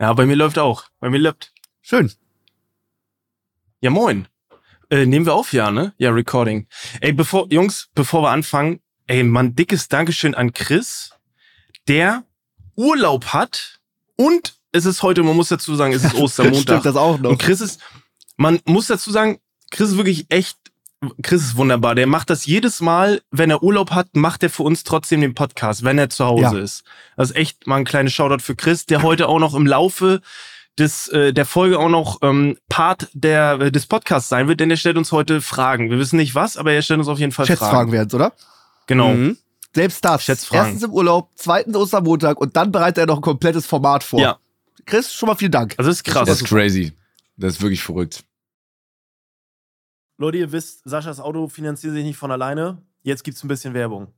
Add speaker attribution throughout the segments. Speaker 1: Ja, bei mir läuft auch. Bei mir läuft.
Speaker 2: Schön.
Speaker 1: Ja, moin. Äh, nehmen wir auf, ja, ne? Ja, Recording. Ey, bevor, Jungs, bevor wir anfangen, ey, man, dickes Dankeschön an Chris, der Urlaub hat und es ist heute, man muss dazu sagen, es ist Ostermontag.
Speaker 2: Stimmt das auch noch.
Speaker 1: Und Chris ist, man muss dazu sagen, Chris ist wirklich echt, Chris ist wunderbar. Der macht das jedes Mal, wenn er Urlaub hat, macht er für uns trotzdem den Podcast, wenn er zu Hause
Speaker 2: Ja.
Speaker 1: ist. Das ist echt mal ein kleines Shoutout für Chris, der heute auch noch im Laufe des, äh, der Folge auch noch ähm, Part der, äh, des Podcasts sein wird, denn er stellt uns heute Fragen. Wir wissen nicht was, aber er stellt uns auf jeden Fall Fragen.
Speaker 2: Schätzfragen wären's, oder?
Speaker 1: Genau.
Speaker 2: Mhm. Selbst das.
Speaker 1: Schätzfragen.
Speaker 2: Erstens im Urlaub, zweitens Ostermontag und dann bereitet er noch ein komplettes Format vor.
Speaker 1: Ja.
Speaker 2: Chris, schon mal vielen Dank.
Speaker 1: Also das ist krass.
Speaker 3: Das ist crazy. Das ist wirklich verrückt.
Speaker 1: Leute, ihr wisst, Saschas Auto finanziert sich nicht von alleine. Jetzt gibt's ein bisschen Werbung.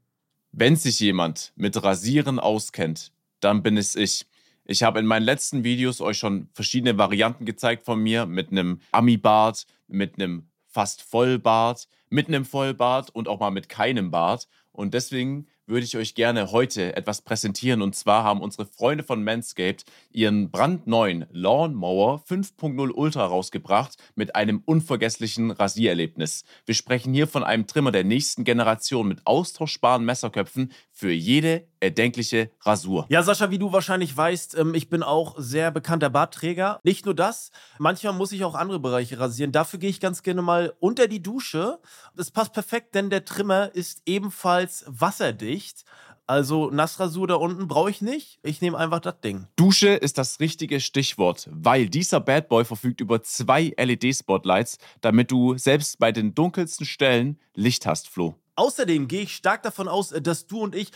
Speaker 3: Wenn sich jemand mit Rasieren auskennt, dann bin es ich. Ich habe in meinen letzten Videos euch schon verschiedene Varianten gezeigt von mir mit einem Ami-Bart, mit einem fast Vollbart, mit einem Vollbart und auch mal mit keinem Bart. Und deswegen würde ich euch gerne heute etwas präsentieren. Und zwar haben unsere Freunde von Manscaped ihren brandneuen Lawnmower 5.0 Ultra rausgebracht mit einem unvergesslichen Rasiererlebnis. Wir sprechen hier von einem Trimmer der nächsten Generation mit austauschbaren Messerköpfen für jede erdenkliche Rasur.
Speaker 4: Ja, Sascha, wie du wahrscheinlich weißt, ähm, ich bin auch sehr bekannter Bartträger. Nicht nur das, manchmal muss ich auch andere Bereiche rasieren. Dafür gehe ich ganz gerne mal unter die Dusche. Das passt perfekt, denn der Trimmer ist ebenfalls wasserdicht. Also Nassrasur da unten brauche ich nicht. Ich nehme einfach das Ding.
Speaker 3: Dusche ist das richtige Stichwort, weil dieser Bad Boy verfügt über zwei LED-Spotlights, damit du selbst bei den dunkelsten Stellen Licht hast, Flo.
Speaker 4: Außerdem gehe ich stark davon aus, äh, dass du und ich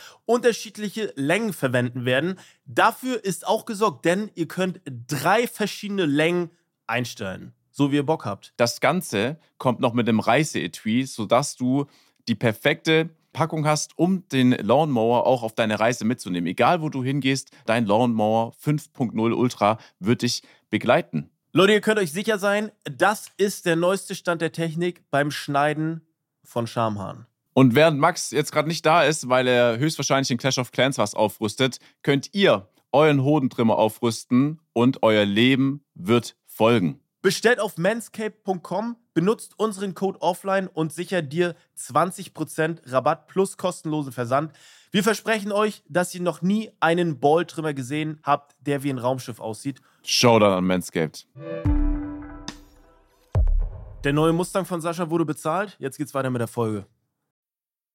Speaker 4: unterschiedliche Längen verwenden werden. Dafür ist auch gesorgt, denn ihr könnt drei verschiedene Längen einstellen, so wie ihr Bock habt.
Speaker 3: Das Ganze kommt noch mit einem Reiseetui, sodass du die perfekte Packung hast, um den Lawnmower auch auf deine Reise mitzunehmen. Egal, wo du hingehst, dein Lawnmower 5.0 Ultra wird dich begleiten.
Speaker 4: Leute, ihr könnt euch sicher sein, das ist der neueste Stand der Technik beim Schneiden von Schamhaaren.
Speaker 3: Und während Max jetzt gerade nicht da ist, weil er höchstwahrscheinlich in Clash of Clans was aufrüstet, könnt ihr euren Hodentrimmer aufrüsten und euer Leben wird folgen.
Speaker 4: Bestellt auf manscape.com, benutzt unseren Code offline und sichert dir 20% Rabatt plus kostenlosen Versand. Wir versprechen euch, dass ihr noch nie einen Balltrimmer gesehen habt, der wie ein Raumschiff aussieht.
Speaker 3: Showdown an Manscaped.
Speaker 4: Der neue Mustang von Sascha wurde bezahlt. Jetzt geht's weiter mit der Folge.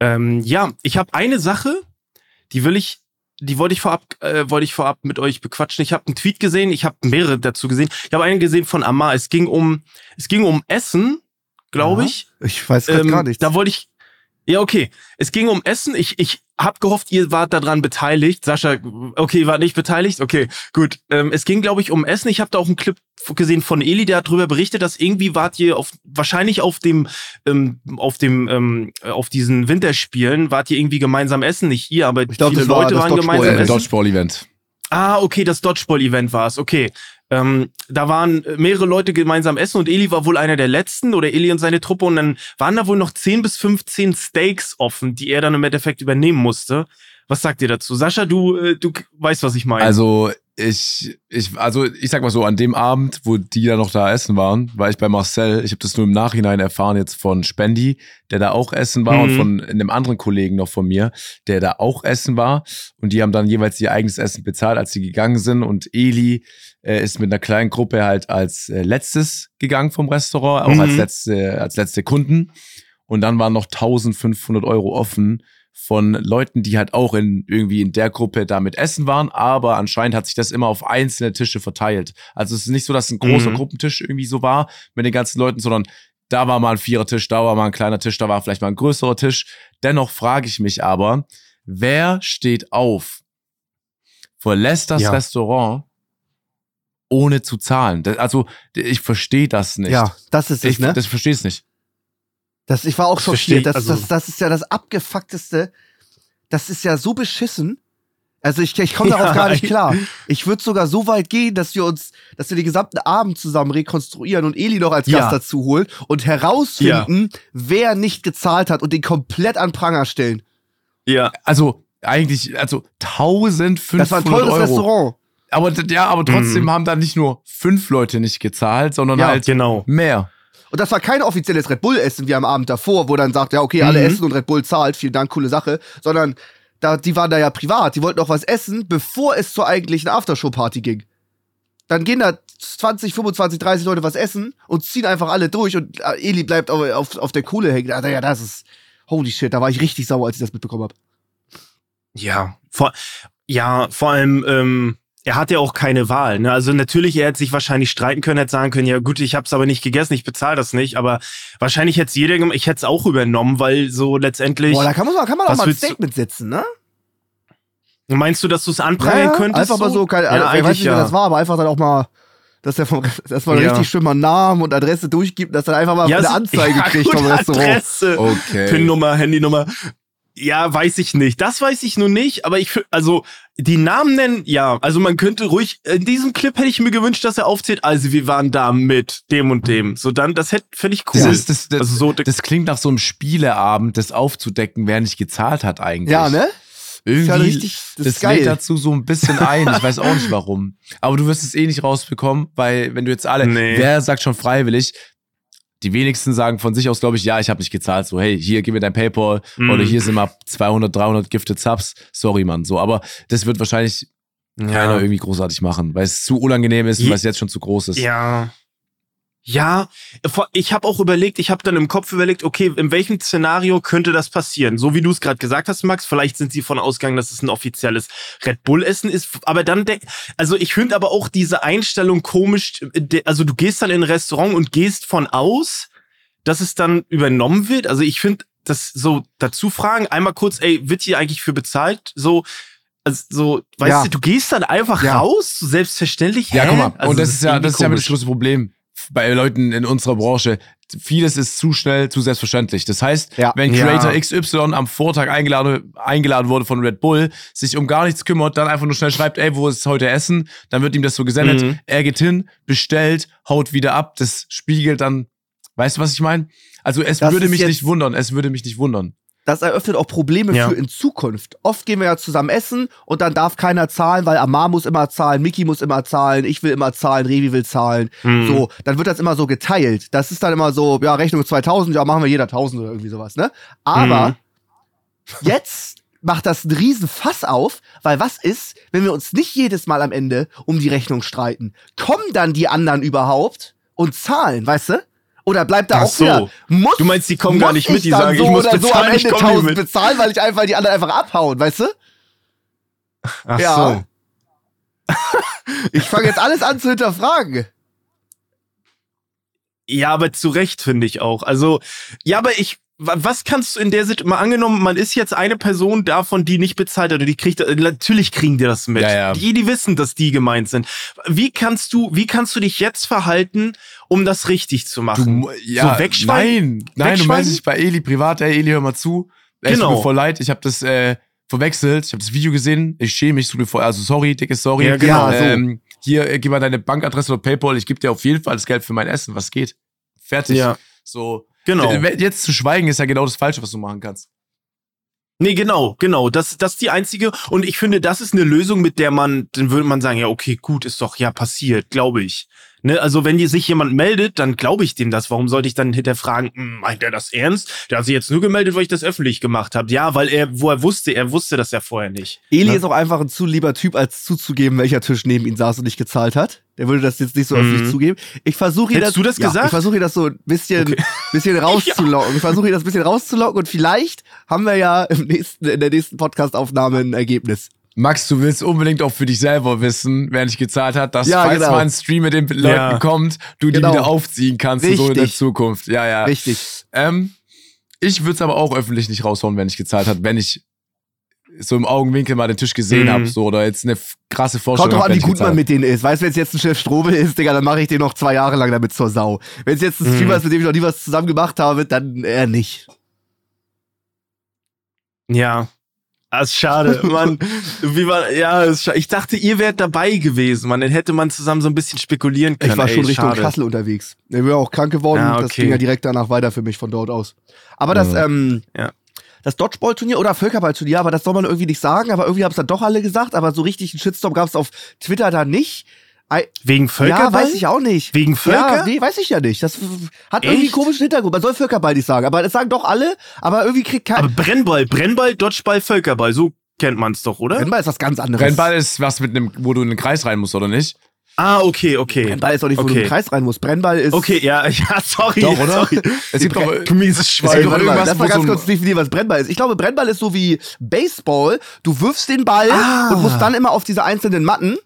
Speaker 1: Ähm, ja, ich habe eine Sache, die will ich, die wollte ich vorab, äh, wollte ich vorab mit euch bequatschen. Ich habe einen Tweet gesehen, ich habe mehrere dazu gesehen. Ich habe einen gesehen von Amar. Es ging um, es ging um Essen, glaube
Speaker 2: Ja.
Speaker 1: ich.
Speaker 2: Ich weiß grad
Speaker 1: Ähm,
Speaker 2: gar nichts.
Speaker 1: Da wollte ich. Ja, okay. Es ging um Essen. Ich, ich hab gehofft, ihr wart daran beteiligt. Sascha, okay, war nicht beteiligt? Okay, gut. Ähm, es ging, glaube ich, um Essen. Ich habe da auch einen Clip f- gesehen von Eli, der hat darüber berichtet, dass irgendwie wart ihr auf, wahrscheinlich auf dem, ähm, auf dem, ähm, auf diesen Winterspielen, wart ihr irgendwie gemeinsam essen. Nicht ihr, aber
Speaker 2: glaub,
Speaker 1: viele
Speaker 2: das war
Speaker 1: Leute
Speaker 2: das
Speaker 1: waren
Speaker 2: Dodgeball.
Speaker 1: gemeinsam
Speaker 2: Äh,
Speaker 1: essen.
Speaker 3: Dodgeball-Event.
Speaker 1: Ah, okay, das Dodgeball-Event war es. Okay. Ähm, da waren mehrere Leute gemeinsam essen und Eli war wohl einer der letzten oder Eli und seine Truppe und dann waren da wohl noch 10 bis 15 Steaks offen, die er dann im Endeffekt übernehmen musste. Was sagt ihr dazu? Sascha, du, äh, du k- weißt, was ich meine.
Speaker 3: Also ich, ich, also ich sag mal so, an dem Abend, wo die ja noch da essen waren, war ich bei Marcel. Ich habe das nur im Nachhinein erfahren jetzt von Spendi, der da auch essen war und
Speaker 1: Mhm.
Speaker 3: von einem anderen Kollegen noch von mir, der da auch essen war. Und die haben dann jeweils ihr eigenes Essen bezahlt, als sie gegangen sind. Und Eli äh, ist mit einer kleinen Gruppe halt als äh, letztes gegangen vom Restaurant, auch
Speaker 1: Mhm.
Speaker 3: als letzte, als letzte Kunden. Und dann waren noch 1500 Euro offen von Leuten, die halt auch in, irgendwie in der Gruppe damit essen waren, aber anscheinend hat sich das immer auf einzelne Tische verteilt. Also es ist nicht so, dass ein großer
Speaker 1: Mhm.
Speaker 3: Gruppentisch irgendwie so war mit den ganzen Leuten, sondern da war mal ein Vierertisch, da war mal ein kleiner Tisch, da war vielleicht mal ein größerer Tisch. Dennoch frage ich mich aber, wer steht auf, verlässt das
Speaker 1: Ja.
Speaker 3: Restaurant ohne zu zahlen. Das, also, ich verstehe das nicht.
Speaker 2: Ja, das ist es,
Speaker 3: ich
Speaker 2: ne?
Speaker 3: das verstehe es nicht.
Speaker 2: Das, ich war auch
Speaker 1: Versteh-
Speaker 2: schockiert. Das,
Speaker 1: also-
Speaker 2: das, das ist ja das abgefuckteste. Das ist ja so beschissen. Also ich, ich komme darauf
Speaker 1: Ja,
Speaker 2: gar nicht
Speaker 1: ich-
Speaker 2: klar. Ich würde sogar so weit gehen, dass wir uns, dass wir den gesamten Abend zusammen rekonstruieren und Eli noch als
Speaker 1: Ja.
Speaker 2: Gast dazu holen und herausfinden, wer nicht gezahlt hat und den komplett an Pranger stellen.
Speaker 1: Ja.
Speaker 3: Also, eigentlich, also 1500
Speaker 2: Das war ein teures
Speaker 3: Euro.
Speaker 2: Restaurant.
Speaker 3: Aber, d- ja, aber trotzdem haben da nicht nur fünf Leute nicht gezahlt, sondern
Speaker 2: Mhm. Ja,
Speaker 3: halt
Speaker 1: Genau.
Speaker 3: mehr.
Speaker 2: Und das war kein offizielles Red Bull-Essen wie am Abend davor, wo dann sagt, ja, okay,
Speaker 1: Mhm.
Speaker 2: alle essen und Red Bull zahlt, vielen Dank, coole Sache. Sondern da, die waren da ja privat, die wollten auch was essen, bevor es zur eigentlichen Aftershow-Party ging. Dann gehen da 20, 25, 30 Leute was essen und ziehen einfach alle durch und äh, Eli bleibt auf, auf, auf der Kohle hängen. Also, ja, das ist. Holy shit, da war ich richtig sauer, als ich das mitbekommen habe.
Speaker 1: Ja, vor, ja, vor allem, ähm, er hat ja auch keine Wahl. Ne? Also natürlich, er hätte sich wahrscheinlich streiten können, hätte sagen können, ja gut, ich habe es aber nicht gegessen, ich bezahle das nicht. Aber wahrscheinlich hätte es jeder gemacht, ich hätte es auch übernommen, weil so letztendlich.
Speaker 2: Boah, da kann man, kann man auch
Speaker 1: was
Speaker 2: mal ein
Speaker 1: willst du-
Speaker 2: Statement setzen, ne?
Speaker 1: meinst du, dass du es anprangern könntest?
Speaker 2: Einfach mal so, keine
Speaker 1: Ja,
Speaker 2: Ahnung, ich weiß
Speaker 1: eigentlich
Speaker 2: nicht, wer
Speaker 1: ja.
Speaker 2: das war, aber einfach dann auch mal, dass er vom, dass man
Speaker 1: Ja.
Speaker 2: richtig schön mal Namen und Adresse durchgibt, dass dann einfach mal
Speaker 1: Ja,
Speaker 2: eine
Speaker 1: so-
Speaker 2: Anzeige
Speaker 1: ja,
Speaker 2: kriegt vom
Speaker 1: gut,
Speaker 2: Restaurant.
Speaker 1: Adresse.
Speaker 3: Okay.
Speaker 1: PIN-Nummer, Handynummer. Ja, weiß ich nicht. Das weiß ich nur nicht, aber ich, fü- also, die Namen nennen, ja, also man könnte ruhig, in diesem Clip hätte ich mir gewünscht, dass er aufzählt, also wir waren da mit dem und dem. So dann, das hätte, finde ich cool.
Speaker 3: Das, ist, das, das,
Speaker 1: also so,
Speaker 3: das klingt nach so einem Spieleabend, das aufzudecken, wer nicht gezahlt hat eigentlich.
Speaker 2: Ja, ne?
Speaker 3: Irgendwie,
Speaker 2: Ist ja richtig, das
Speaker 3: das
Speaker 2: ist geil.
Speaker 3: lädt dazu so ein bisschen ein. Ich weiß auch nicht warum. Aber du wirst es eh nicht rausbekommen, weil wenn du jetzt alle,
Speaker 1: Nee.
Speaker 3: wer sagt schon freiwillig, die wenigsten sagen von sich aus, glaube ich, ja, ich habe nicht gezahlt. So, hey, hier, gib mir dein Paypal
Speaker 1: Mm.
Speaker 3: oder hier sind mal 200, 300 Gifted Subs. Sorry, Mann. So, aber das wird wahrscheinlich keiner
Speaker 1: ja.
Speaker 3: irgendwie großartig machen, weil es zu unangenehm ist, und
Speaker 1: Je-
Speaker 3: weil es jetzt schon zu groß ist.
Speaker 1: ja. Ja, vor- ich habe auch überlegt, ich habe dann im Kopf überlegt, okay, in welchem Szenario könnte das passieren? So wie du es gerade gesagt hast, Max, vielleicht sind sie von ausgegangen, dass es ein offizielles Red Bull Essen ist, aber dann denk, also ich finde aber auch diese Einstellung komisch, de- also du gehst dann in ein Restaurant und gehst von aus, dass es dann übernommen wird. Also ich finde das so dazu fragen, einmal kurz, ey, wird hier eigentlich für bezahlt? So also so, weißt
Speaker 2: Ja.
Speaker 1: du, du gehst dann einfach
Speaker 2: Ja.
Speaker 1: raus, so selbstverständlich.
Speaker 3: Ja,
Speaker 1: Hä?
Speaker 3: guck mal,
Speaker 1: Also
Speaker 3: und das, ist ja,
Speaker 1: irgendwie
Speaker 3: das ist ja mit das
Speaker 1: komisch.
Speaker 3: große Problem bei Leuten in unserer Branche. Vieles ist zu schnell, zu selbstverständlich. Das heißt,
Speaker 2: Ja.
Speaker 3: wenn
Speaker 1: Ja.
Speaker 3: Creator XY am Vortag eingeladen, eingeladen wurde von Red Bull, sich um gar nichts kümmert, dann einfach nur schnell schreibt, ey, wo ist heute Essen? Dann wird ihm das so gesendet.
Speaker 1: Mhm.
Speaker 3: Er geht hin, bestellt, haut wieder ab. Das spiegelt dann, weißt du, was ich meine? Also es
Speaker 2: Das
Speaker 3: würde
Speaker 2: ist
Speaker 3: mich
Speaker 2: jetzt-
Speaker 3: nicht wundern, es würde mich nicht wundern.
Speaker 2: Das eröffnet auch Probleme
Speaker 1: Ja.
Speaker 2: für in Zukunft. Oft gehen wir ja zusammen essen und dann darf keiner zahlen, weil Amar muss immer zahlen, Miki muss immer zahlen, ich will immer zahlen, Revi will zahlen.
Speaker 1: Mhm.
Speaker 2: So, dann wird das immer so geteilt. Das ist dann immer so, ja, Rechnung 2000, ja, machen wir jeder 1000 oder irgendwie sowas, ne? Aber
Speaker 1: Mhm.
Speaker 2: jetzt macht das einen riesen Fass auf, weil was ist, wenn wir uns nicht jedes Mal am Ende um die Rechnung streiten? Kommen dann die anderen überhaupt und zahlen, weißt du? Oder bleibt da
Speaker 1: Ach
Speaker 2: auch
Speaker 1: so.
Speaker 2: wieder, muss,
Speaker 1: Du meinst, die kommen
Speaker 2: muss
Speaker 1: gar nicht mit, die
Speaker 2: dann
Speaker 1: sagen,
Speaker 2: so
Speaker 1: ich muss
Speaker 2: oder so am
Speaker 1: bezahlen, ich
Speaker 2: Ende
Speaker 1: komm nicht
Speaker 2: 1000
Speaker 1: mit.
Speaker 2: bezahlen, weil ich einfach die anderen einfach abhauen, weißt du?
Speaker 1: Ach
Speaker 2: Ja.
Speaker 1: so.
Speaker 2: Ich fange jetzt alles an zu hinterfragen.
Speaker 1: Ja, aber zu Recht finde ich auch. Also, ja, aber ich, wa- was kannst du in der Situation, mal angenommen, man ist jetzt eine Person davon, die nicht bezahlt hat und die kriegt, äh, natürlich kriegen die das mit.
Speaker 3: Ja, ja.
Speaker 1: Die, die wissen, dass die gemeint sind. Wie kannst du, wie kannst du dich jetzt verhalten, um das richtig zu
Speaker 3: Du,
Speaker 1: machen?
Speaker 3: mu- ja,
Speaker 1: so wegschweigen?
Speaker 3: Nein, nein, du
Speaker 1: Wegschweigen?
Speaker 3: meinst nicht bei Eli privat, ey Eli, hör mal zu. Ey, Es tut
Speaker 1: Genau.
Speaker 3: mir voll leid, ich habe das äh, verwechselt, ich habe das Video gesehen, ich schäme mich, es tut mir voll, also sorry, dickes Sorry.
Speaker 1: Ja, genau.
Speaker 2: Ja, so.
Speaker 3: ähm, hier, äh, gib mal deine Bankadresse oder Paypal, ich gebe dir auf jeden Fall das Geld für mein Essen, was geht. Fertig.
Speaker 1: Ja,
Speaker 3: So.
Speaker 1: genau.
Speaker 3: Äh, wenn- Jetzt zu schweigen ist ja genau das Falsche, was du machen kannst.
Speaker 1: Nee, genau, genau. Das, das ist die einzige. Und ich finde, das ist eine Lösung, mit der man, dann würde man sagen, ja, okay, gut, ist doch ja passiert, glaube ich. Ne? Also wenn die- sich jemand meldet, dann glaube ich dem das. Warum sollte ich dann hinterfragen, hm, meint er das ernst? Der hat sich jetzt nur gemeldet, weil ich das öffentlich gemacht habe. Ja, weil er, wo er wusste, er wusste das ja vorher nicht.
Speaker 2: Eli
Speaker 1: Ne?
Speaker 2: ist auch einfach ein zu lieber Typ, als zuzugeben, welcher Tisch neben ihm saß und nicht gezahlt hat. Der würde das jetzt nicht so
Speaker 1: Mhm.
Speaker 2: öffentlich zugeben. Ich versuche ihr
Speaker 1: Hättest
Speaker 2: das,
Speaker 1: du das
Speaker 2: ja,
Speaker 1: gesagt?
Speaker 2: Ich versuche ihr das so ein bisschen, bisschen rauszulocken. Ich versuche ihr das ein bisschen rauszulocken und vielleicht haben wir ja im nächsten, in der nächsten Podcast-Aufnahme ein Ergebnis.
Speaker 3: Max, du willst unbedingt auch für dich selber wissen, wer nicht gezahlt hat, dass
Speaker 2: Ja,
Speaker 3: falls
Speaker 2: genau.
Speaker 3: mal ein Stream mit den Leuten
Speaker 1: Ja.
Speaker 3: kommt, du
Speaker 2: Genau.
Speaker 3: die wieder aufziehen kannst und so in der
Speaker 2: Richtig.
Speaker 3: Zukunft. Ja, ja.
Speaker 2: Richtig.
Speaker 1: Äh,
Speaker 3: Ähm, ich würde es aber auch öffentlich nicht raushauen, wenn ich gezahlt hat, wenn ich so im Augenwinkel mal den Tisch gesehen
Speaker 1: Mhm.
Speaker 3: habe. So, oder jetzt eine f- krasse
Speaker 2: Schaut
Speaker 3: Vorstellung.
Speaker 2: doch
Speaker 3: hab,
Speaker 2: an,
Speaker 3: wenn
Speaker 2: wie
Speaker 3: ich
Speaker 2: gut
Speaker 3: jetzt
Speaker 2: man
Speaker 3: hab.
Speaker 2: mit denen ist. Weißt du, wenn es jetzt ein Chef Strobel ist, Digga, dann mache ich den noch zwei Jahre lang damit zur Sau. Wenn es jetzt ein
Speaker 1: Mhm.
Speaker 2: Streamer ist, mit dem ich noch nie was zusammen gemacht habe, dann eher nicht.
Speaker 1: Ja. Ah, ist schade, Mann. Wie war, ja, ist schade. Ich dachte, ihr wärt dabei gewesen, Mann. Dann hätte man zusammen so ein bisschen spekulieren können.
Speaker 2: Ich war
Speaker 1: Ey,
Speaker 2: schon Richtung
Speaker 1: schade.
Speaker 2: Kassel unterwegs. Ich bin auch krank geworden.
Speaker 1: Ah,
Speaker 2: Das
Speaker 1: okay.
Speaker 2: ging ja direkt danach weiter für mich von dort aus. Aber das,
Speaker 3: Ja.
Speaker 2: ähm,
Speaker 1: Ja.
Speaker 2: das Dodgeball-Turnier oder Völkerball-Turnier, aber das soll man irgendwie nicht sagen. Aber irgendwie haben es dann doch alle gesagt. Aber so richtig einen Shitstorm gab es auf Twitter da nicht.
Speaker 1: Wegen Völkerball?
Speaker 2: Ja, weiß ich auch nicht.
Speaker 1: Wegen Völker?
Speaker 2: Ja, nee, weiß ich ja nicht. Das hat irgendwie einen
Speaker 1: Echt?
Speaker 2: komischen Hintergrund. Man soll Völkerball nicht sagen, aber das sagen doch alle, aber irgendwie kriegt
Speaker 1: Aber
Speaker 2: keiner.
Speaker 1: Brennball, Brennball, Dodgeball, Völkerball, so kennt man's doch, oder?
Speaker 2: Brennball ist was ganz anderes.
Speaker 3: Rennball ist was mit einem, wo du in den Kreis rein musst, oder nicht?
Speaker 1: ah, okay, okay.
Speaker 2: Brennball ist auch nicht, wo du
Speaker 1: Okay.
Speaker 2: im Kreis rein musst. Brennball ist.
Speaker 1: Okay, ja, ja, sorry.
Speaker 3: Doch, oder?
Speaker 1: Sorry.
Speaker 3: Es gibt doch.
Speaker 1: Du mieses
Speaker 3: Es
Speaker 2: Ey,
Speaker 3: gibt
Speaker 1: Schwein.
Speaker 3: doch
Speaker 2: warte mal,
Speaker 3: irgendwas,
Speaker 2: lass mal
Speaker 3: wo
Speaker 2: ganz
Speaker 3: so ein-
Speaker 2: kurz definieren, was Brennball ist. Ich glaube, Brennball ist so wie Baseball. Du wirfst den Ball
Speaker 1: Ah.
Speaker 2: und musst dann immer auf diese einzelnen Matten.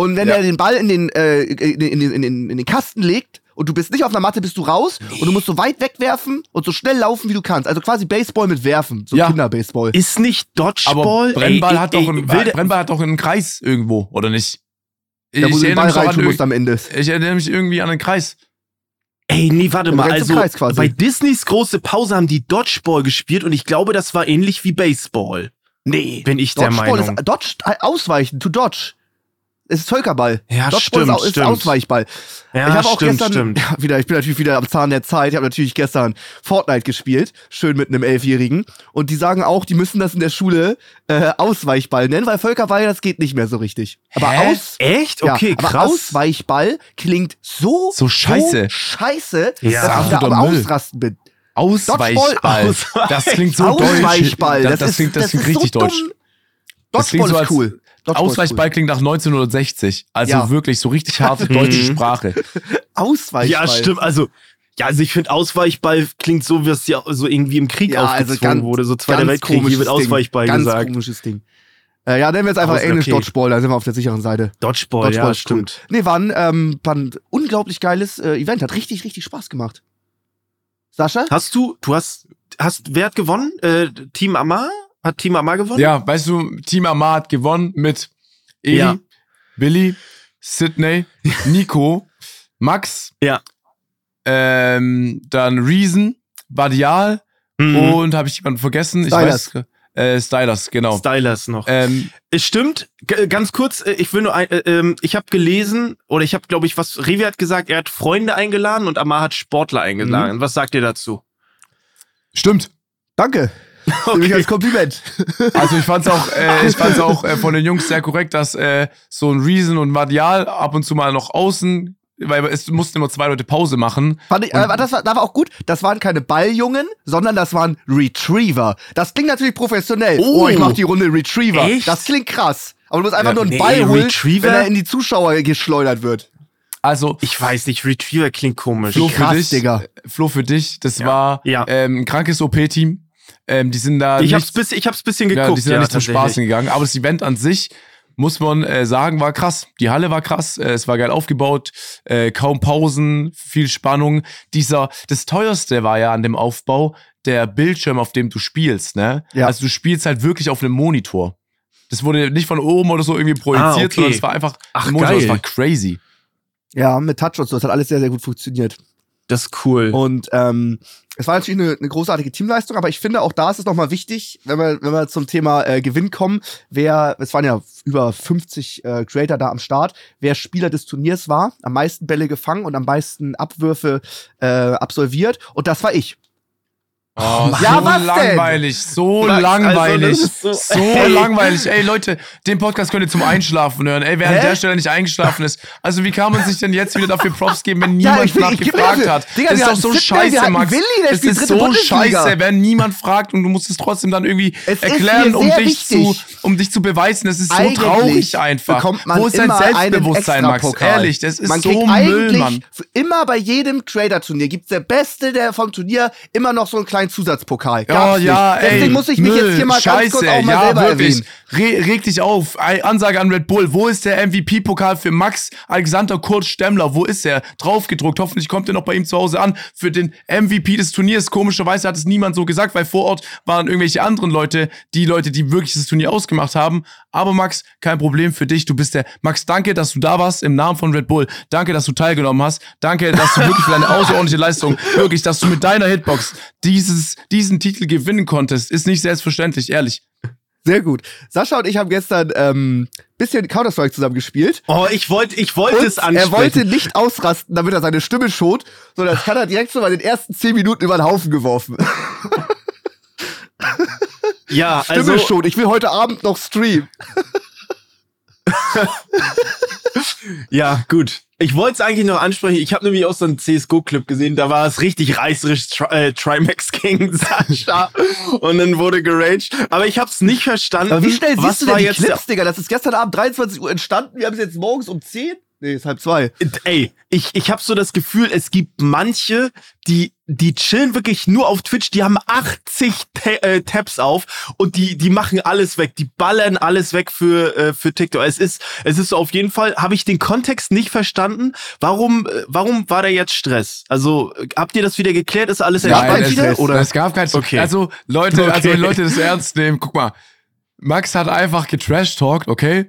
Speaker 2: Und wenn
Speaker 3: Ja.
Speaker 2: er den Ball in den, äh, in, den- in, den- in, den- in den Kasten legt und du bist nicht auf einer Matte, bist du raus und du musst so weit wegwerfen und so schnell laufen, wie du kannst. Also quasi Baseball mit Werfen, so
Speaker 3: Ja.
Speaker 2: Kinderbaseball.
Speaker 1: Ist nicht Dodgeball.
Speaker 3: Aber Brennball,
Speaker 1: ey,
Speaker 3: hat
Speaker 1: ey,
Speaker 3: doch einen,
Speaker 1: will der-
Speaker 3: Brennball hat doch einen Kreis irgendwo, oder nicht?
Speaker 2: Da wo du den Ball
Speaker 3: mich doch an
Speaker 2: reintun musst
Speaker 3: irg-
Speaker 2: am Ende.
Speaker 3: ich erinnere mich irgendwie an einen Kreis.
Speaker 1: Ey, nee, warte
Speaker 2: Im
Speaker 1: mal.
Speaker 2: ganzen
Speaker 1: Also,
Speaker 2: Kreis quasi.
Speaker 1: bei Disneys große Pause haben die Dodgeball gespielt und ich glaube, das war ähnlich wie Baseball.
Speaker 2: Nee.
Speaker 1: Bin ich der
Speaker 2: Dodgeball
Speaker 1: Meinung.
Speaker 2: ist Dodge, äh, ausweichen, to dodge. Es ist Völkerball.
Speaker 1: Ja,
Speaker 2: Dodgeball
Speaker 1: stimmt,
Speaker 2: ist, au- ist
Speaker 1: stimmt.
Speaker 2: Ausweichball.
Speaker 1: Ja,
Speaker 2: ich habe auch
Speaker 1: stimmt,
Speaker 2: gestern
Speaker 1: stimmt.
Speaker 2: Ja, wieder, ich bin natürlich wieder am Zahn der Zeit. Ich habe natürlich gestern Fortnite gespielt, schön mit einem Elfjährigen. Und die sagen auch, die müssen das in der Schule äh, Ausweichball nennen, weil Völkerball das geht nicht mehr so richtig. Aber
Speaker 3: Hä?
Speaker 2: aus
Speaker 1: Echt?
Speaker 2: ja,
Speaker 1: Okay,
Speaker 2: aber
Speaker 1: krass.
Speaker 2: Ausweichball klingt so
Speaker 3: So scheiße.
Speaker 2: so scheiße,
Speaker 1: Ja.
Speaker 2: dass ich da am
Speaker 3: Absoluter Müll.
Speaker 2: Ausrasten bin.
Speaker 3: Ausweichball.
Speaker 1: Ausweich-
Speaker 3: Das klingt so
Speaker 2: Ausweichball,
Speaker 3: deutsch.
Speaker 2: das, ist,
Speaker 3: klingt, das
Speaker 2: das
Speaker 3: klingt
Speaker 2: ist
Speaker 3: richtig
Speaker 2: so
Speaker 3: deutsch.
Speaker 2: Dumm.
Speaker 3: Das klingt
Speaker 2: Dodgeball
Speaker 3: so
Speaker 2: ist
Speaker 3: als-
Speaker 2: cool. Dodgeball ist
Speaker 3: Ausweichball
Speaker 2: cool.
Speaker 3: klingt nach 1960. Also
Speaker 2: Ja.
Speaker 3: wirklich so richtig harte deutsche
Speaker 1: Mhm.
Speaker 3: Sprache.
Speaker 2: Ausweichball.
Speaker 1: ja, stimmt. Also, ja, also ich finde Ausweichball klingt so, wie es ja so irgendwie im Krieg
Speaker 2: Ja, also
Speaker 1: aufgezwungen
Speaker 2: ganz-
Speaker 1: wurde. So Zweiter
Speaker 2: Ganz
Speaker 1: Weltkrieg, hier
Speaker 2: komisches
Speaker 1: wird
Speaker 2: Ding.
Speaker 1: Ausweichball
Speaker 2: Ganz
Speaker 1: gesagt.
Speaker 2: komisches Ding. Äh, ja, nennen wir jetzt einfach
Speaker 1: Aus-
Speaker 2: Englisch
Speaker 1: okay.
Speaker 2: Dodgeball, da sind wir auf der sicheren Seite.
Speaker 1: Dodgeball,
Speaker 2: Dodgeball
Speaker 1: ja,
Speaker 2: ist cool.
Speaker 1: stimmt.
Speaker 2: Nee, war ein, ähm, war ein unglaublich geiles äh, Event. Hat richtig, richtig Spaß gemacht. Sascha?
Speaker 1: Hast du, du hast, hast, wer hat gewonnen? Äh, Team Amar? Hat Team Amar gewonnen?
Speaker 3: Ja, weißt du, Team Amar hat gewonnen mit Eli,
Speaker 1: Ja.
Speaker 3: Billy, Sydney, Nico, Max,
Speaker 1: Ja.
Speaker 3: ähm, dann Reason, Badial
Speaker 1: Mhm.
Speaker 3: und habe ich jemanden vergessen? Ich
Speaker 2: Stylers.
Speaker 3: weiß, äh, Stylers, genau.
Speaker 1: Stylers noch.
Speaker 3: ähm,
Speaker 1: Es stimmt. G ganz kurz, äh, ich will nur ein, äh, ähm, ich habe gelesen oder ich habe glaube ich was Revi hat gesagt, er hat Freunde eingeladen und Amar hat Sportler eingeladen.
Speaker 3: Mhm.
Speaker 1: Was sagt ihr dazu?
Speaker 3: stimmt.
Speaker 2: Danke. Nehme ich als Kompliment.
Speaker 3: Also ich fand's auch, äh, ich fand's auch äh, von den Jungs sehr korrekt, dass äh, so ein Reason und Madial ab und zu mal noch außen, weil es mussten immer zwei Leute Pause machen.
Speaker 2: Fand ich, äh, das, war, das war auch gut. Das waren keine Balljungen, sondern das waren Retriever. Das klingt natürlich professionell. Oh,
Speaker 1: Oh.
Speaker 2: ich mach die Runde Retriever.
Speaker 1: Echt?
Speaker 2: Das klingt krass. Aber du musst einfach
Speaker 3: Ja,
Speaker 2: nur einen
Speaker 1: nee,
Speaker 2: Ball holen,
Speaker 1: Retriever?
Speaker 2: wenn er in die Zuschauer geschleudert wird.
Speaker 3: Also
Speaker 1: Ich weiß nicht, Retriever klingt komisch.
Speaker 3: Flo,
Speaker 2: krass,
Speaker 3: für dich,
Speaker 2: Digga.
Speaker 3: Flo für dich, das war
Speaker 1: Ja.
Speaker 3: Ähm, ein krankes OP-Team. Ähm, die sind da
Speaker 1: Ich hab's,
Speaker 3: nicht,
Speaker 1: bis, ich hab's bisschen geguckt.
Speaker 3: ja, die sind da nicht zum
Speaker 1: tatsächlich.
Speaker 3: Spaß hingegangen. Aber das Event an sich, muss man äh, sagen, war krass. Die Halle war krass, äh, es war geil aufgebaut, äh, kaum Pausen, viel Spannung. Dieser, das teuerste war ja an dem Aufbau der Bildschirm, auf dem du spielst, ne?
Speaker 2: Ja.
Speaker 3: Also du spielst halt wirklich auf einem Monitor. Das wurde nicht von oben oder so irgendwie projiziert,
Speaker 1: Ah, okay.
Speaker 3: sondern es war einfach
Speaker 1: Ach,
Speaker 3: ein Monitor.
Speaker 1: geil.
Speaker 3: Das war crazy.
Speaker 2: Ja, mit Touch und so. Das hat alles sehr, sehr gut funktioniert.
Speaker 1: Das ist cool.
Speaker 2: Und ähm, es war natürlich eine, eine großartige Teamleistung, aber ich finde auch da ist es nochmal wichtig, wenn wir, wenn wir zum Thema äh, Gewinn kommen, wer, es waren ja über 50 äh, Creator da am Start, wer Spieler des Turniers war, am meisten Bälle gefangen und am meisten Abwürfe äh, absolviert. Und das war ich.
Speaker 3: Oh,
Speaker 2: Ja,
Speaker 3: so
Speaker 2: was denn?
Speaker 3: langweilig, so
Speaker 1: Max,
Speaker 3: langweilig,
Speaker 1: also das ist
Speaker 3: so,
Speaker 1: so- Ey.
Speaker 3: langweilig. Ey Leute, den Podcast könnt ihr zum Einschlafen hören. Ey, wer an
Speaker 2: Hä?
Speaker 3: der Stelle nicht eingeschlafen ist. Also wie kann man sich denn jetzt wieder dafür Props geben, wenn
Speaker 2: Ja,
Speaker 3: niemand
Speaker 2: ich will- ich geb mir
Speaker 3: nachgefragt
Speaker 2: dafür.
Speaker 3: hat?
Speaker 2: Digga,
Speaker 3: das
Speaker 2: wir
Speaker 3: ist doch
Speaker 2: hatten
Speaker 3: so
Speaker 2: Sidney, wir
Speaker 3: scheiße,
Speaker 2: hatten
Speaker 3: Max.
Speaker 2: Willi, der
Speaker 3: das
Speaker 2: spielt
Speaker 3: ist
Speaker 2: dritte
Speaker 3: so
Speaker 2: Bundesliga.
Speaker 3: scheiße, wenn niemand fragt und du musst es trotzdem dann irgendwie
Speaker 2: Es ist
Speaker 3: erklären,
Speaker 2: mir
Speaker 3: um
Speaker 2: sehr
Speaker 3: dich zu,
Speaker 2: wichtig.
Speaker 3: um dich zu beweisen. Das ist so
Speaker 2: Eigentlich
Speaker 3: traurig einfach.
Speaker 2: bekommt man
Speaker 3: Wo ist dein
Speaker 2: immer einen
Speaker 3: Selbstbewusstsein, Max?
Speaker 2: Extrapokal.
Speaker 3: Ehrlich, das ist
Speaker 2: man
Speaker 3: so
Speaker 2: kriegt
Speaker 3: Müll,
Speaker 2: eigentlich
Speaker 3: Mann.
Speaker 2: für Immer bei jedem Trader-Turnier gibt der Beste der vom Turnier immer noch so einen kleinen Zusatzpokal.
Speaker 3: Ja,
Speaker 2: Gab's
Speaker 3: ja,
Speaker 2: nicht.
Speaker 3: ey.
Speaker 2: Deswegen muss ich mich
Speaker 3: Müll,
Speaker 2: jetzt hier mal
Speaker 3: Scheiße,
Speaker 2: ganz kurz auch mal
Speaker 3: ja,
Speaker 2: selber
Speaker 3: wirklich.
Speaker 2: erwähnen.
Speaker 3: Re reg dich auf. Ey, Ansage an Red Bull. Wo ist der MVP-Pokal für Max Alexander Kurt Stemmler? Wo ist er? Draufgedruckt. Hoffentlich kommt er noch bei ihm zu Hause an. Für den MVP des Turniers. Komischerweise hat es niemand so gesagt, weil vor Ort waren irgendwelche anderen Leute, die Leute, die wirklich das Turnier ausgemacht haben. Aber Max, kein Problem für dich. Du bist der. Max, danke, dass du da warst im Namen von Red Bull. Danke, dass du teilgenommen hast. Danke, dass du wirklich für deine außerordentliche Leistung, wirklich, dass du mit deiner Hitbox dieses, diesen Titel gewinnen konntest. Ist nicht selbstverständlich, ehrlich.
Speaker 2: Sehr gut. Sascha und ich haben gestern ähm, bisschen Counter-Strike zusammen gespielt.
Speaker 1: Oh, ich wollte ich wollte es
Speaker 2: Und
Speaker 1: ansprechen.
Speaker 2: er wollte nicht ausrasten, damit er seine Stimme schont, sondern das hat er direkt so bei den ersten 10 Minuten über den Haufen geworfen.
Speaker 1: ja,
Speaker 2: Stimme
Speaker 1: also,
Speaker 2: schon, ich will heute Abend noch streamen.
Speaker 1: Ja, gut. Ich wollte es eigentlich noch ansprechen. Ich habe nämlich auch so einen CSGO-Clip gesehen, da war es richtig reißerisch Tri äh, Trimax gegen Sascha und dann wurde geraged. Aber ich habe es nicht verstanden.
Speaker 2: Aber wie schnell
Speaker 1: was
Speaker 2: siehst du
Speaker 1: war
Speaker 2: denn die
Speaker 1: jetzt
Speaker 2: Clips, Digga? Das ist gestern Abend 23 Uhr entstanden, wir haben es jetzt morgens um 10? Nee, ist halb zwei.
Speaker 1: Ey, ich, ich habe so das Gefühl, es gibt manche, die, die chillen wirklich nur auf Twitch, die haben 80 Ta äh, Tabs auf und die, die machen alles weg, die ballern alles weg für, äh, für TikTok. Es ist, es ist auf jeden Fall, habe ich den Kontext nicht verstanden. Warum, äh, warum war da jetzt Stress? Also, äh, habt ihr das wieder geklärt? Ist alles
Speaker 2: Nein,
Speaker 1: entspannt
Speaker 2: es-
Speaker 1: wieder?
Speaker 2: es-
Speaker 1: oder?
Speaker 3: Es gab kein
Speaker 1: Okay.
Speaker 3: Also, Leute, also
Speaker 1: Okay.
Speaker 3: wenn Leute das ernst nehmen, guck mal. Max hat einfach getrashtalkt, okay?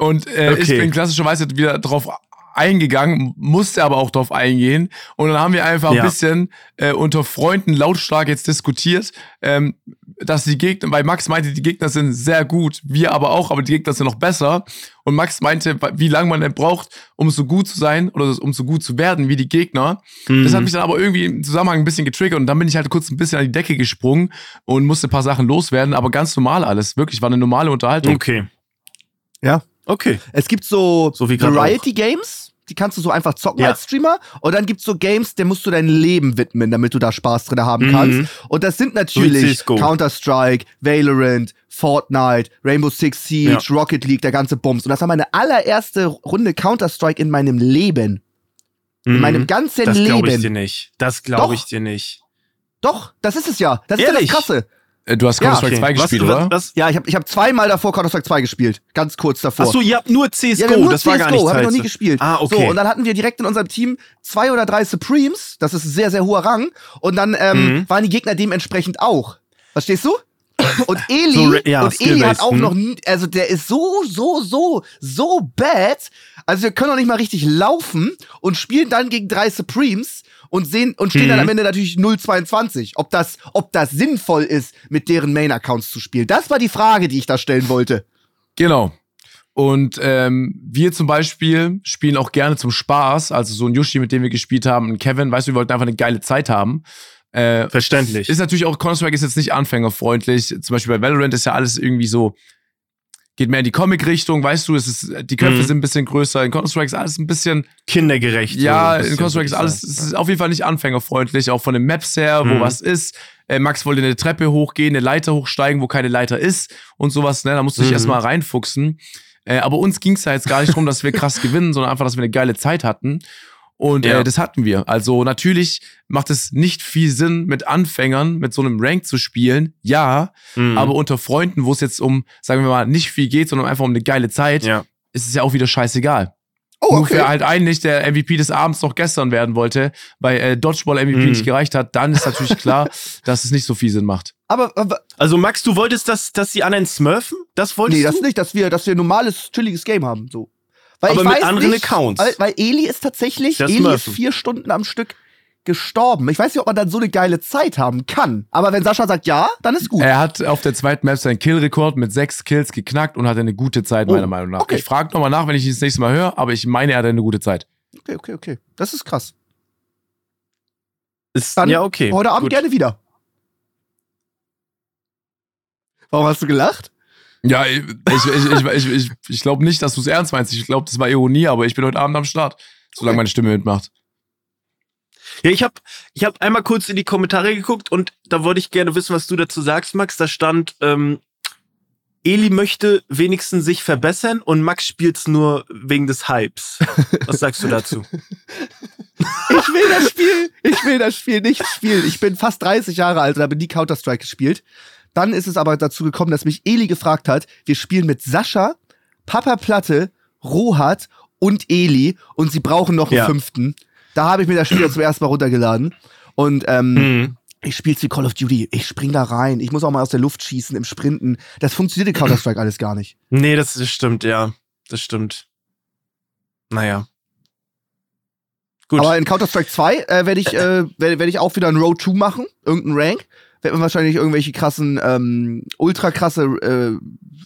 Speaker 3: Und äh, ich
Speaker 1: Okay.
Speaker 3: bin klassischerweise wieder drauf eingegangen, musste aber auch drauf eingehen. Und dann haben wir einfach
Speaker 1: Ja.
Speaker 3: ein bisschen äh, unter Freunden lautstark jetzt diskutiert, ähm, dass die Gegner, weil Max meinte, die Gegner sind sehr gut, wir aber auch, aber die Gegner sind noch besser. Und Max meinte, wie lange man denn braucht, um so gut zu sein oder um so gut zu werden wie die Gegner. Das
Speaker 1: Mhm.
Speaker 3: hat mich dann aber irgendwie im Zusammenhang ein bisschen getriggert und dann bin ich halt kurz ein bisschen an die Decke gesprungen und musste ein paar Sachen loswerden, aber ganz normal alles. Wirklich, war eine normale Unterhaltung.
Speaker 1: Okay.
Speaker 2: Ja.
Speaker 1: Okay.
Speaker 2: Es gibt so,
Speaker 1: So wie gerade
Speaker 2: Variety Games, die kannst du so einfach zocken
Speaker 1: Ja.
Speaker 2: als Streamer. Und dann gibt's so Games, der musst du dein Leben widmen, damit du da Spaß drin haben
Speaker 1: Mhm.
Speaker 2: kannst. Und das sind natürlich
Speaker 1: CS:GO.
Speaker 2: Counter-Strike, Valorant, Fortnite, Rainbow Six Siege,
Speaker 1: Ja.
Speaker 2: Rocket League, der ganze Bums. Und das war meine allererste Runde Counter-Strike in meinem Leben. In meinem ganzen
Speaker 1: Mhm. das glaube ich dir
Speaker 2: Leben.
Speaker 1: nicht. Das
Speaker 2: Doch.
Speaker 1: glaube ich dir nicht.
Speaker 2: Doch, das ist es ja. Das ist ja das
Speaker 1: Ehrlich?
Speaker 2: Krasse.
Speaker 3: Äh, Du hast
Speaker 2: Ja,
Speaker 3: Counter-Strike
Speaker 1: Okay.
Speaker 3: 2
Speaker 1: Was-
Speaker 3: gespielt,
Speaker 1: was,
Speaker 3: oder?
Speaker 1: Was,
Speaker 2: Ja, ich habe ich hab zweimal davor Counter-Strike 2 gespielt. Ganz kurz davor.
Speaker 1: Achso, ihr habt nur CSGO,
Speaker 2: Ja, wir haben nur
Speaker 1: das war gar nicht
Speaker 2: CSGO, hab ich noch nie
Speaker 1: Zeit.
Speaker 2: gespielt.
Speaker 1: Ah, okay.
Speaker 2: So, und dann hatten wir direkt in unserem Team zwei oder drei Supremes, das ist ein sehr, sehr hoher Rang, und dann ähm,
Speaker 1: Mhm.
Speaker 2: waren die Gegner dementsprechend auch. Verstehst du? Und Eli,
Speaker 1: So, re- ja,
Speaker 2: und Eli hat
Speaker 1: skill-based,
Speaker 2: auch
Speaker 1: hm.
Speaker 2: noch, nie- also der ist so, so, so, so bad. Also wir können auch nicht mal richtig laufen und spielen dann gegen drei Supremes und sehen und stehen
Speaker 1: Mhm.
Speaker 2: dann am Ende natürlich 0,22. Ob das, ob das sinnvoll ist, mit deren Main-Accounts zu spielen. Das war die Frage, die ich da stellen wollte.
Speaker 3: Genau. Und ähm, wir zum Beispiel spielen auch gerne zum Spaß, also so ein Yoshi, mit dem wir gespielt haben, ein Kevin, weißt du, wir wollten einfach eine geile Zeit haben. Äh,
Speaker 1: Verständlich.
Speaker 3: Ist natürlich auch, Counter-Strike ist jetzt nicht anfängerfreundlich. Zum Beispiel bei Valorant ist ja alles irgendwie so, geht mehr in die Comic-Richtung, weißt du, es ist, die Köpfe
Speaker 1: Mhm.
Speaker 3: sind ein bisschen größer. In Counter-Strike ist alles ein bisschen,
Speaker 1: Kindergerecht.
Speaker 3: ja,
Speaker 1: so ein
Speaker 3: in
Speaker 1: bisschen,
Speaker 3: Counter-Strike ist
Speaker 1: würde ich
Speaker 3: alles, es ist auf jeden Fall nicht anfängerfreundlich, auch von den Maps her, wo
Speaker 1: Mhm.
Speaker 3: was ist. Äh, Max wollte eine Treppe hochgehen, eine Leiter hochsteigen, wo keine Leiter ist und sowas, ne, da musst du dich
Speaker 1: Mhm.
Speaker 3: erstmal reinfuchsen. Äh, aber uns ging's ja jetzt gar nicht drum, dass wir krass gewinnen, sondern einfach, dass wir eine geile Zeit hatten. Und
Speaker 1: Ja.
Speaker 3: äh, das hatten wir. Also natürlich macht es nicht viel Sinn, mit Anfängern mit so einem Rank zu spielen. Ja,
Speaker 1: sagen. Mhm.
Speaker 3: aber unter Freunden, wo es jetzt um, sagen wir mal, nicht viel geht, sondern einfach um eine geile Zeit,
Speaker 1: ja.
Speaker 3: ist es ja auch wieder scheißegal.
Speaker 2: Oh,
Speaker 3: Wofür halt eigentlich der MVP des Abends noch gestern werden wollte, weil äh, Dodgeball MVP
Speaker 1: Mhm.
Speaker 3: nicht gereicht hat, dann ist natürlich klar, dass es nicht so viel Sinn macht.
Speaker 2: Aber, aber
Speaker 1: Also Max, du wolltest, dass, dass die anderen smurfen? Das wolltest
Speaker 2: Nee,
Speaker 1: du?
Speaker 2: das nicht, dass wir, dass wir ein normales, chilliges Game haben. So. Weil
Speaker 1: Aber
Speaker 2: ich
Speaker 1: mit
Speaker 2: weiß
Speaker 1: anderen
Speaker 2: nicht,
Speaker 1: Accounts.
Speaker 2: Weil, weil Eli ist tatsächlich,
Speaker 1: Das
Speaker 2: Eli ist
Speaker 1: Murphy.
Speaker 2: vier Stunden am Stück gestorben. Ich weiß nicht, ob man dann so eine geile Zeit haben kann. Aber wenn Sascha sagt ja, dann ist gut.
Speaker 3: Er hat auf der zweiten Map seinen Killrekord mit sechs Kills geknackt und hatte eine gute Zeit, meiner
Speaker 2: Oh,
Speaker 3: Meinung nach.
Speaker 2: okay.
Speaker 3: Ich frage nochmal nach, wenn ich ihn das nächste Mal höre, aber ich meine, er hatte eine gute Zeit.
Speaker 2: Okay, okay, okay. Das ist krass.
Speaker 1: Ist,
Speaker 2: Dann
Speaker 1: ja, okay.
Speaker 2: Heute Abend
Speaker 1: Gut.
Speaker 2: gerne wieder. Warum hast du gelacht?
Speaker 3: Ja, ich, ich, ich, ich, ich, ich glaube nicht, dass du es ernst meinst. Ich glaube, das war Ironie, aber ich bin heute Abend am Start, solange meine Stimme mitmacht.
Speaker 1: Ja, ich habe ich hab einmal kurz in die Kommentare geguckt und da wollte ich gerne wissen, was du dazu sagst, Max. Da stand, ähm, Eli möchte wenigstens sich verbessern und Max spielt's nur wegen des Hypes. Was sagst du dazu?
Speaker 2: Ich will das Spiel, ich will das Spiel nicht spielen. Ich bin fast 30 Jahre alt und habe nie Counter-Strike gespielt. Dann ist es aber dazu gekommen, dass mich Eli gefragt hat, wir spielen mit Sascha, Papa Platte, Rohat und Eli und sie brauchen noch einen
Speaker 1: Ja.
Speaker 2: fünften. Da habe ich mir das Spiel zum ersten Mal runtergeladen. Und ähm,
Speaker 1: Hm.
Speaker 2: ich spiel's wie Call of Duty. Ich spring da rein. Ich muss auch mal aus der Luft schießen im Sprinten. Das funktioniert in Counter-Strike alles gar nicht.
Speaker 1: Nee, das, das stimmt, ja. Das stimmt. Naja. Gut.
Speaker 2: Aber in Counter-Strike 2 äh, werde ich, äh, werd, werd ich auch wieder ein Row 2 machen, irgendeinen Rank. Werd mir wahrscheinlich irgendwelche krassen, ähm, ultra krasse, äh,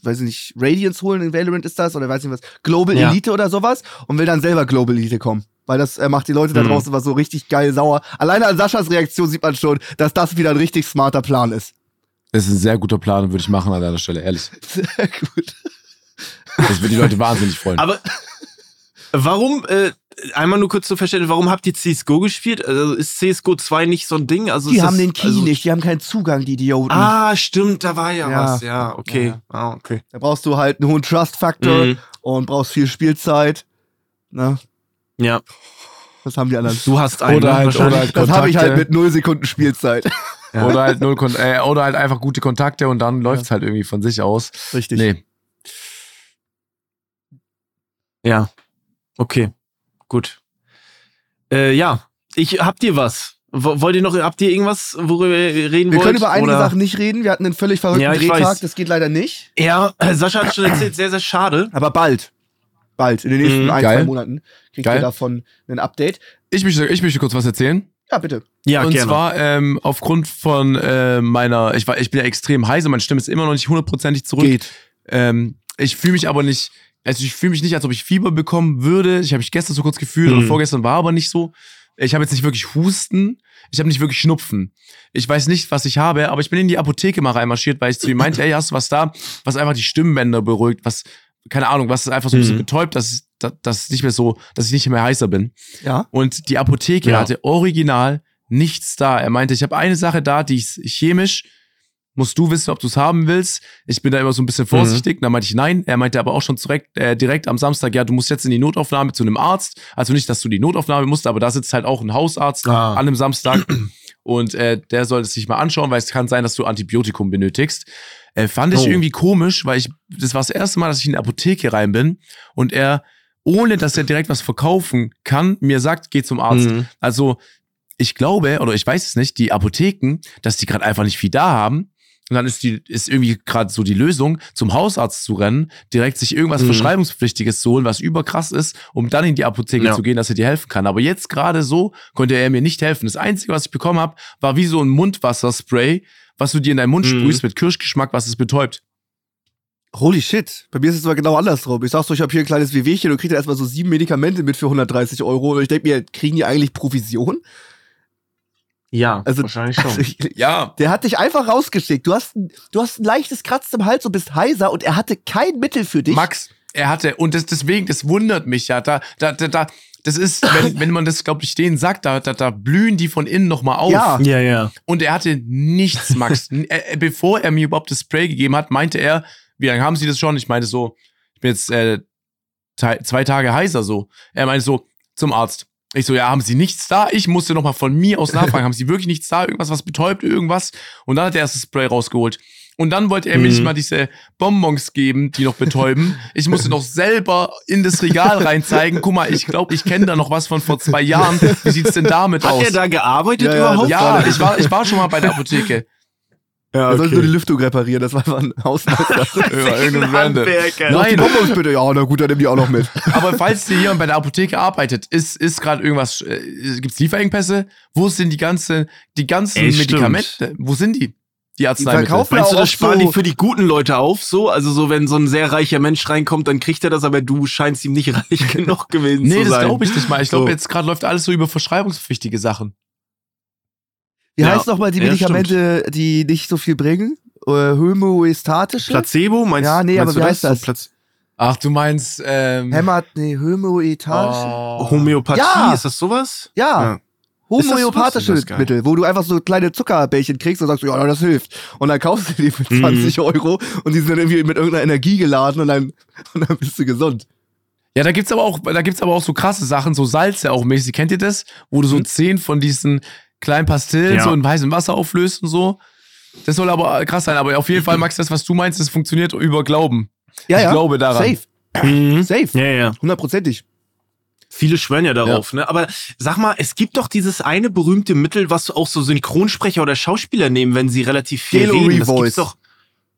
Speaker 2: weiß ich nicht, Radiance holen in Valorant ist das oder weiß nicht was, Global
Speaker 1: Ja.
Speaker 2: Elite oder sowas und will dann selber Global Elite kommen. Weil das äh, macht die Leute da
Speaker 1: Mhm.
Speaker 2: draußen was so richtig geil sauer. Alleine an Saschas Reaktion sieht man schon, dass das wieder ein richtig smarter Plan ist.
Speaker 3: Das ist ein sehr guter Plan und würde ich machen an deiner Stelle, ehrlich.
Speaker 2: Sehr gut.
Speaker 3: Das würde die Leute wahnsinnig freuen.
Speaker 1: Aber warum, äh, einmal nur kurz zu verstehen, warum habt ihr CSGO gespielt? Also ist CSGO 2 nicht so ein Ding? Also
Speaker 2: Die
Speaker 1: ist
Speaker 2: haben
Speaker 1: das,
Speaker 2: den Key
Speaker 1: also,
Speaker 2: nicht, die haben keinen Zugang, die Idioten.
Speaker 1: Ah, stimmt, da war ja,
Speaker 2: Ja.
Speaker 1: was. Ja, okay.
Speaker 2: Ja.
Speaker 1: Ah, okay.
Speaker 2: Da brauchst du halt einen hohen Trust-Faktor
Speaker 1: Mhm.
Speaker 2: und brauchst viel Spielzeit. Na,
Speaker 1: Ja,
Speaker 2: das haben die anderen.
Speaker 1: du hast einen.
Speaker 3: Oder
Speaker 1: ne,
Speaker 3: halt-
Speaker 1: wahrscheinlich.
Speaker 3: oder halt-
Speaker 2: Das habe ich halt
Speaker 3: Kontakte.
Speaker 2: mit null Sekunden Spielzeit.
Speaker 1: Ja.
Speaker 3: Oder halt null Kon äh, oder halt einfach gute Kontakte und dann läuft's halt irgendwie von sich aus.
Speaker 2: Richtig.
Speaker 3: Nee.
Speaker 1: Ja, okay, gut. Äh, ja, ich hab dir was. Wo- Wollt ihr noch, habt ihr irgendwas, worüber ihr reden
Speaker 2: Wir
Speaker 1: wollt?
Speaker 2: können über einige
Speaker 1: Oder-
Speaker 2: Sachen nicht reden. Wir hatten einen völlig verrückten
Speaker 1: Ja, ich
Speaker 2: Drehtag.
Speaker 1: weiß.
Speaker 2: Das geht leider nicht.
Speaker 1: Ja, äh, Sascha hat schon erzählt, sehr, sehr schade.
Speaker 2: Aber bald. Bald. In den nächsten
Speaker 1: Mhm.
Speaker 2: ein,
Speaker 3: Geil.
Speaker 2: zwei Monaten kriegt
Speaker 3: Geil.
Speaker 2: ihr davon ein Update.
Speaker 3: Ich möchte, ich möchte kurz was erzählen.
Speaker 2: Ja, bitte.
Speaker 1: Ja,
Speaker 3: und
Speaker 1: gerne.
Speaker 3: zwar ähm, aufgrund von äh, meiner, ich, war, ich bin ja extrem heiß und meine Stimme ist immer noch nicht hundertprozentig zurück. Ähm, ich fühle mich aber nicht, also ich fühle mich nicht, als ob ich Fieber bekommen würde. Ich habe mich gestern so kurz gefühlt
Speaker 1: Mhm.
Speaker 3: oder vorgestern war aber nicht so. Ich habe jetzt nicht wirklich Husten, ich habe nicht wirklich Schnupfen. Ich weiß nicht, was ich habe, aber ich bin in die Apotheke mal reinmarschiert, weil ich zu ihm meinte, ey, hast du was da, was einfach die Stimmbänder beruhigt, was, keine Ahnung, was es einfach so ein bisschen
Speaker 1: Mhm.
Speaker 3: betäubt, dass, es- dass, dass es nicht mehr so, dass ich nicht mehr heißer bin.
Speaker 2: Ja.
Speaker 3: Und die Apotheke
Speaker 1: Ja.
Speaker 3: hatte original nichts da. Er meinte, ich habe eine Sache da, die ist chemisch. Musst du wissen, ob du es haben willst. Ich bin da immer so ein
Speaker 1: Mhm.
Speaker 3: bisschen vorsichtig. Dann meinte ich nein. Er meinte aber auch schon direkt, äh, direkt am Samstag, ja, du musst jetzt in die Notaufnahme zu einem Arzt. Also nicht, dass du die Notaufnahme musst, aber da sitzt halt auch ein Hausarzt
Speaker 1: Ah.
Speaker 3: an einem Samstag. Und äh, der soll es sich mal anschauen, weil es kann sein, dass du Antibiotikum benötigst. Äh, fand ich
Speaker 1: Oh.
Speaker 3: irgendwie komisch, weil ich, das war das erste Mal, dass ich in eine Apotheke rein bin und er, ohne dass er direkt was verkaufen kann, mir sagt, geh zum Arzt.
Speaker 1: Mhm.
Speaker 3: Also, ich glaube, oder ich weiß es nicht, die Apotheken, dass die gerade einfach nicht viel da haben. Und dann ist die, ist irgendwie gerade so die Lösung, zum Hausarzt zu rennen, direkt sich irgendwas
Speaker 1: Mhm.
Speaker 3: Verschreibungspflichtiges zu holen, was überkrass ist, um dann in die Apotheke
Speaker 1: Ja.
Speaker 3: zu gehen, dass er dir helfen kann. Aber jetzt gerade so konnte er mir nicht helfen. Das Einzige, was ich bekommen habe, war wie so ein Mundwasserspray, was du dir in deinen Mund
Speaker 1: Mhm.
Speaker 3: sprühst mit Kirschgeschmack, was es betäubt.
Speaker 2: Holy shit. Bei mir ist es mal genau andersrum. Ich sag so, ich habe hier ein kleines WWchen und krieg da erstmal so sieben Medikamente mit für 130 Euro. Und ich denke mir, kriegen die eigentlich Provision?
Speaker 1: Ja,
Speaker 2: Also-
Speaker 1: wahrscheinlich schon.
Speaker 2: Also ich,
Speaker 3: Ja.
Speaker 2: der hat dich einfach rausgeschickt. Du hast, ein- du hast ein leichtes Kratzen im Hals und bist heiser und er hatte kein Mittel für dich.
Speaker 3: Max, er hatte, und das, deswegen, das wundert mich ja, da, da, da, da das ist, wenn, wenn man das, glaube ich, denen sagt, da, da, da blühen die von innen nochmal auf.
Speaker 2: Ja.
Speaker 1: ja, ja.
Speaker 3: Und er hatte nichts, Max. N- äh, äh, Bevor er mir überhaupt das Spray gegeben hat, meinte er, wie lange haben Sie das schon? Ich meinte so, ich bin jetzt äh, te- zwei Tage heiser so. Er meinte so, zum Arzt. Ich so, ja, haben Sie nichts da? Ich musste nochmal von mir aus nachfragen, haben Sie wirklich nichts da? Irgendwas, was betäubt, irgendwas? Und dann hat er erst das Spray rausgeholt. Und dann wollte er mir
Speaker 1: Mhm.
Speaker 3: nicht mal diese Bonbons geben, die noch betäuben. Ich musste noch selber in das Regal reinzeigen. Guck mal, ich glaube, ich kenne da noch was von vor zwei Jahren. Wie sieht's denn damit
Speaker 1: Hat
Speaker 3: aus?
Speaker 1: er da gearbeitet
Speaker 2: Ja, ja,
Speaker 1: überhaupt?
Speaker 3: Ja, ich war, ich war schon mal bei der Apotheke.
Speaker 1: ja
Speaker 2: Er sollte nur die Lüftung reparieren. Das war einfach ein Hausmeister.
Speaker 3: irgendein Random.
Speaker 2: Noch die
Speaker 3: Nein.
Speaker 2: Bonbons bitte. Ja, na gut, dann nimm die auch noch mit.
Speaker 3: Aber falls ihr jemand bei der Apotheke arbeitet, ist, ist gerade irgendwas, äh, gibt's Lieferengpässe? Wo sind die ganze, die ganzen
Speaker 1: Ey, stimmt.
Speaker 3: Medikamente? Wo sind die? Die Arzneimittel.
Speaker 2: verkaufen
Speaker 1: Meinst du,
Speaker 2: Ja,
Speaker 1: also,
Speaker 2: auch
Speaker 1: das sparen
Speaker 2: so-
Speaker 1: die für die guten Leute auf? So, also so, wenn so ein sehr reicher Mensch reinkommt, dann kriegt er das, aber du scheinst ihm nicht reich genug gewesen
Speaker 3: Nee,
Speaker 1: zu
Speaker 3: das
Speaker 1: sein.
Speaker 3: glaube ich nicht mal. Ich glaube,
Speaker 1: So.
Speaker 3: jetzt gerade läuft alles so über verschreibungspflichtige Sachen.
Speaker 2: Wie
Speaker 1: Ja.
Speaker 2: heißt nochmal die
Speaker 1: Ja,
Speaker 2: Medikamente, die nicht so viel bringen? Äh, Homöostatische?
Speaker 1: Placebo, meinst
Speaker 2: Ja, nee,
Speaker 1: meinst
Speaker 2: aber
Speaker 1: du
Speaker 2: wie heißt das?
Speaker 1: So Plaze-
Speaker 3: Ach, du meinst, ähm,
Speaker 2: Hämat, nee, Homöostatische?
Speaker 3: oh.
Speaker 1: Homöopathie,
Speaker 2: Ja.
Speaker 1: ist das sowas?
Speaker 2: Ja.
Speaker 1: Ja. Ist das
Speaker 2: homöopathische
Speaker 1: so? Das ist geil.
Speaker 2: Mittel, wo du einfach so kleine Zuckerbällchen kriegst und sagst, ja, das hilft. Und dann kaufst du die für
Speaker 1: Mhm.
Speaker 2: 20 Euro und die sind dann irgendwie mit irgendeiner Energie geladen und dann, und dann bist du gesund.
Speaker 3: Ja, da gibt's aber auch, da gibt's aber auch so krasse Sachen, so Salze auch mäßig. Kennt ihr das? Wo du
Speaker 2: Hm.
Speaker 3: so zehn von diesen kleinen Pastillen
Speaker 1: Ja.
Speaker 3: so in weißem Wasser auflöst und so. Das soll aber krass sein. Aber auf jeden Fall, Max, das, was du meinst, das funktioniert über Glauben.
Speaker 2: Ja,
Speaker 3: Ich
Speaker 2: ja.
Speaker 3: glaube daran.
Speaker 2: Safe.
Speaker 1: Mhm.
Speaker 2: Safe.
Speaker 1: Ja, ja.
Speaker 2: Hundertprozentig.
Speaker 1: Viele schwören ja darauf, ne? Aber sag mal, es gibt doch dieses eine berühmte Mittel, was auch so Synchronsprecher oder Schauspieler nehmen, wenn sie relativ viel
Speaker 2: Gallery
Speaker 1: reden. Das
Speaker 2: Voice.
Speaker 1: gibt's doch.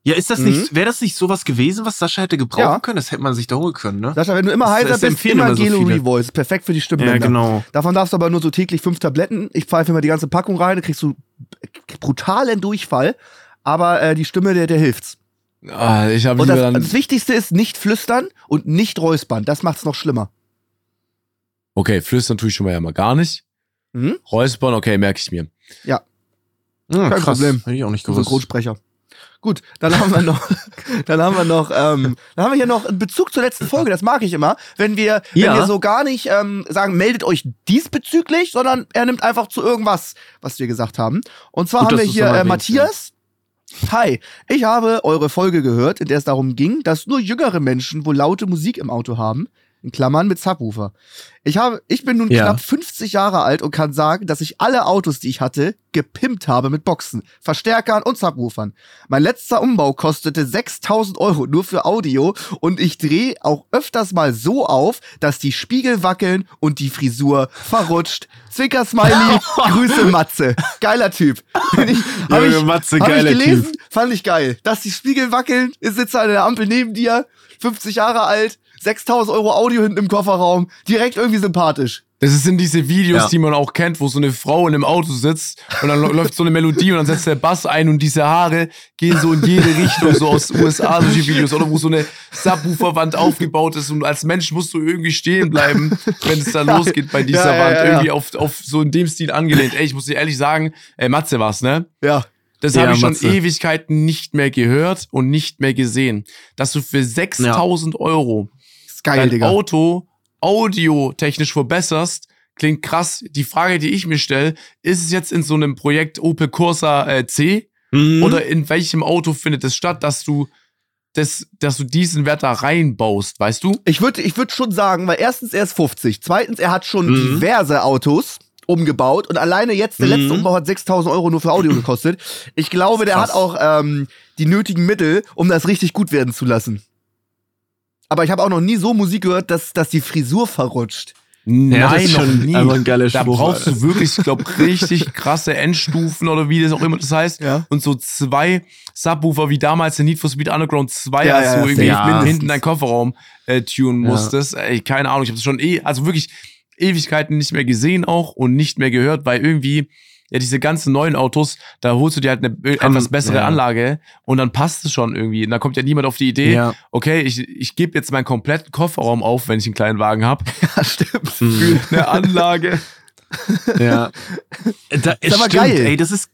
Speaker 1: Ja, ist das
Speaker 2: Mhm.
Speaker 1: nicht, wäre das nicht sowas gewesen, was Sascha hätte gebrauchen
Speaker 2: Ja.
Speaker 1: können? Das hätte man sich da holen können, ne?
Speaker 2: Sascha, wenn du immer
Speaker 1: Das-
Speaker 2: heiser
Speaker 1: das
Speaker 2: bist,
Speaker 1: empfehlen
Speaker 2: immer
Speaker 1: immer so
Speaker 2: Gelo
Speaker 1: viele.
Speaker 2: Revoice. Perfekt für die Stimmbänder.
Speaker 1: ja, genau.
Speaker 2: Davon darfst du aber nur so täglich fünf Tabletten. Ich pfeife immer die ganze Packung rein, dann kriegst du brutalen Durchfall. Aber äh, die Stimme, der, der hilft's.
Speaker 3: Ah, ich habe
Speaker 2: Und
Speaker 3: lieber
Speaker 2: das, also
Speaker 3: dann.
Speaker 2: das Wichtigste ist nicht flüstern und nicht räuspern. Das macht's noch schlimmer.
Speaker 3: Okay, flüstern tue ich schon mal ja mal gar nicht.
Speaker 2: Mhm.
Speaker 3: Räuspern, okay, merke ich mir.
Speaker 1: Ja,
Speaker 2: Kein Problem.
Speaker 1: Hm,
Speaker 2: Also
Speaker 1: Hätte ich auch nicht gewusst.
Speaker 2: Synchronsprecher. Gut, dann haben wir noch, dann haben wir noch, ähm, dann haben wir hier noch einen Bezug zur letzten Folge. Das mag ich immer, wenn wir,
Speaker 1: Ja.
Speaker 2: wenn wir so gar nicht ähm, sagen, meldet euch diesbezüglich, sondern er nimmt einfach zu irgendwas, was wir gesagt haben. Und zwar
Speaker 1: Gut,
Speaker 2: haben
Speaker 1: dass
Speaker 2: wir
Speaker 1: du's
Speaker 2: hier
Speaker 1: nochmal
Speaker 2: äh,
Speaker 1: erwähnt,
Speaker 2: Matthias. Hi, ich habe eure Folge gehört, in der es darum ging, dass nur jüngere Menschen wohl laute Musik im Auto haben. In Klammern mit Subwoofer. Ich habe, ich bin nun
Speaker 1: Ja.
Speaker 2: knapp 50 Jahre alt und kann sagen, dass ich alle Autos, die ich hatte, gepimpt habe mit Boxen, Verstärkern und Subwoofern. Mein letzter Umbau kostete 6000 Euro nur für Audio und ich drehe auch öfters mal so auf, dass die Spiegel wackeln und die Frisur verrutscht. Zwicker Smiley, Grüße Matze. Geiler Typ. Bin ich, hab
Speaker 1: Junge,
Speaker 2: ich,
Speaker 1: Matze,
Speaker 2: hab ich
Speaker 1: geiler
Speaker 2: gelesen, fand ich geil. Dass die Spiegel wackeln, ich sitze an der Ampel neben dir, 50 Jahre alt, 6000 Euro Audio hinten im Kofferraum, direkt irgendwie sympathisch.
Speaker 3: Das sind diese Videos,
Speaker 1: Ja.
Speaker 3: die man auch kennt, wo so eine Frau in einem Auto sitzt und dann lo- läuft so eine Melodie und dann setzt der Bass ein und diese Haare gehen so in jede Richtung, so aus USA, solche Videos, oder wo so eine Subwooferwand aufgebaut ist und als Mensch musst du irgendwie stehen bleiben, wenn es dann losgeht bei
Speaker 2: Ja,
Speaker 3: dieser
Speaker 2: ja,
Speaker 3: Wand,
Speaker 2: ja, ja.
Speaker 3: irgendwie auf, auf so in dem Stil angelehnt. Ey, ich muss dir ehrlich sagen, ey, Matze war's, ne?
Speaker 2: Ja.
Speaker 3: Das
Speaker 1: Ja,
Speaker 3: habe ich schon
Speaker 1: Matze.
Speaker 3: Ewigkeiten nicht mehr gehört und nicht mehr gesehen. Dass du für 6000 Euro
Speaker 2: Ist geil,
Speaker 3: dein
Speaker 2: Digga.
Speaker 3: Auto audiotechnisch verbesserst, klingt krass. Die Frage, die ich mir stelle, ist es jetzt in so einem Projekt Opel Corsa äh, C
Speaker 1: Mhm.
Speaker 3: oder in welchem Auto findet es statt, dass du das, dass du diesen Wert da reinbaust, weißt du?
Speaker 2: Ich würde ich würd schon sagen, weil erstens er ist 50, zweitens er hat schon
Speaker 1: Mhm.
Speaker 2: diverse Autos umgebaut und alleine jetzt der letzte
Speaker 1: Mhm.
Speaker 2: Umbau hat 6000 Euro nur für Audio gekostet. Ich glaube, der hat auch ähm, die nötigen Mittel, um das richtig gut werden zu lassen. Aber ich habe auch noch nie so Musik gehört, dass, dass die Frisur verrutscht.
Speaker 1: Ja, das ist schon einmal ein geiler
Speaker 3: Da
Speaker 1: Spruch,
Speaker 3: brauchst
Speaker 1: Alter.
Speaker 3: du wirklich, ich glaube, richtig krasse Endstufen oder wie das auch immer das heißt.
Speaker 2: Ja.
Speaker 3: Und so zwei Subwoofer wie damals in Need for Speed Underground 2,
Speaker 2: Ja,
Speaker 3: als
Speaker 2: ja,
Speaker 3: du irgendwie
Speaker 1: ja.
Speaker 3: mindestens hinten deinen Kofferraum äh, tunen
Speaker 1: Ja.
Speaker 3: musstest. Ey, keine Ahnung, ich habe schon eh, also wirklich Ewigkeiten nicht mehr gesehen auch und nicht mehr gehört, weil irgendwie ja diese ganzen neuen Autos, da holst du dir halt eine ö-
Speaker 1: Haben-
Speaker 3: etwas bessere
Speaker 1: ja.
Speaker 3: Anlage und dann passt es schon irgendwie. Und da kommt ja niemand auf die Idee,
Speaker 1: ja.
Speaker 3: okay, ich, ich gebe jetzt meinen kompletten Kofferraum auf, wenn ich einen kleinen Wagen habe.
Speaker 2: Ja, stimmt.
Speaker 1: Mhm.
Speaker 3: Eine Anlage.
Speaker 1: ja. Da, ist
Speaker 2: aber
Speaker 1: stimmt,
Speaker 2: geil.
Speaker 1: Ey, das ist,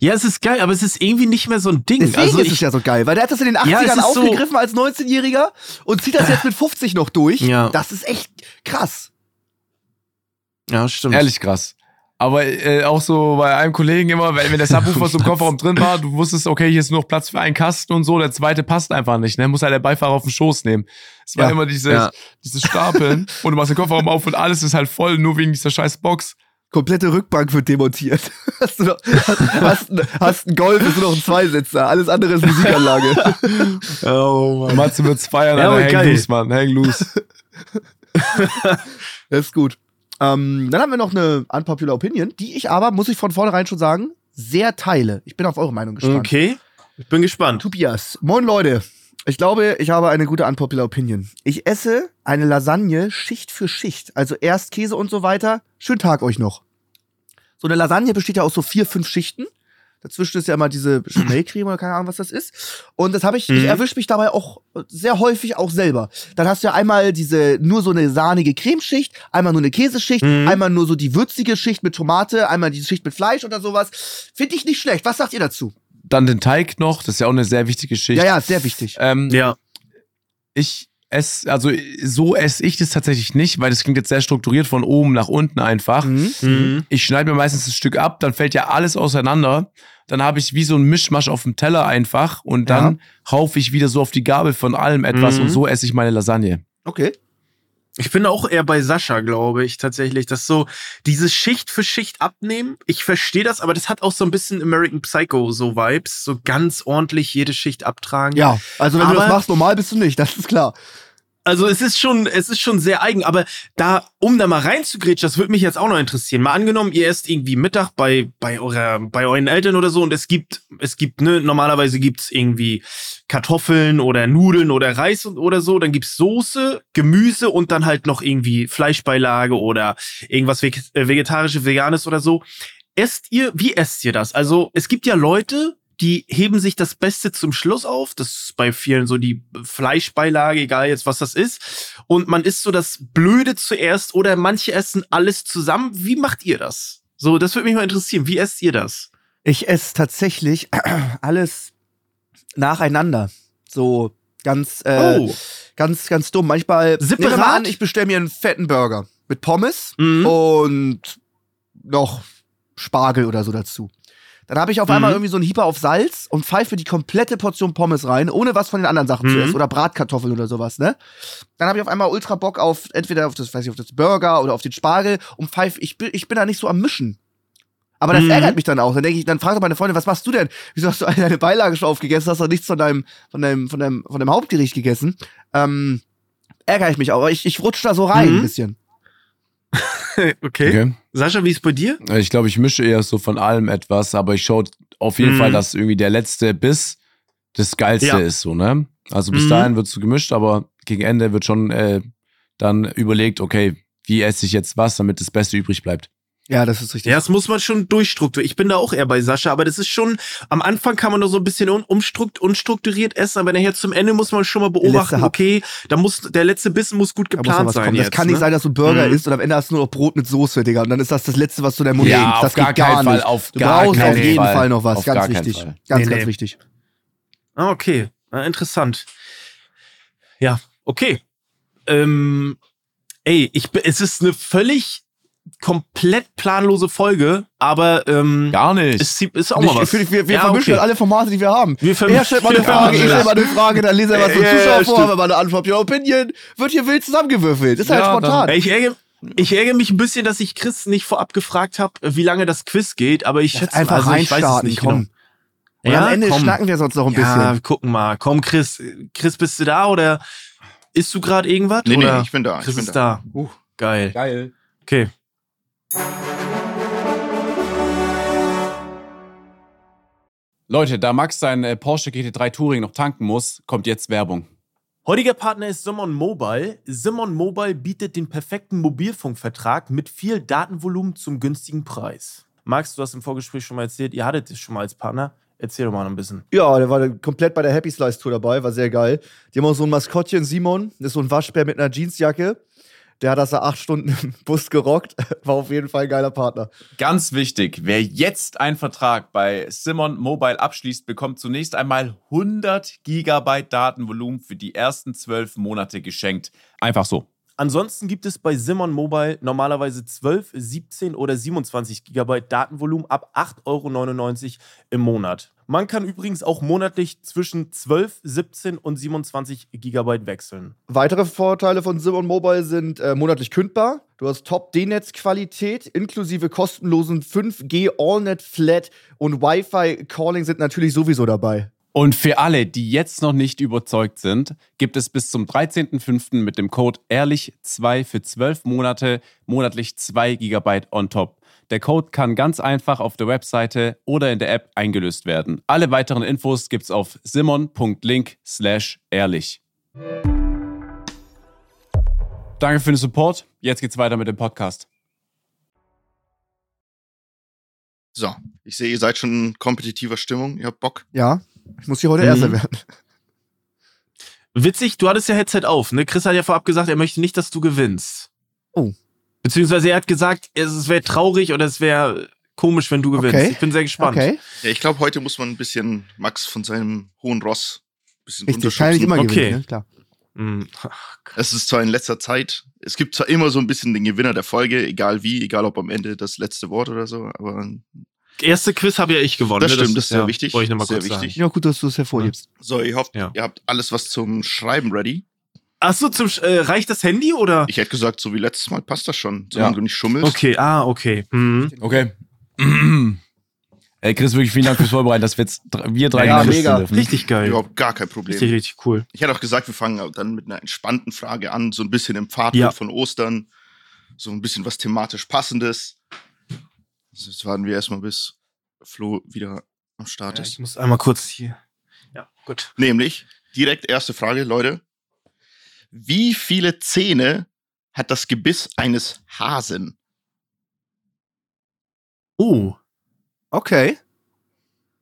Speaker 1: ja, es ist geil, aber es ist irgendwie nicht mehr so ein Ding.
Speaker 2: Deswegen
Speaker 1: also
Speaker 2: ist
Speaker 1: ich,
Speaker 2: es ja so geil, weil der hat das in den 80ern
Speaker 1: Ja, es ist so-
Speaker 2: aufgegriffen als 19-Jähriger und zieht das jetzt mit 50 noch durch.
Speaker 1: Ja.
Speaker 2: Das ist echt krass.
Speaker 1: ja, stimmt.
Speaker 3: Ehrlich krass. Aber äh, auch so bei einem Kollegen immer, wenn, wenn der Subwoofer so im Kofferraum drin war, du wusstest, okay, hier ist nur noch Platz für einen Kasten und so, der zweite passt einfach nicht, ne? Muss halt der Beifahrer auf den Schoß nehmen. Es war
Speaker 2: Ja,
Speaker 3: immer dieses,
Speaker 1: ja.
Speaker 3: dieses Stapeln und du machst den Kofferraum auf und alles ist halt voll, nur wegen dieser scheiß Box.
Speaker 2: Komplette Rückbank wird demontiert. Hast du noch, hast, hast, hast einen Golf, ist nur noch ein Zweisitzer. Alles andere ist Musikanlage.
Speaker 1: Oh, Mann.
Speaker 3: Matze wird's feiern,
Speaker 1: Ja,
Speaker 3: aber
Speaker 1: aber
Speaker 3: hang
Speaker 1: geil.
Speaker 3: loose, Mann, hang loose.
Speaker 2: Das ist gut. Ähm, dann haben wir noch eine unpopular Opinion, die ich aber, muss ich von vornherein schon sagen, sehr teile. Ich bin auf eure Meinung gespannt.
Speaker 1: Okay. Ich bin gespannt.
Speaker 2: Tobias. Moin Leute. Ich glaube, ich habe eine gute unpopular Opinion. Ich esse eine Lasagne Schicht für Schicht. Also erst Käse und so weiter. Schönen Tag euch noch. So eine Lasagne besteht ja aus so vier, fünf Schichten. Dazwischen ist ja immer diese Schmelcreme oder keine Ahnung, was das ist. Und das habe ich, ich
Speaker 1: Mhm.
Speaker 2: erwische mich dabei auch sehr häufig auch selber. Dann hast du ja einmal diese, nur so eine sahnige Cremeschicht, einmal nur eine Käseschicht,
Speaker 1: Mhm.
Speaker 2: einmal nur so die würzige Schicht mit Tomate, einmal die Schicht mit Fleisch oder sowas. Finde ich nicht schlecht. Was sagt ihr dazu?
Speaker 3: Dann den Teig noch, das ist ja auch eine sehr wichtige Schicht.
Speaker 2: Ja, ja, sehr wichtig.
Speaker 3: Ähm,
Speaker 1: Ja.
Speaker 3: ich ess, also so esse ich das tatsächlich nicht, weil das klingt jetzt sehr strukturiert von oben nach unten einfach.
Speaker 2: Mhm.
Speaker 1: Mhm.
Speaker 3: Ich schneide mir meistens das Stück ab, dann fällt ja alles auseinander. Dann habe ich wie so ein Mischmasch auf dem Teller einfach und dann haufe ich wieder so auf die Gabel von allem etwas
Speaker 1: Mhm.
Speaker 3: und so esse ich meine Lasagne.
Speaker 2: Okay.
Speaker 1: Ich bin auch eher bei Sascha, glaube ich, tatsächlich. Dass so dieses Schicht für Schicht abnehmen, ich verstehe das, aber das hat auch so ein bisschen American Psycho so Vibes. So ganz ordentlich jede Schicht abtragen.
Speaker 2: Ja, also wenn du das
Speaker 1: Aber-
Speaker 2: machst, normal bist du nicht, das ist klar.
Speaker 1: Also es ist schon, es ist schon sehr eigen, aber da, um da mal reinzugrätschen, das würde mich jetzt auch noch interessieren. Mal angenommen, ihr esst irgendwie Mittag bei, bei eurer, bei euren Eltern oder so und es gibt, es gibt, ne, normalerweise gibt's irgendwie Kartoffeln oder Nudeln oder Reis und, oder so, dann gibt's Soße, Gemüse und dann halt noch irgendwie Fleischbeilage oder irgendwas Veg äh, vegetarisches, veganes oder so. Esst ihr, wie esst ihr das? Also, es gibt ja Leute, die heben sich das Beste zum Schluss auf. Das ist bei vielen so die Fleischbeilage, egal jetzt was das ist. Und man isst so das Blöde zuerst oder manche essen alles zusammen. Wie macht ihr das? So, das würde mich mal interessieren. Wie esst ihr das?
Speaker 2: Ich esse tatsächlich alles nacheinander. So ganz, äh,
Speaker 1: oh.
Speaker 2: ganz, ganz dumm. Manchmal
Speaker 1: Separat?
Speaker 2: Nehmen wir mal an, ich bestelle mir einen fetten Burger mit Pommes
Speaker 1: Mhm.
Speaker 2: und noch Spargel oder so dazu. Dann habe ich auf einmal
Speaker 1: Mhm.
Speaker 2: irgendwie so einen Hieber auf Salz und pfeife die komplette Portion Pommes rein, ohne was von den anderen Sachen zu
Speaker 1: Mhm.
Speaker 2: essen oder Bratkartoffeln oder sowas, ne? Dann habe ich auf einmal ultra Bock auf entweder auf das, weiß ich, auf das Burger oder auf den Spargel und pfeife, ich bin, ich bin da nicht so am Mischen. Aber das
Speaker 1: Mhm.
Speaker 2: ärgert mich dann auch. Dann denke ich, dann fragt meine Freundin, was machst du denn? Wieso hast du all deine Beilage schon aufgegessen? Hast du nichts von deinem, von deinem, von deinem, von deinem Hauptgericht gegessen? Ähm, ärgere ich mich auch, aber ich, ich rutsche da so rein
Speaker 1: Mhm.
Speaker 2: ein bisschen.
Speaker 1: Okay. Sascha, wie ist bei dir?
Speaker 3: Ich glaube, ich mische eher so von allem etwas, aber ich schaue auf jeden
Speaker 1: Mhm.
Speaker 3: Fall, dass irgendwie der letzte Biss das Geilste
Speaker 1: Ja.
Speaker 3: ist, so, ne? Also bis
Speaker 1: Mhm.
Speaker 3: dahin wird so gemischt, aber gegen Ende wird schon äh, dann überlegt, okay, wie esse ich jetzt was, damit das Beste übrig bleibt.
Speaker 2: Ja, das ist richtig.
Speaker 1: Ja, das muss man schon durchstrukturieren. Ich bin da auch eher bei Sascha, aber das ist schon, am Anfang kann man nur so ein bisschen un umstrukt unstrukturiert essen, aber nachher zum Ende muss man schon mal beobachten,
Speaker 2: Hub.
Speaker 1: okay, da muss, der letzte Bissen muss gut
Speaker 2: Da muss noch
Speaker 1: geplant
Speaker 2: was
Speaker 1: sein.
Speaker 2: kommen. Das
Speaker 1: jetzt,
Speaker 2: kann
Speaker 1: ne?
Speaker 2: nicht sein, dass du einen Burger
Speaker 1: Mhm.
Speaker 2: isst und am Ende hast du nur noch Brot mit Soße, Digga. Und dann ist das das Letzte, was du in deinem Mund legst. Das geht gar nicht.
Speaker 3: Auf
Speaker 2: Du brauchst
Speaker 1: keinen
Speaker 2: auf jeden Fall,
Speaker 3: Fall.
Speaker 2: noch was.
Speaker 3: Auf
Speaker 2: ganz
Speaker 3: gar keinen
Speaker 2: wichtig.
Speaker 3: Fall.
Speaker 2: Ganz,
Speaker 1: Nee,
Speaker 2: ganz
Speaker 1: nee.
Speaker 2: wichtig.
Speaker 1: Ah, okay. Ah, interessant. Ja, okay. Ähm, ey, ich, bin- es ist eine völlig komplett planlose Folge, aber ähm,
Speaker 3: Gar nicht.
Speaker 1: es ist ist auch mal
Speaker 2: Nicht, ich
Speaker 1: was.
Speaker 2: finde, wir wir
Speaker 1: Ja,
Speaker 2: vermischen
Speaker 1: okay.
Speaker 2: halt alle Formate, die wir haben.
Speaker 1: Wir verm-
Speaker 2: Er stellt mal eine
Speaker 1: wir
Speaker 2: Frage, ich
Speaker 1: vermischen
Speaker 2: stelle
Speaker 1: das.
Speaker 2: mal eine Frage, dann lese er was zum
Speaker 1: Ja, ja,
Speaker 2: Zuschauer vor,
Speaker 1: stimmt.
Speaker 2: aber eine Antwort. Your Opinion wird hier wild zusammengewürfelt. Ist halt
Speaker 3: Ja, dann-
Speaker 2: spontan.
Speaker 1: Ey, Ich ärgere, ich ärgere mich ein bisschen, dass ich Chris nicht vorab gefragt habe, wie lange das Quiz geht, aber ich
Speaker 2: Lass
Speaker 1: schätze
Speaker 2: einfach
Speaker 1: also, ich weiß es
Speaker 2: reinstarten,
Speaker 1: nicht
Speaker 2: komm.
Speaker 1: genau.
Speaker 2: Und am Ende
Speaker 1: komm.
Speaker 2: schnacken wir sonst noch ein
Speaker 1: Ja,
Speaker 2: bisschen.
Speaker 1: wir gucken mal. Komm, Chris. Chris, bist du da oder isst du gerade irgendwas?
Speaker 5: Nee,
Speaker 1: oder?
Speaker 5: nee, ich bin da. Ich
Speaker 1: Chris
Speaker 5: bin
Speaker 1: ist
Speaker 5: da.
Speaker 1: da.
Speaker 2: Uh.
Speaker 1: Geil.
Speaker 3: Geil.
Speaker 1: Okay.
Speaker 6: Leute, da Max sein äh, Porsche GT3 Touring noch tanken muss, kommt jetzt Werbung.
Speaker 4: Heutiger Partner ist Simon Mobile. Simon Mobile bietet den perfekten Mobilfunkvertrag mit viel Datenvolumen zum günstigen Preis. Max, du hast im Vorgespräch schon mal erzählt, ihr hattet es schon mal als Partner. Erzähl doch mal noch ein bisschen.
Speaker 2: Ja, der war dann komplett bei der Happy Slice Tour dabei, war sehr geil. Die haben auch so ein Maskottchen, Simon, das ist so ein Waschbär mit einer Jeansjacke. Der hat das da acht Stunden im Bus gerockt. War auf jeden Fall ein geiler Partner.
Speaker 6: Ganz wichtig, wer jetzt einen Vertrag bei Simon Mobile abschließt, bekommt zunächst einmal 100 Gigabyte Datenvolumen für die ersten zwölf Monate geschenkt. Einfach so.
Speaker 4: Ansonsten gibt es bei Simon Mobile normalerweise 12, 17 oder 27 GB Datenvolumen ab 8,99 Euro im Monat. Man kann übrigens auch monatlich zwischen 12, 17 und 27 GB wechseln.
Speaker 2: Weitere Vorteile von Simon Mobile sind äh, monatlich kündbar. Du hast Top-D-Netz-Qualität inklusive kostenlosen 5G Allnet Flat und Wi-Fi-Calling sind natürlich sowieso dabei.
Speaker 6: Und für alle, die jetzt noch nicht überzeugt sind, gibt es bis zum 13.05. mit dem Code ehrlich2 für 12 Monate monatlich 2 GB on top. Der Code kann ganz einfach auf der Webseite oder in der App eingelöst werden. Alle weiteren Infos gibt's auf simon.link slash ehrlich. Danke für den Support. Jetzt geht's weiter mit dem Podcast.
Speaker 5: So, ich sehe, ihr seid schon in kompetitiver Stimmung. Ihr habt Bock.
Speaker 2: Ja, ich muss hier heute
Speaker 1: Mhm.
Speaker 2: Erster werden.
Speaker 1: Witzig, du hattest ja Headset auf, ne? Chris hat ja vorab gesagt, er möchte nicht, dass du gewinnst.
Speaker 2: Oh.
Speaker 1: Beziehungsweise er hat gesagt, es, es wäre traurig oder es wäre komisch, wenn du gewinnst.
Speaker 2: Okay.
Speaker 1: Ich bin sehr gespannt.
Speaker 2: Okay,
Speaker 5: Ja, ich glaube, heute muss man ein bisschen Max von seinem hohen Ross ein bisschen
Speaker 2: richtig. Kann ja
Speaker 5: runterschubsen.
Speaker 2: nicht immer
Speaker 1: Okay.
Speaker 2: gewinnen, ne? klar.
Speaker 1: Mm.
Speaker 5: Es ist zwar in letzter Zeit, es gibt zwar immer so ein bisschen den Gewinner der Folge, egal wie, egal ob am Ende das letzte Wort oder so, aber
Speaker 1: Erste Quiz habe ja ich gewonnen.
Speaker 5: das
Speaker 1: ne?
Speaker 5: stimmt, das ist sehr
Speaker 1: ja,
Speaker 5: wichtig.
Speaker 1: Wollte ich nochmal
Speaker 5: sehr
Speaker 1: kurz
Speaker 5: wichtig.
Speaker 2: Ja, gut, dass du es hervorhebst.
Speaker 5: So, ich hoffe,
Speaker 1: Ja.
Speaker 5: ihr habt alles was zum Schreiben ready.
Speaker 1: sagen. Achso, zum Sch- äh, reicht das Handy oder?
Speaker 5: Ich hätte gesagt, so wie letztes Mal passt das schon, solange
Speaker 3: Ja.
Speaker 5: du nicht schummelst.
Speaker 1: Okay, ah, okay. Hm.
Speaker 3: Okay. Ey, Chris, wirklich vielen Dank fürs Vorbereiten, dass wir jetzt dr- wir drei
Speaker 2: Ja,
Speaker 3: gewissen
Speaker 2: mega.
Speaker 3: dürfen.
Speaker 1: Richtig geil.
Speaker 5: Überhaupt gar kein Problem.
Speaker 1: Richtig, richtig cool.
Speaker 5: Ich hätte auch gesagt, wir fangen dann mit einer entspannten Frage an, so ein bisschen im Fahrtwind
Speaker 1: Ja.
Speaker 5: von Ostern, so ein bisschen was thematisch Passendes. Also Jetzt warten wir erstmal, bis Flo wieder am Start
Speaker 1: Ja,
Speaker 5: ist.
Speaker 1: ich muss einmal kurz hier. Ja, gut.
Speaker 5: Nämlich, direkt erste Frage, Leute. Wie viele Zähne hat das Gebiss eines Hasen?
Speaker 1: Oh,
Speaker 2: Okay.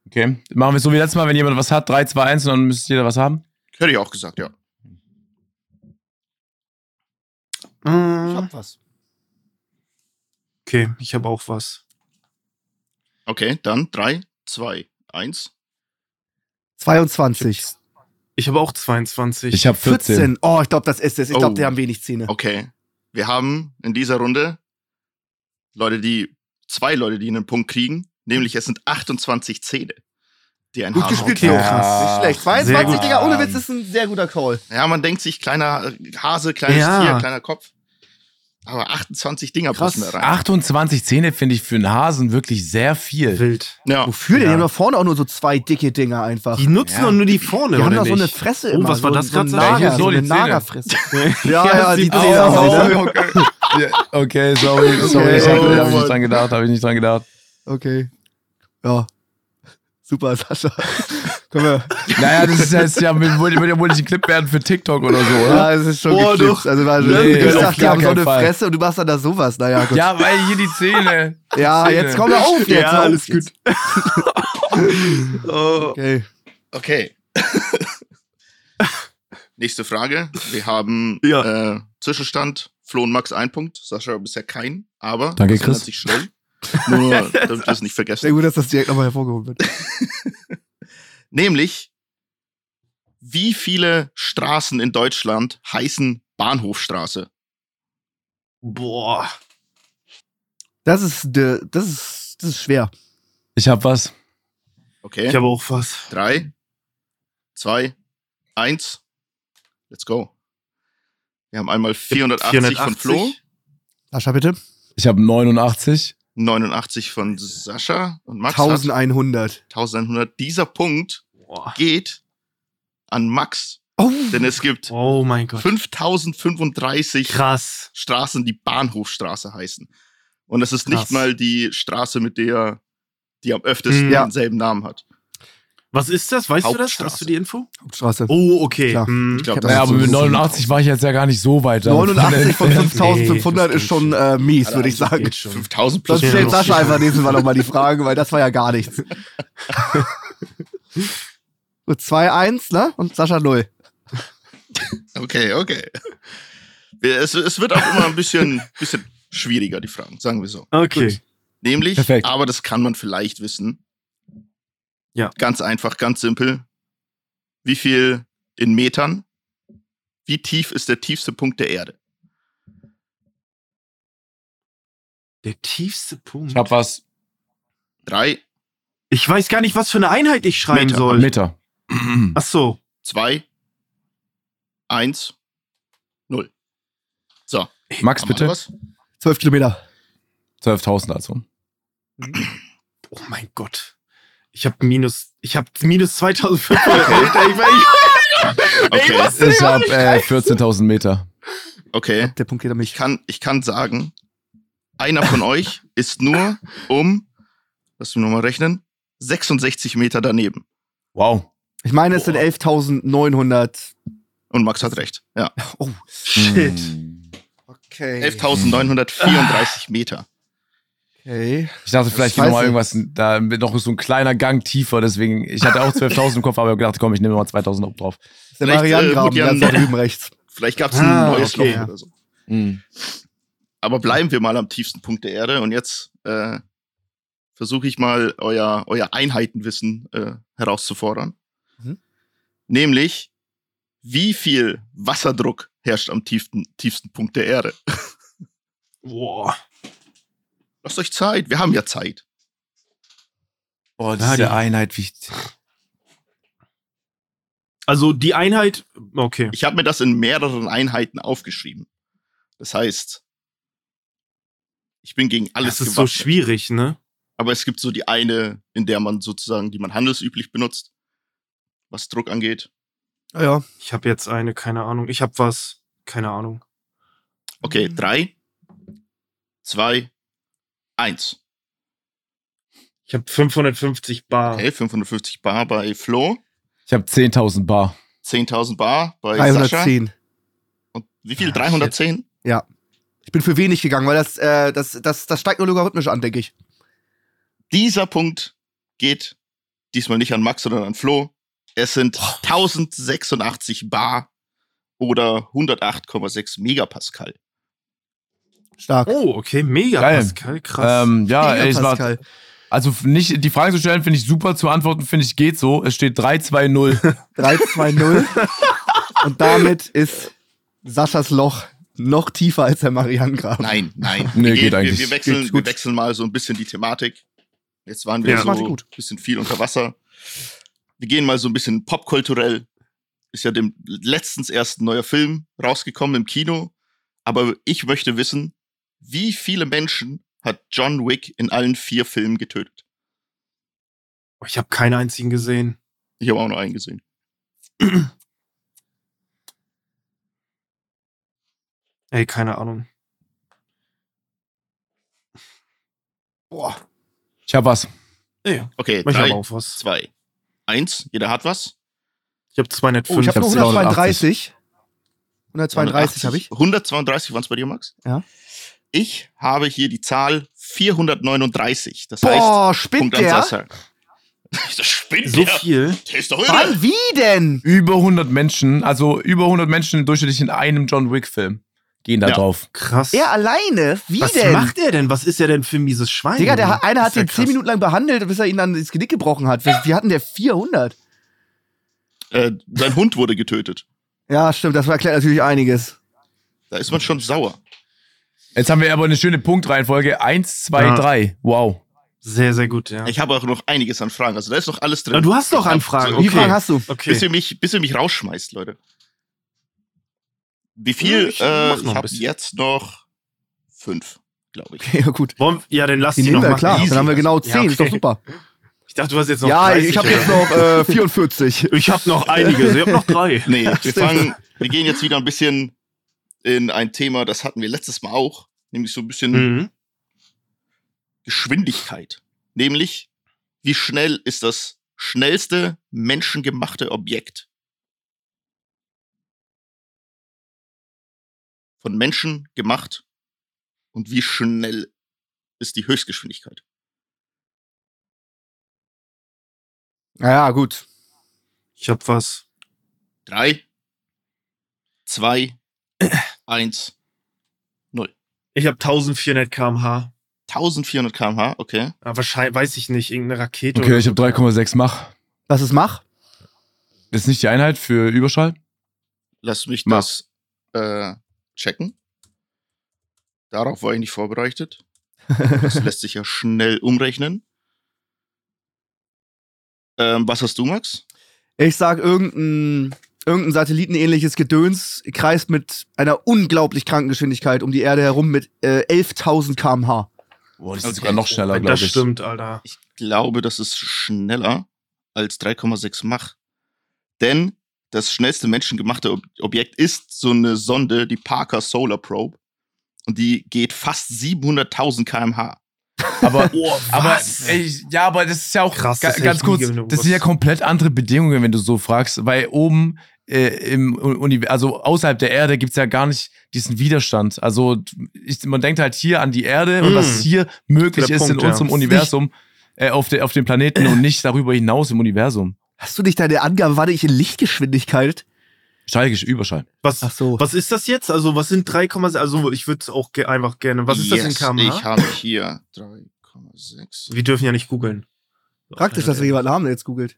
Speaker 3: Okay. Machen wir es so wie letztes Mal, wenn jemand was hat, 3, 2, 1 und dann müsste jeder was haben.
Speaker 5: Hätte ich auch gesagt, ja.
Speaker 2: Ich
Speaker 1: Mm.
Speaker 2: hab was.
Speaker 1: okay, ich habe auch was.
Speaker 5: Okay, dann drei, zwei, eins.
Speaker 2: 22.
Speaker 1: Ich habe auch 22.
Speaker 3: Ich habe 14.
Speaker 2: 14. Oh, ich glaube, das ist es. Ich glaube,
Speaker 5: Oh.
Speaker 2: die haben wenig Zähne.
Speaker 5: Okay. Wir haben in dieser Runde Leute, die zwei Leute, die einen Punkt kriegen, nämlich es sind 28 Zähne, die ein
Speaker 2: Gut
Speaker 5: Hase
Speaker 2: gespielt,
Speaker 5: hat.
Speaker 2: Leo.
Speaker 3: Krass.
Speaker 2: Nicht schlecht.
Speaker 1: Sehr
Speaker 2: 22,
Speaker 1: gut.
Speaker 2: Digga, ohne Witz, ist ein sehr guter Call.
Speaker 5: Ja, man denkt sich, kleiner äh, Hase, kleines
Speaker 1: Ja.
Speaker 5: Tier, kleiner Kopf. Aber 28 Dinger
Speaker 2: Krass.
Speaker 5: passen da rein.
Speaker 3: 28 Zähne finde ich für einen Hasen wirklich sehr viel.
Speaker 1: Wild.
Speaker 5: Ja.
Speaker 2: Wofür denn?
Speaker 1: Ja.
Speaker 2: Die haben da vorne auch nur so zwei dicke Dinger einfach.
Speaker 1: Die nutzen
Speaker 3: ja.
Speaker 1: doch nur die vorne,
Speaker 2: Die haben
Speaker 1: oder
Speaker 2: da
Speaker 1: nicht?
Speaker 2: so eine Fresse
Speaker 1: Oh,
Speaker 2: immer.
Speaker 1: was war
Speaker 2: so,
Speaker 1: das
Speaker 2: so ein
Speaker 1: gerade?
Speaker 2: Nager,
Speaker 3: Welche? So
Speaker 2: so
Speaker 3: die
Speaker 2: eine
Speaker 3: Zähne.
Speaker 2: Nagerfresse. ja, ja, die
Speaker 1: sieht
Speaker 3: Oh,
Speaker 2: Zähne. auch.
Speaker 3: okay. Ja, okay, sorry, sorry,
Speaker 2: Okay.
Speaker 3: ich habe hab ich
Speaker 5: Oh,
Speaker 3: nicht dran gedacht, habe ich nicht dran gedacht.
Speaker 2: Okay. Ja. Super, Sascha. Komm her.
Speaker 3: Naja, das ist jetzt ja, wird wird ja wohl nicht ein Clip werden für TikTok oder so, oder?
Speaker 2: Ja, es ist schon
Speaker 1: Oh,
Speaker 2: oh,
Speaker 1: doch.
Speaker 2: Also, war schon,
Speaker 1: Nee,
Speaker 2: nee, ich
Speaker 1: auf
Speaker 2: dachte, die
Speaker 3: gar
Speaker 2: haben so
Speaker 3: keinen
Speaker 2: eine
Speaker 3: Fall.
Speaker 2: Fresse und du machst dann da sowas. Naja, gut.
Speaker 3: Ja, weil hier die Zähne.
Speaker 2: Ja,
Speaker 3: Zähne.
Speaker 2: jetzt komm mal auf. Jetzt,
Speaker 1: Ja,
Speaker 2: hör auf
Speaker 1: alles
Speaker 2: jetzt.
Speaker 1: gut. Oh.
Speaker 2: Okay.
Speaker 5: Okay. Nächste Frage. Wir haben äh, Zwischenstand. Flo und Max ein Punkt. Sascha bisher kein. Aber
Speaker 3: Danke,
Speaker 5: das
Speaker 3: Chris.
Speaker 5: ändert sich schnell. Nur, damit wir es nicht
Speaker 2: Sehr
Speaker 5: vergessen.
Speaker 2: gut, dass das direkt nochmal hervorgehoben wird.
Speaker 5: Nämlich, wie viele Straßen in Deutschland heißen Bahnhofstraße?
Speaker 1: Boah.
Speaker 2: Das ist, de, das ist, das ist schwer.
Speaker 3: Ich habe was.
Speaker 1: Ich
Speaker 5: Okay.
Speaker 1: habe auch was.
Speaker 5: Drei, zwei, eins. Let's go. Wir haben einmal 480, von Flo,
Speaker 2: Sascha, bitte.
Speaker 3: Ich habe 89.
Speaker 5: 89 von Sascha und Max. hat
Speaker 2: 1100.
Speaker 5: 1100. Dieser Punkt
Speaker 1: Boah.
Speaker 5: geht an Max,
Speaker 2: Oh,
Speaker 5: denn es gibt
Speaker 1: Oh mein Gott.
Speaker 5: 5035
Speaker 1: Krass.
Speaker 5: Straßen, die Bahnhofstraße heißen. Und das ist
Speaker 1: Krass.
Speaker 5: nicht mal die Straße, mit der die am öftesten
Speaker 1: Mhm. Ja.
Speaker 5: denselben Namen hat.
Speaker 1: Was ist das? Weißt du das?
Speaker 5: Hauptstraße.
Speaker 1: Hast du die Info?
Speaker 2: Straße.
Speaker 1: Oh, okay.
Speaker 2: Klar.
Speaker 1: Hm.
Speaker 5: Ich glaube,
Speaker 2: Ich hab
Speaker 5: das
Speaker 3: Naja,
Speaker 5: ist
Speaker 3: aber
Speaker 5: so
Speaker 3: mit
Speaker 5: ein
Speaker 3: 89 war ich jetzt ja gar nicht so weit. Also damit.
Speaker 2: 89 von
Speaker 1: Nee,
Speaker 2: 5500
Speaker 1: das
Speaker 2: ist schon
Speaker 1: geht
Speaker 2: äh, mies, würde ich
Speaker 1: Das
Speaker 2: sagen.
Speaker 1: geht schon.
Speaker 5: 5000 plus.
Speaker 2: Sonst
Speaker 1: Ja.
Speaker 2: stellt Sascha einfach nächstes Mal nochmal die Frage, weil das war ja gar nichts. Gut, 2-1, ne? Und Sascha 0.
Speaker 5: Okay, okay. Es, es wird auch immer ein bisschen, bisschen schwieriger, die Fragen, sagen wir so.
Speaker 1: Okay.
Speaker 5: Nämlich,
Speaker 3: Perfekt.
Speaker 5: aber das kann man vielleicht wissen.
Speaker 1: Ja.
Speaker 5: Ganz einfach, ganz simpel. Wie viel in Metern? Wie tief ist der tiefste Punkt der Erde?
Speaker 1: Der tiefste Punkt.
Speaker 3: Ich habe was.
Speaker 5: Drei,
Speaker 1: Ich weiß gar nicht, was für eine Einheit ich schreiben
Speaker 5: Meter.
Speaker 1: soll.
Speaker 3: Meter.
Speaker 1: Ach so.
Speaker 5: zwei, eins, null. So,
Speaker 3: Max,
Speaker 5: haben wir alle
Speaker 3: bitte.
Speaker 5: was?
Speaker 2: 12 Kilometer.
Speaker 3: 12.000 also.
Speaker 1: Oh mein Gott. Ich habe minus, ich habe minus 2500. Alter, ich weiß-
Speaker 5: Okay,
Speaker 3: Ich habe äh, 14.000 Meter.
Speaker 5: okay.
Speaker 2: Der Punkt geht an
Speaker 5: Ich
Speaker 2: mich.
Speaker 5: kann, ich kann sagen, einer von euch ist nur um, lass mich nochmal rechnen, 66 Meter daneben.
Speaker 3: Wow.
Speaker 2: Ich meine, es sind 11.900.
Speaker 5: Und Max hat recht. Ja.
Speaker 2: Oh,
Speaker 1: Shit.
Speaker 3: Hm.
Speaker 2: okay.
Speaker 5: 11.934 Meter.
Speaker 2: Okay.
Speaker 3: Ich dachte, vielleicht
Speaker 2: Das
Speaker 3: geht nochmal
Speaker 2: weiß
Speaker 3: irgendwas, da wird noch so ein kleiner Gang tiefer, deswegen, ich hatte auch 12.000 im Kopf, aber ich hab gedacht, komm, ich nehme nochmal 2.000 oben drauf.
Speaker 2: Das ist der
Speaker 5: Rechts, äh,
Speaker 2: Marianengraben,
Speaker 5: Gudjan-
Speaker 2: ganz da drüben rechts.
Speaker 5: Vielleicht gab es ein
Speaker 1: Ah,
Speaker 5: neues
Speaker 1: okay.
Speaker 5: Loch oder so. Aber bleiben wir mal am tiefsten Punkt der Erde und jetzt äh, versuche ich mal euer, euer Einheitenwissen äh, herauszufordern.
Speaker 2: Mhm.
Speaker 5: Nämlich, Wie viel Wasserdruck herrscht am tiefsten, tiefsten Punkt der Erde?
Speaker 1: Boah.
Speaker 5: Lasst euch Zeit, wir haben ja Zeit.
Speaker 6: Boah,
Speaker 3: Ah, die
Speaker 6: diese
Speaker 3: Einheit wichtig.
Speaker 1: Also die Einheit, okay.
Speaker 5: Ich habe mir das in mehreren Einheiten aufgeschrieben. Das heißt, ich bin gegen alles
Speaker 1: das ist so
Speaker 5: gewappnet.
Speaker 1: schwierig, ne?
Speaker 5: Aber es gibt so die eine, in der man sozusagen, die man handelsüblich benutzt, was Druck angeht.
Speaker 2: Ja, ja.
Speaker 1: Ich habe jetzt eine, keine Ahnung. Ich habe was, keine Ahnung.
Speaker 5: Okay, drei, zwei, eins.
Speaker 1: Ich habe 550 Bar.
Speaker 5: Okay, 550 Bar bei Flo,
Speaker 3: Ich habe 10.000 Bar.
Speaker 5: 10.000 Bar bei Sascha.
Speaker 2: 310.
Speaker 5: Und wie viel? 310?
Speaker 2: Ich bin für wenig gegangen, weil das, äh, das, das, das steigt nur logarithmisch an, denke ich.
Speaker 5: Dieser Punkt geht diesmal nicht an Max, sondern an Flo. Es sind 1086 Bar oder 108,6 Megapascal.
Speaker 2: Stark. Ah,
Speaker 1: Oh, okay, mega
Speaker 3: Geil.
Speaker 1: Pascal, krass.
Speaker 3: Ähm, ja,
Speaker 2: Mega,
Speaker 3: ey, es war,
Speaker 2: Pascal.
Speaker 3: also f- nicht, die Fragen zu stellen finde ich super, zu antworten finde ich geht so. Es steht 3-2-0.
Speaker 2: 3-2-0. Und damit ist Saschas Loch noch tiefer als der Marianengraben.
Speaker 5: Nein, nein.
Speaker 3: Nee,
Speaker 5: wir,
Speaker 3: geht
Speaker 5: gehen- wir,
Speaker 3: eigentlich.
Speaker 5: wir, wechseln,
Speaker 2: Geht
Speaker 5: wir
Speaker 2: gut.
Speaker 5: wechseln mal so ein bisschen die Thematik. Jetzt waren wir
Speaker 1: Ja.
Speaker 5: so
Speaker 2: Thematik
Speaker 5: ein
Speaker 2: gut.
Speaker 5: bisschen viel unter Wasser. Wir gehen mal so ein bisschen popkulturell. Ist ja dem letztens erst ein neuer Film rausgekommen im Kino. Aber ich möchte wissen, wie viele Menschen hat John Wick in allen vier Filmen getötet?
Speaker 1: Oh, ich habe keinen einzigen gesehen.
Speaker 5: Ich habe auch nur einen gesehen.
Speaker 1: Ey, keine Ahnung.
Speaker 2: Boah.
Speaker 3: Ich habe was.
Speaker 1: Ey,
Speaker 5: Okay,
Speaker 1: ich habe
Speaker 5: drei,
Speaker 1: auch was.
Speaker 5: zwei, eins. Jeder hat was?
Speaker 1: Ich habe 205.
Speaker 2: Oh, ich habe nur
Speaker 3: hab's
Speaker 2: 132. 132 habe ich.
Speaker 5: 132 waren es bei dir, Max?
Speaker 2: Ja.
Speaker 5: Ich habe hier die Zahl 439. Das heißt,
Speaker 2: Boah, spinnt
Speaker 5: Punkt an
Speaker 2: der?
Speaker 5: Sasser. Das spinnt
Speaker 1: so
Speaker 5: der.
Speaker 1: viel.
Speaker 5: Der ist doch irre.
Speaker 2: Wann, wie denn?
Speaker 3: Über 100 Menschen, also über 100 Menschen durchschnittlich in einem John Wick Film gehen da
Speaker 5: Ja.
Speaker 3: drauf.
Speaker 1: Krass.
Speaker 2: Er alleine? Wie
Speaker 1: Was
Speaker 2: denn?
Speaker 1: macht er denn? Was ist er denn für ein mieses Schwein?
Speaker 2: Digga, der, ha- einer
Speaker 1: Ist
Speaker 2: hat
Speaker 1: ja
Speaker 2: den 10
Speaker 1: krass.
Speaker 2: Minuten lang behandelt, bis er ihn dann ins Genick gebrochen hat. Wir, wir hatten der 400.
Speaker 5: Äh, sein Hund wurde getötet.
Speaker 2: Ja, stimmt, das erklärt natürlich einiges.
Speaker 5: Da ist man schon sauer.
Speaker 3: Jetzt haben wir aber eine schöne Punktreihenfolge. 1, 2,
Speaker 1: Ja.
Speaker 3: 3. Wow.
Speaker 1: Sehr, sehr gut, ja.
Speaker 5: Ich habe auch noch einiges an Fragen. Also da ist noch alles drin.
Speaker 1: Aber du hast doch
Speaker 5: Ich hab-
Speaker 1: Anfragen,
Speaker 2: Wie
Speaker 1: okay.
Speaker 2: viele Fragen hast du?
Speaker 1: okay.
Speaker 5: Bis ihr mich, bis ihr mich rausschmeißt, Leute. Wie viel?
Speaker 1: Ich
Speaker 5: Ich,
Speaker 1: mach
Speaker 5: äh,
Speaker 1: noch
Speaker 5: ich
Speaker 1: ein
Speaker 5: habe
Speaker 1: bisschen.
Speaker 5: jetzt noch fünf, glaube ich.
Speaker 2: Okay, ja, gut.
Speaker 1: Wollen, ja, dann lass
Speaker 2: Die
Speaker 1: die,
Speaker 2: nehmen
Speaker 1: noch
Speaker 2: wir,
Speaker 1: machen.
Speaker 2: klar.
Speaker 1: Easy.
Speaker 2: Dann haben wir genau 10,
Speaker 1: Ja,
Speaker 2: ist doch
Speaker 1: okay.
Speaker 2: super.
Speaker 1: Ich dachte, du hast jetzt noch
Speaker 2: Ja,
Speaker 1: 30,
Speaker 2: ich habe
Speaker 1: oder?
Speaker 2: jetzt noch äh, 44.
Speaker 1: Ich habe noch einige. Ich habe noch drei.
Speaker 5: Nee, wir
Speaker 2: stimmt.
Speaker 5: fangen, wir gehen jetzt wieder ein bisschen in ein Thema, das hatten wir letztes Mal auch, nämlich so ein bisschen
Speaker 1: Mhm.
Speaker 5: Geschwindigkeit. Nämlich, wie schnell ist das schnellste menschengemachte Objekt? Von Menschen gemacht und wie schnell ist die Höchstgeschwindigkeit?
Speaker 2: Ja, gut.
Speaker 1: Ich habe was.
Speaker 5: Drei, zwei, eins,
Speaker 1: Ich habe 1400 km/h.
Speaker 5: 1400 km/h, okay.
Speaker 1: Ja, Ah, wahrscheinlich, weiß ich nicht, irgendeine Rakete
Speaker 3: Okay,
Speaker 1: oder
Speaker 3: ich habe 3,6 Mach.
Speaker 2: Was ist Mach?
Speaker 3: Ist nicht die Einheit für Überschall?
Speaker 5: Lass mich
Speaker 3: Mach.
Speaker 5: das äh, checken. Darauf war ich nicht vorbereitet. Das lässt sich ja schnell umrechnen. Ähm, was hast du, Max?
Speaker 2: Ich sag irgendein, irgendein satellitenähnliches Gedöns kreist mit einer unglaublich kranken Geschwindigkeit um die Erde herum mit äh, 11.000 km/h.
Speaker 3: Boah, Oh, das
Speaker 5: Okay.
Speaker 3: ist sogar noch schneller,
Speaker 1: Wenn
Speaker 3: glaube
Speaker 1: das
Speaker 3: ich.
Speaker 1: stimmt, Alter.
Speaker 5: Ich glaube, das ist schneller als 3,6 Mach. Denn das schnellste menschengemachte Ob Objekt ist so eine Sonde, die Parker Solar Probe. Und die geht fast 700.000 km/h.
Speaker 3: Aber, aber
Speaker 1: Oh, was?
Speaker 3: ey, ja, aber das ist ja auch
Speaker 1: Krass,
Speaker 3: Krass,
Speaker 1: das hätte
Speaker 3: ganz
Speaker 1: ich nie
Speaker 3: kurz.
Speaker 1: gewusst.
Speaker 3: Das sind ja komplett andere Bedingungen, wenn du so fragst, weil oben äh, im Universum, also außerhalb der Erde, gibt's ja gar nicht diesen Widerstand. Also ich, man denkt halt hier an die Erde und
Speaker 1: Mm.
Speaker 3: was hier möglich
Speaker 1: Der
Speaker 3: ist
Speaker 1: Punkt,
Speaker 3: in
Speaker 1: ja.
Speaker 3: unserem
Speaker 1: Ist
Speaker 3: Universum, äh, auf, der, auf dem Planeten und nicht darüber hinaus im Universum.
Speaker 2: Hast du nicht deine Angabe? Warte ich in Lichtgeschwindigkeit?
Speaker 3: Steigisch Überschall.
Speaker 1: Was,
Speaker 2: Ach so.
Speaker 1: was ist das jetzt? Also, was sind 3,6? Also, ich würde es auch ge einfach gerne. Was ist das in
Speaker 5: Yes, Ich
Speaker 1: km/h?
Speaker 5: habe hier 3,6.
Speaker 1: Wir dürfen ja nicht googeln.
Speaker 2: Praktisch, dass wir jemanden haben, der jetzt googelt.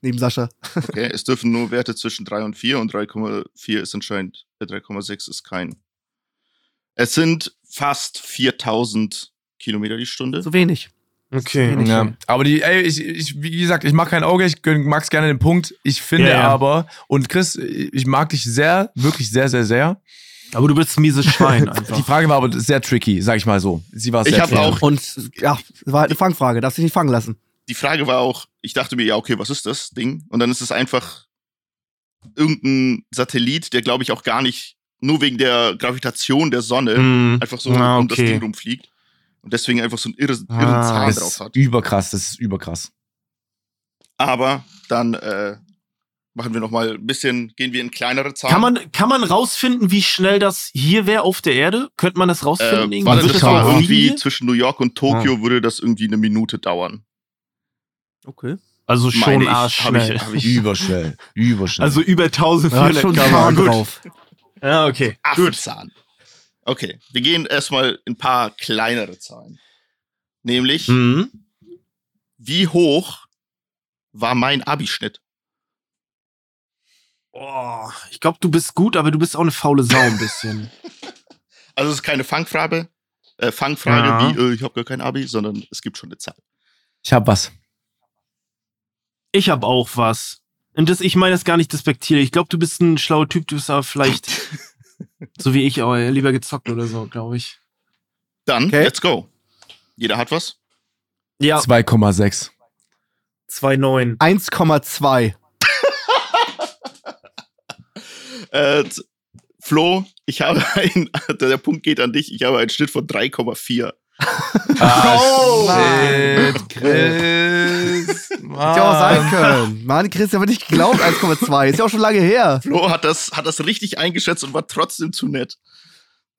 Speaker 2: neben Sascha.
Speaker 5: Okay, es dürfen nur Werte zwischen 3 und 4 und 3,4 ist anscheinend, äh, 3,6 ist kein. Es sind fast 4000 Kilometer die Stunde.
Speaker 2: Zu wenig.
Speaker 1: Okay.
Speaker 3: Ja. Aber die, ey, ich, ich, wie gesagt, ich mag kein Auge, ich gönn Max gerne den Punkt. Ich finde
Speaker 1: Ja, ja.
Speaker 3: aber, und Chris, ich mag dich sehr, wirklich sehr, sehr, sehr.
Speaker 1: Aber du bist ein mieses Schwein
Speaker 3: Die
Speaker 1: einfach.
Speaker 3: Frage war aber sehr tricky, sag ich mal so. Sie war sehr
Speaker 5: Ich hab
Speaker 3: tricky.
Speaker 5: auch-
Speaker 2: Und ja, war halt eine Fangfrage, darfst dich nicht fangen lassen.
Speaker 5: Die Frage war auch, ich dachte mir, ja, okay, was ist das Ding? Und dann ist es einfach irgendein Satellit, der glaube ich auch gar nicht, nur wegen der Gravitation der Sonne,
Speaker 1: Mm.
Speaker 5: einfach so
Speaker 1: Ah,
Speaker 5: um das
Speaker 1: okay.
Speaker 5: Ding rumfliegt. Und deswegen einfach so einen irre, irren
Speaker 1: Ah,
Speaker 5: Zahn
Speaker 3: Das
Speaker 5: drauf
Speaker 3: ist
Speaker 5: hat.
Speaker 3: überkrass, das ist überkrass.
Speaker 5: Aber dann äh, machen wir noch mal ein bisschen, gehen wir in kleinere Zahlen. Äh,
Speaker 1: Kann man, kann man rausfinden, wie schnell das hier wäre auf der Erde? Könnte man das
Speaker 5: äh,
Speaker 1: rausfinden? irgendwie?
Speaker 5: warte,
Speaker 1: Wird
Speaker 5: das
Speaker 1: auf
Speaker 5: war
Speaker 1: der
Speaker 5: irgendwie
Speaker 1: Linie?
Speaker 5: zwischen New York und Tokio
Speaker 1: Ah.
Speaker 5: würde das irgendwie eine Minute dauern.
Speaker 2: Okay.
Speaker 1: Also schon
Speaker 5: Meine ich,
Speaker 1: arschschnell.
Speaker 5: Hab ich, hab ich
Speaker 3: Überschnell, überschnell.
Speaker 1: Also über 1400
Speaker 2: schon
Speaker 1: Gramm.
Speaker 2: Zahn
Speaker 1: Gut.
Speaker 2: drauf.
Speaker 1: Ja, okay.
Speaker 5: Affenzahn. Okay, wir gehen erstmal in ein paar kleinere Zahlen. Nämlich,
Speaker 1: Mhm.
Speaker 5: wie hoch war mein Abischnitt?
Speaker 1: Oh, ich glaube, du bist gut, aber du bist auch eine faule Sau ein bisschen.
Speaker 5: Also es ist keine Fangfrage, äh, Fangfrage
Speaker 1: Ja.
Speaker 5: wie, äh, ich habe gar kein Abi, sondern es gibt schon eine Zahl.
Speaker 3: ich hab was.
Speaker 1: ich habe auch was. Und das, ich meine das gar nicht despektierlich. Ich glaube, du bist ein schlauer Typ, du bist aber vielleicht so wie ich, aber lieber gezockt oder so, glaube ich.
Speaker 5: Dann,
Speaker 2: Okay.
Speaker 5: let's go. Jeder hat was?
Speaker 1: Ja,
Speaker 3: 2,6.
Speaker 1: 2,9.
Speaker 2: 1,2.
Speaker 5: Äh, t- Flo, ich habe ein, der Punkt geht an dich, ich habe einen Schnitt von 3,4.
Speaker 3: Oh,
Speaker 2: Mann.
Speaker 3: shit,
Speaker 2: Ah.
Speaker 3: Chris.
Speaker 2: Hätte ja auch sein
Speaker 3: Mann.
Speaker 2: können. Mann, Chris, aber nicht geglaubt, 1,2. Ist ja auch schon lange her.
Speaker 5: Flo hat das, hat das richtig eingeschätzt und war trotzdem zu nett.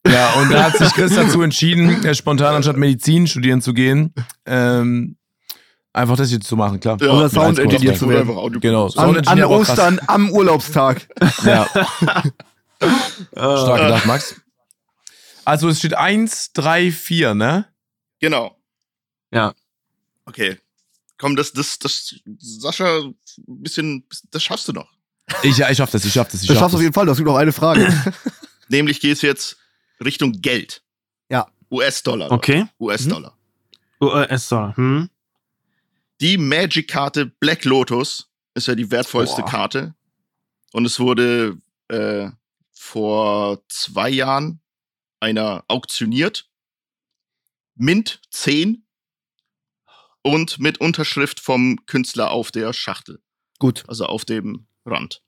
Speaker 3: Ja, und da hat sich Chris dazu entschieden, äh, spontan anstatt Medizin studieren zu gehen, ähm, einfach das hier zu machen, klar.
Speaker 5: Ja.
Speaker 2: Oder
Speaker 5: mit
Speaker 2: Sound
Speaker 3: 1,2.
Speaker 2: Engineer zu werden.
Speaker 5: Audio
Speaker 3: Genau.
Speaker 5: So.
Speaker 2: An,
Speaker 3: Sound
Speaker 2: an
Speaker 3: Engineer war krass.
Speaker 2: Ostern, am Urlaubstag.
Speaker 3: Ja, stark
Speaker 1: Äh,
Speaker 3: gedacht, Max. Also es steht 1, 3, 4, ne?
Speaker 5: Genau.
Speaker 1: Ja.
Speaker 5: Okay. Komm, das, das, das, Sascha, ein bisschen, das schaffst du noch.
Speaker 3: Ich, ja, ich schaff das, ich schaff das, ich
Speaker 2: Das
Speaker 3: schaff
Speaker 2: schaffst du
Speaker 3: das.
Speaker 2: auf jeden Fall, du hast nur noch eine Frage.
Speaker 5: Nämlich geht es jetzt Richtung Geld.
Speaker 2: Ja.
Speaker 5: US-Dollar.
Speaker 1: okay.
Speaker 5: US-Dollar.
Speaker 1: US-Dollar. Oh, Hm?
Speaker 5: Die Magic-Karte Black Lotus ist ja die wertvollste
Speaker 1: Boah.
Speaker 5: Karte. Und es wurde äh, vor zwei Jahren einer auktioniert. Mint 10 und mit Unterschrift vom Künstler auf der Schachtel,
Speaker 2: Gut.
Speaker 5: also auf dem Rand.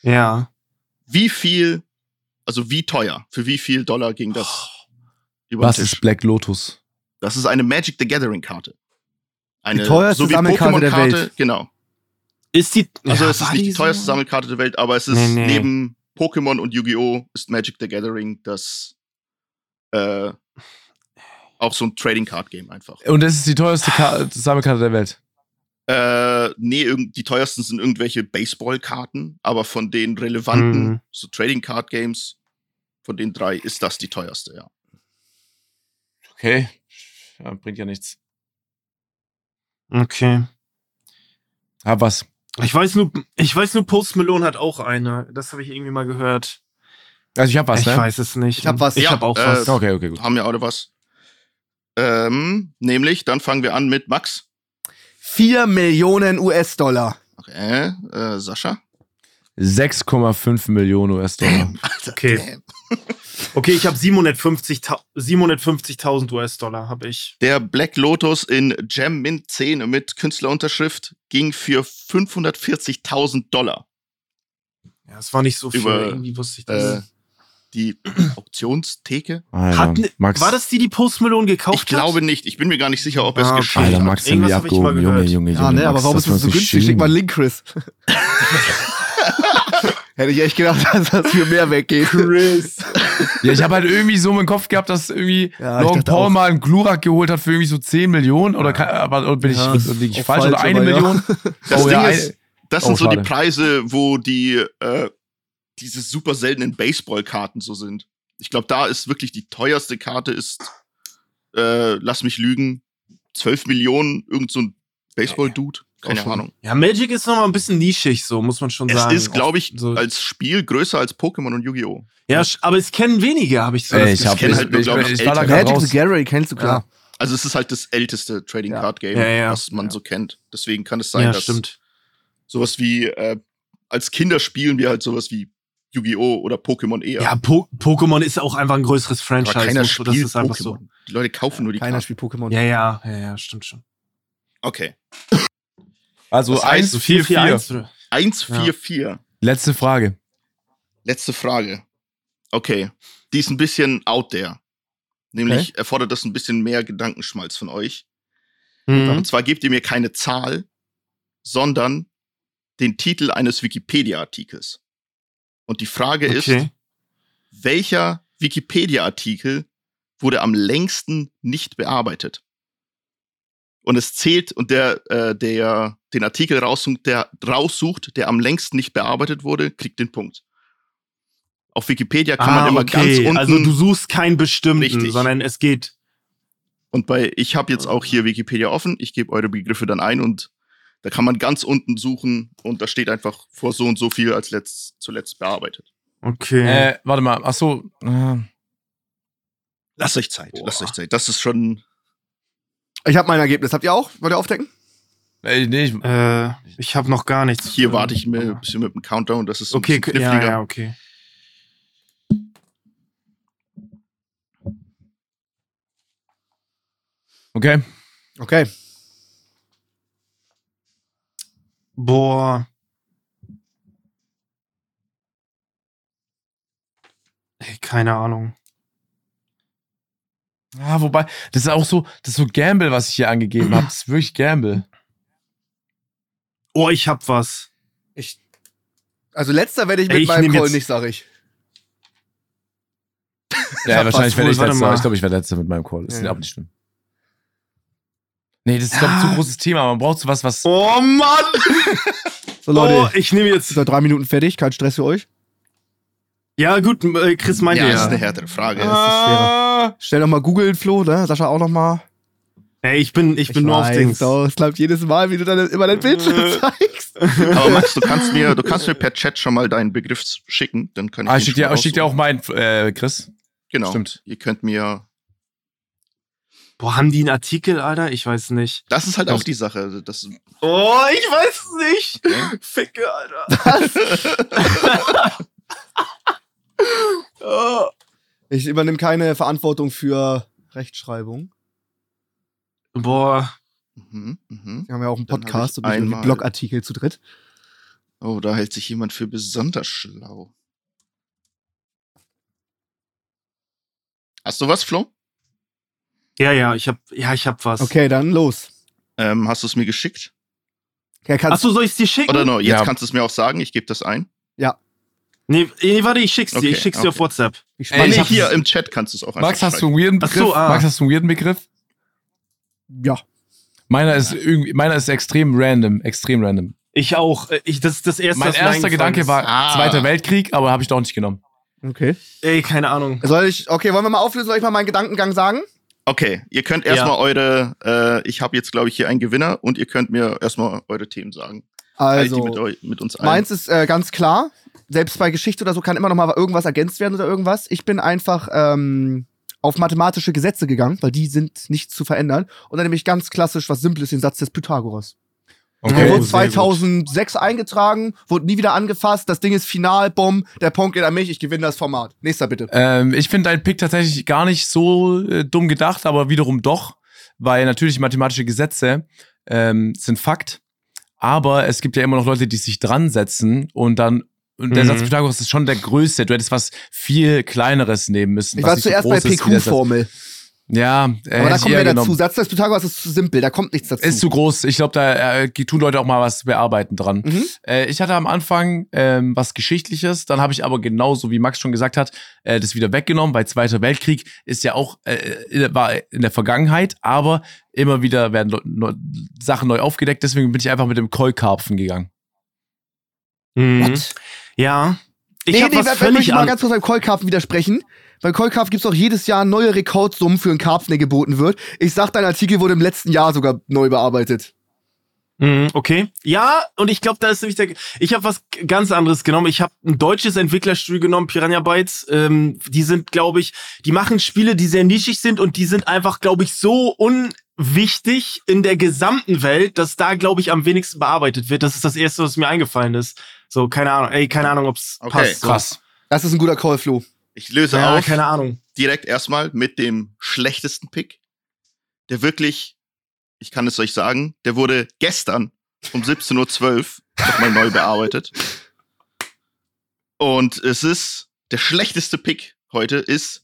Speaker 1: Ja.
Speaker 5: Wie viel, also wie teuer, für wie viel Dollar ging das über
Speaker 3: Was
Speaker 5: den Tisch?
Speaker 3: ist Black Lotus?
Speaker 5: Das ist eine Magic the Gathering Karte. Eine
Speaker 2: teuerste Sammelkarte der
Speaker 5: Pokémon-Karte,
Speaker 2: Welt.
Speaker 5: Genau.
Speaker 1: Ist die.
Speaker 5: Also
Speaker 1: ja,
Speaker 5: es ist
Speaker 1: war
Speaker 5: nicht die
Speaker 1: so?
Speaker 5: teuerste Sammelkarte der Welt, aber es ist
Speaker 1: Nee, nee.
Speaker 5: neben Pokémon und Yu-Gi-Oh! ist Magic the Gathering das äh, auch so ein Trading Card Game einfach.
Speaker 3: Und das ist die teuerste Ka Sammelkarte der Welt.
Speaker 5: Äh, nee, irgend- die teuersten sind irgendwelche Baseball-Karten, aber von den relevanten
Speaker 1: Mhm.
Speaker 5: so Trading Card Games, von den drei ist das die teuerste, ja.
Speaker 3: Okay. Ja, bringt ja nichts.
Speaker 1: Okay.
Speaker 3: Hab was.
Speaker 1: Ich weiß nur, ich weiß nur, Post Malone hat auch eine. Das habe ich irgendwie mal gehört.
Speaker 3: Also ich hab was,
Speaker 1: ich
Speaker 3: ne?
Speaker 1: weiß es nicht.
Speaker 2: Ich hab was.
Speaker 1: Ich
Speaker 5: Ja,
Speaker 1: habe auch
Speaker 5: äh,
Speaker 1: was.
Speaker 3: Okay, okay, gut.
Speaker 5: Haben wir alle was. Ähm, nämlich, dann fangen wir an mit Max.
Speaker 2: 4 Millionen US-Dollar.
Speaker 5: Okay, äh, Sascha.
Speaker 3: 6,5 Millionen US-Dollar.
Speaker 1: Okay. Okay, ich habe 750.000 750.000 US-Dollar habe ich.
Speaker 5: Der Black Lotus in Gem Mint 10 mit Künstlerunterschrift ging für 540.000 Dollar.
Speaker 1: Ja, es war nicht so viel.
Speaker 5: Über,
Speaker 1: Irgendwie wusste ich
Speaker 5: Äh,
Speaker 1: das.
Speaker 5: die Auktionstheke?
Speaker 3: Alter,
Speaker 1: hat, ne-
Speaker 3: Max,
Speaker 1: war das die, die Post Malone gekauft
Speaker 5: Ich glaube nicht. Ich bin mir gar nicht sicher, ob es
Speaker 1: Ah, okay.
Speaker 5: geschieht.
Speaker 3: Alter,
Speaker 5: hat.
Speaker 3: Max,
Speaker 1: Irgendwas
Speaker 3: den wir
Speaker 1: hab ich mal
Speaker 3: abgehoben. Junge,
Speaker 1: gehört.
Speaker 3: Junge, Junge.
Speaker 2: Ja, ne, aber
Speaker 3: Max,
Speaker 2: warum
Speaker 3: das
Speaker 2: ist das
Speaker 3: war's
Speaker 2: so
Speaker 3: nicht
Speaker 2: günstig?
Speaker 3: schön.
Speaker 2: Schick mal einen Link, Chris. Hätte ich echt gedacht, dass das für mehr weggeht.
Speaker 1: Chris.
Speaker 3: Ja, ich habe halt irgendwie so im Kopf gehabt, dass irgendwie
Speaker 2: Ja, ich
Speaker 3: Logan
Speaker 2: dachte
Speaker 3: Paul
Speaker 2: auch.
Speaker 3: mal einen Glurak geholt hat für irgendwie so 10 Millionen oder, kann, aber, oder bin ich,
Speaker 2: Ja,
Speaker 3: lieg ich
Speaker 2: auch
Speaker 3: falsch, oder
Speaker 2: falsch,
Speaker 3: eine
Speaker 2: aber ja.
Speaker 3: Million?
Speaker 5: Das Ding
Speaker 3: ein-
Speaker 5: ist, das
Speaker 3: Oh,
Speaker 5: sind so die
Speaker 3: schade.
Speaker 5: Preise, wo die äh, diese super seltenen Baseballkarten so sind. Ich glaube, da ist wirklich die teuerste Karte ist, äh, lass mich lügen, 12 Millionen, irgend so ein Baseball-Dude. Keine
Speaker 1: Auch schon-
Speaker 5: Ahnung.
Speaker 1: Ja, Magic ist nochmal ein bisschen nischig, so muss man schon
Speaker 5: Es
Speaker 1: sagen.
Speaker 5: ist, glaube ich, also
Speaker 1: So-
Speaker 5: als Spiel größer als Pokémon und Yu-Gi-Oh!
Speaker 1: ja, sch- aber es kennen weniger, habe ich so
Speaker 3: Ey,
Speaker 1: das
Speaker 3: Also, ich, hab,
Speaker 5: kenn
Speaker 1: Gefühl.
Speaker 3: ich,
Speaker 5: halt nur,
Speaker 3: ich,
Speaker 5: glaub ich,
Speaker 3: ich war da
Speaker 5: ältere.
Speaker 3: gerade
Speaker 2: Magic the
Speaker 3: raus.
Speaker 2: Gathering kennst du klar.
Speaker 5: Also es ist halt das älteste Trading
Speaker 2: Ja.
Speaker 5: Card Game,
Speaker 1: Ja, ja.
Speaker 5: was man
Speaker 2: Ja.
Speaker 5: so kennt. Deswegen kann es sein,
Speaker 1: Ja,
Speaker 5: dass
Speaker 1: stimmt.
Speaker 5: sowas wie äh, als Kinder spielen wir halt sowas wie Yu-Gi-Oh! oder Pokémon E eher.
Speaker 1: Ja, po Pokémon ist auch einfach ein größeres
Speaker 5: aber
Speaker 1: Franchise.
Speaker 5: keiner
Speaker 1: muss so-
Speaker 5: spielt Pokémon. Die Leute kaufen nur die
Speaker 2: Keiner
Speaker 5: Karten.
Speaker 2: spielt Pokémon.
Speaker 1: Ja, ja, ja, ja, stimmt schon.
Speaker 5: Okay.
Speaker 3: Also
Speaker 5: Das heißt,
Speaker 3: 1, 4, 4.
Speaker 1: 4-4-1.
Speaker 5: 1, 4, 4.
Speaker 3: Letzte Frage.
Speaker 5: Letzte Frage. Okay. Die ist ein bisschen out there. Nämlich erfordert das ein bisschen mehr Gedankenschmalz von euch.
Speaker 1: Mhm.
Speaker 5: Und zwar gebt ihr mir keine Zahl, sondern den Titel eines Wikipedia-Artikels. Und die Frage ist,
Speaker 1: Okay.
Speaker 5: welcher Wikipedia-Artikel wurde am längsten nicht bearbeitet? Und es zählt und der, äh, der den Artikel raussucht der, raussucht, der am längsten nicht bearbeitet wurde, kriegt den Punkt. Auf Wikipedia kann man
Speaker 1: Ah,
Speaker 5: immer ganz
Speaker 1: okay.
Speaker 5: unten
Speaker 1: also du suchst keinen bestimmten,
Speaker 5: Richtig.
Speaker 1: sondern es geht.
Speaker 5: und bei ich habe jetzt auch hier Wikipedia offen, ich gebe eure Begriffe dann ein und da kann man ganz unten suchen und da steht einfach vor so und so viel als letzt, zuletzt bearbeitet.
Speaker 1: Okay.
Speaker 3: Äh, warte mal. Ach so. äh,
Speaker 5: Lasst euch Zeit, lasst euch Zeit. Das ist schon
Speaker 2: Ich habe mein Ergebnis. Habt ihr auch? Wollt ihr aufdecken?
Speaker 3: Ey, nee, ich,
Speaker 1: Äh, ich habe noch gar nichts.
Speaker 5: hier warte ich mir ein bisschen mit dem Countdown, das ist so ein
Speaker 1: Okay,
Speaker 5: bisschen
Speaker 1: ja,
Speaker 5: kniffliger.
Speaker 1: ja, okay.
Speaker 3: okay.
Speaker 2: Okay.
Speaker 1: Boah. Ey, keine Ahnung.
Speaker 3: Ah, wobei, das ist auch so, das ist so Gamble, was ich hier angegeben habe. Das ist wirklich Gamble.
Speaker 1: Oh, ich hab was.
Speaker 2: Ich, also letzter werde ich
Speaker 1: Ey,
Speaker 2: mit
Speaker 1: ich
Speaker 2: meinem
Speaker 1: nehm
Speaker 2: Call
Speaker 1: jetzt-
Speaker 2: nicht, sag ich.
Speaker 3: Ja, wahrscheinlich
Speaker 1: wohl,
Speaker 3: werde ich
Speaker 1: warte
Speaker 3: letzter.
Speaker 1: mal.
Speaker 3: Ich glaube, ich werde letzter mit meinem Call. Ist
Speaker 2: Ja.
Speaker 3: aber nicht schlimm. Nee, das ist glaub, ein
Speaker 1: Ja.
Speaker 2: Ah.
Speaker 3: zu großes Thema. Man braucht sowas, was.
Speaker 1: Oh Mann!
Speaker 2: So
Speaker 1: Oh,
Speaker 2: Leute,
Speaker 1: ich nehme
Speaker 2: sind
Speaker 1: jetzt.
Speaker 2: wir drei Minuten fertig, kein Stress für euch.
Speaker 1: Ja, gut, äh, Chris meinte
Speaker 5: Ja,
Speaker 1: ja. Ah.
Speaker 5: das ist
Speaker 1: ja.
Speaker 5: eine härtere Frage.
Speaker 2: Ja, Schnell nochmal googeln, Flo, ne? Sascha auch nochmal.
Speaker 1: Ey, ich bin, ich bin nur auf Dings.
Speaker 2: Oh, es klappt jedes Mal, wie du dann immer dein Bildschirm zeigst.
Speaker 5: Aber Max, du kannst mir, du kannst mir per Chat schon mal deinen Begriff schicken, dann kann ich
Speaker 3: Ah,
Speaker 5: ihn
Speaker 3: ich schick
Speaker 5: schon
Speaker 3: dir,
Speaker 5: mal
Speaker 3: ich schick dir auch
Speaker 5: raussuchen.
Speaker 3: meinen, äh, Chris.
Speaker 5: Genau.
Speaker 3: Stimmt.
Speaker 5: Ihr könnt mir.
Speaker 1: Boah, haben die einen Artikel, Alter? Ich weiß nicht.
Speaker 5: Das ist halt auch die Sache. also Das,
Speaker 1: Oh, ich weiß es nicht. Ficke, Alter. oh.
Speaker 2: Ich übernehme keine Verantwortung für Rechtschreibung.
Speaker 1: Boah.
Speaker 5: mhm, mhm.
Speaker 2: Wir haben ja auch einen
Speaker 5: Dann hab ich
Speaker 2: Podcast und nicht nur
Speaker 5: einmal-
Speaker 2: einen Blogartikel zu dritt.
Speaker 5: Oh, da hält sich jemand für besonders schlau. Hast du was, Flo?
Speaker 1: Ja, ja, ich hab, ja, ich hab was.
Speaker 2: Okay, dann los.
Speaker 5: Ähm, hast du es mir geschickt?
Speaker 2: Ja, kannst,
Speaker 1: Achso, soll ich's dir schicken?
Speaker 5: Oder no, jetzt
Speaker 3: Ja.
Speaker 5: kannst du es mir auch sagen, ich gebe das ein.
Speaker 1: Nee, nee, warte, ich schick's dir.
Speaker 5: Okay,
Speaker 1: Ich schick's dir auf
Speaker 5: okay.
Speaker 1: WhatsApp.
Speaker 2: ich
Speaker 3: Ey,
Speaker 2: spann
Speaker 5: nee,
Speaker 2: dich-
Speaker 3: hab-
Speaker 5: hier im Chat kannst du es auch einfach
Speaker 3: Max, hast du
Speaker 5: schreiben.
Speaker 3: einen weirden
Speaker 1: Ach
Speaker 3: Begriff?
Speaker 1: so, ah.
Speaker 3: Max, hast du einen weirden Begriff?
Speaker 2: ja.
Speaker 3: Meiner ist irgendwie, meiner ist extrem random, extrem random.
Speaker 1: Ich auch. Äh, Ich, das ist das erste,
Speaker 3: mein
Speaker 1: was mir
Speaker 3: erster
Speaker 1: eingefallen
Speaker 3: Gedanke
Speaker 1: ist.
Speaker 3: war
Speaker 5: Ah.
Speaker 3: Zweiter Weltkrieg, aber habe ich doch nicht genommen.
Speaker 2: Okay.
Speaker 1: Ey, keine Ahnung.
Speaker 2: Soll ich, okay, wollen wir mal auflösen, soll ich mal meinen Gedankengang sagen?
Speaker 5: Okay, ihr könnt erstmal eure, äh, ich habe jetzt, glaube ich, hier einen Gewinner und ihr könnt mir erstmal eure Themen sagen. Teilt die mit,
Speaker 2: Also,
Speaker 5: euch, mit uns ein.
Speaker 2: meins ist äh, ganz klar. Selbst bei Geschichte oder so kann immer noch mal irgendwas ergänzt werden oder irgendwas. Ich bin einfach ähm, auf mathematische Gesetze gegangen, weil die sind nicht zu verändern. Und dann nehme ich ganz klassisch was Simples, den Satz des Pythagoras. Der
Speaker 1: Okay. Oh,
Speaker 2: wurde
Speaker 1: sehr gut.
Speaker 2: 2006 eingetragen, wurde nie wieder angefasst. Das Ding ist final, Bomb. Der Punkt geht an mich, ich gewinne das Format. Nächster bitte.
Speaker 3: Ähm, ich finde deinen Pick tatsächlich gar nicht so äh, dumm gedacht, aber wiederum doch, weil natürlich mathematische Gesetze ähm, sind Fakt, aber es gibt ja immer noch Leute, die sich dran setzen und dann und der
Speaker 1: Mhm.
Speaker 3: Satz Pythagoras ist schon der größte. Du hättest was viel kleineres nehmen müssen.
Speaker 2: Ich
Speaker 3: was
Speaker 2: war
Speaker 3: nicht so
Speaker 2: zuerst
Speaker 3: groß
Speaker 2: bei
Speaker 3: ist wie der Satz.
Speaker 2: PQ-Formel.
Speaker 3: Ja, äh,
Speaker 2: Aber
Speaker 3: hätte
Speaker 2: da
Speaker 3: ich
Speaker 2: kommt
Speaker 3: eher
Speaker 2: mehr dazu.
Speaker 3: genommen.
Speaker 2: Satz des Pythagoras ist zu simpel, da kommt nichts dazu.
Speaker 3: Ist zu groß. Ich glaube, da äh, tun Leute auch mal was bearbeiten dran.
Speaker 2: Mhm.
Speaker 3: Äh, ich hatte am Anfang ähm, was Geschichtliches, dann habe ich aber genauso, wie Max schon gesagt hat, äh, das wieder weggenommen, weil Zweiter Weltkrieg ist ja auch, äh, war in der Vergangenheit, aber immer wieder werden Leu- neu, Sachen neu aufgedeckt, deswegen bin ich einfach mit dem Keukarpfen gegangen.
Speaker 1: Mhm.
Speaker 2: What?
Speaker 1: Ja. Ich
Speaker 2: nee,
Speaker 1: hab
Speaker 2: nee,
Speaker 1: was
Speaker 2: da, da möchte ich
Speaker 1: völlig
Speaker 2: mal
Speaker 1: an.
Speaker 2: ganz kurz beim Keulkarpfen widersprechen. Bei Keulkarpfen gibt's auch jedes Jahr neue Rekordsummen für einen Karpfen, der geboten wird. Ich sag, dein Artikel wurde im letzten Jahr sogar neu bearbeitet.
Speaker 1: Mhm, okay. Ja, und ich glaube, da ist nämlich der. Ich habe was g- ganz anderes genommen. Ich habe ein deutsches Entwicklerstudio genommen, Piranha Bytes. Ähm, die sind, glaube ich, die machen Spiele, die sehr nischig sind und die sind einfach, glaube ich, so unwichtig in der gesamten Welt, dass da, glaube ich, am wenigsten bearbeitet wird. Das ist das Erste, was mir eingefallen ist. So, keine Ahnung. Ey, keine Ahnung, ob's
Speaker 5: Okay,
Speaker 1: passt. So.
Speaker 3: Krass.
Speaker 2: Das ist ein guter Call, Flo.
Speaker 5: Ich löse
Speaker 1: Ja,
Speaker 5: auf
Speaker 1: keine Ahnung.
Speaker 5: direkt erstmal mit dem schlechtesten Pick, der wirklich, ich kann es euch sagen, der wurde gestern um 17.12 Uhr nochmal neu bearbeitet. Und es ist, der schlechteste Pick heute ist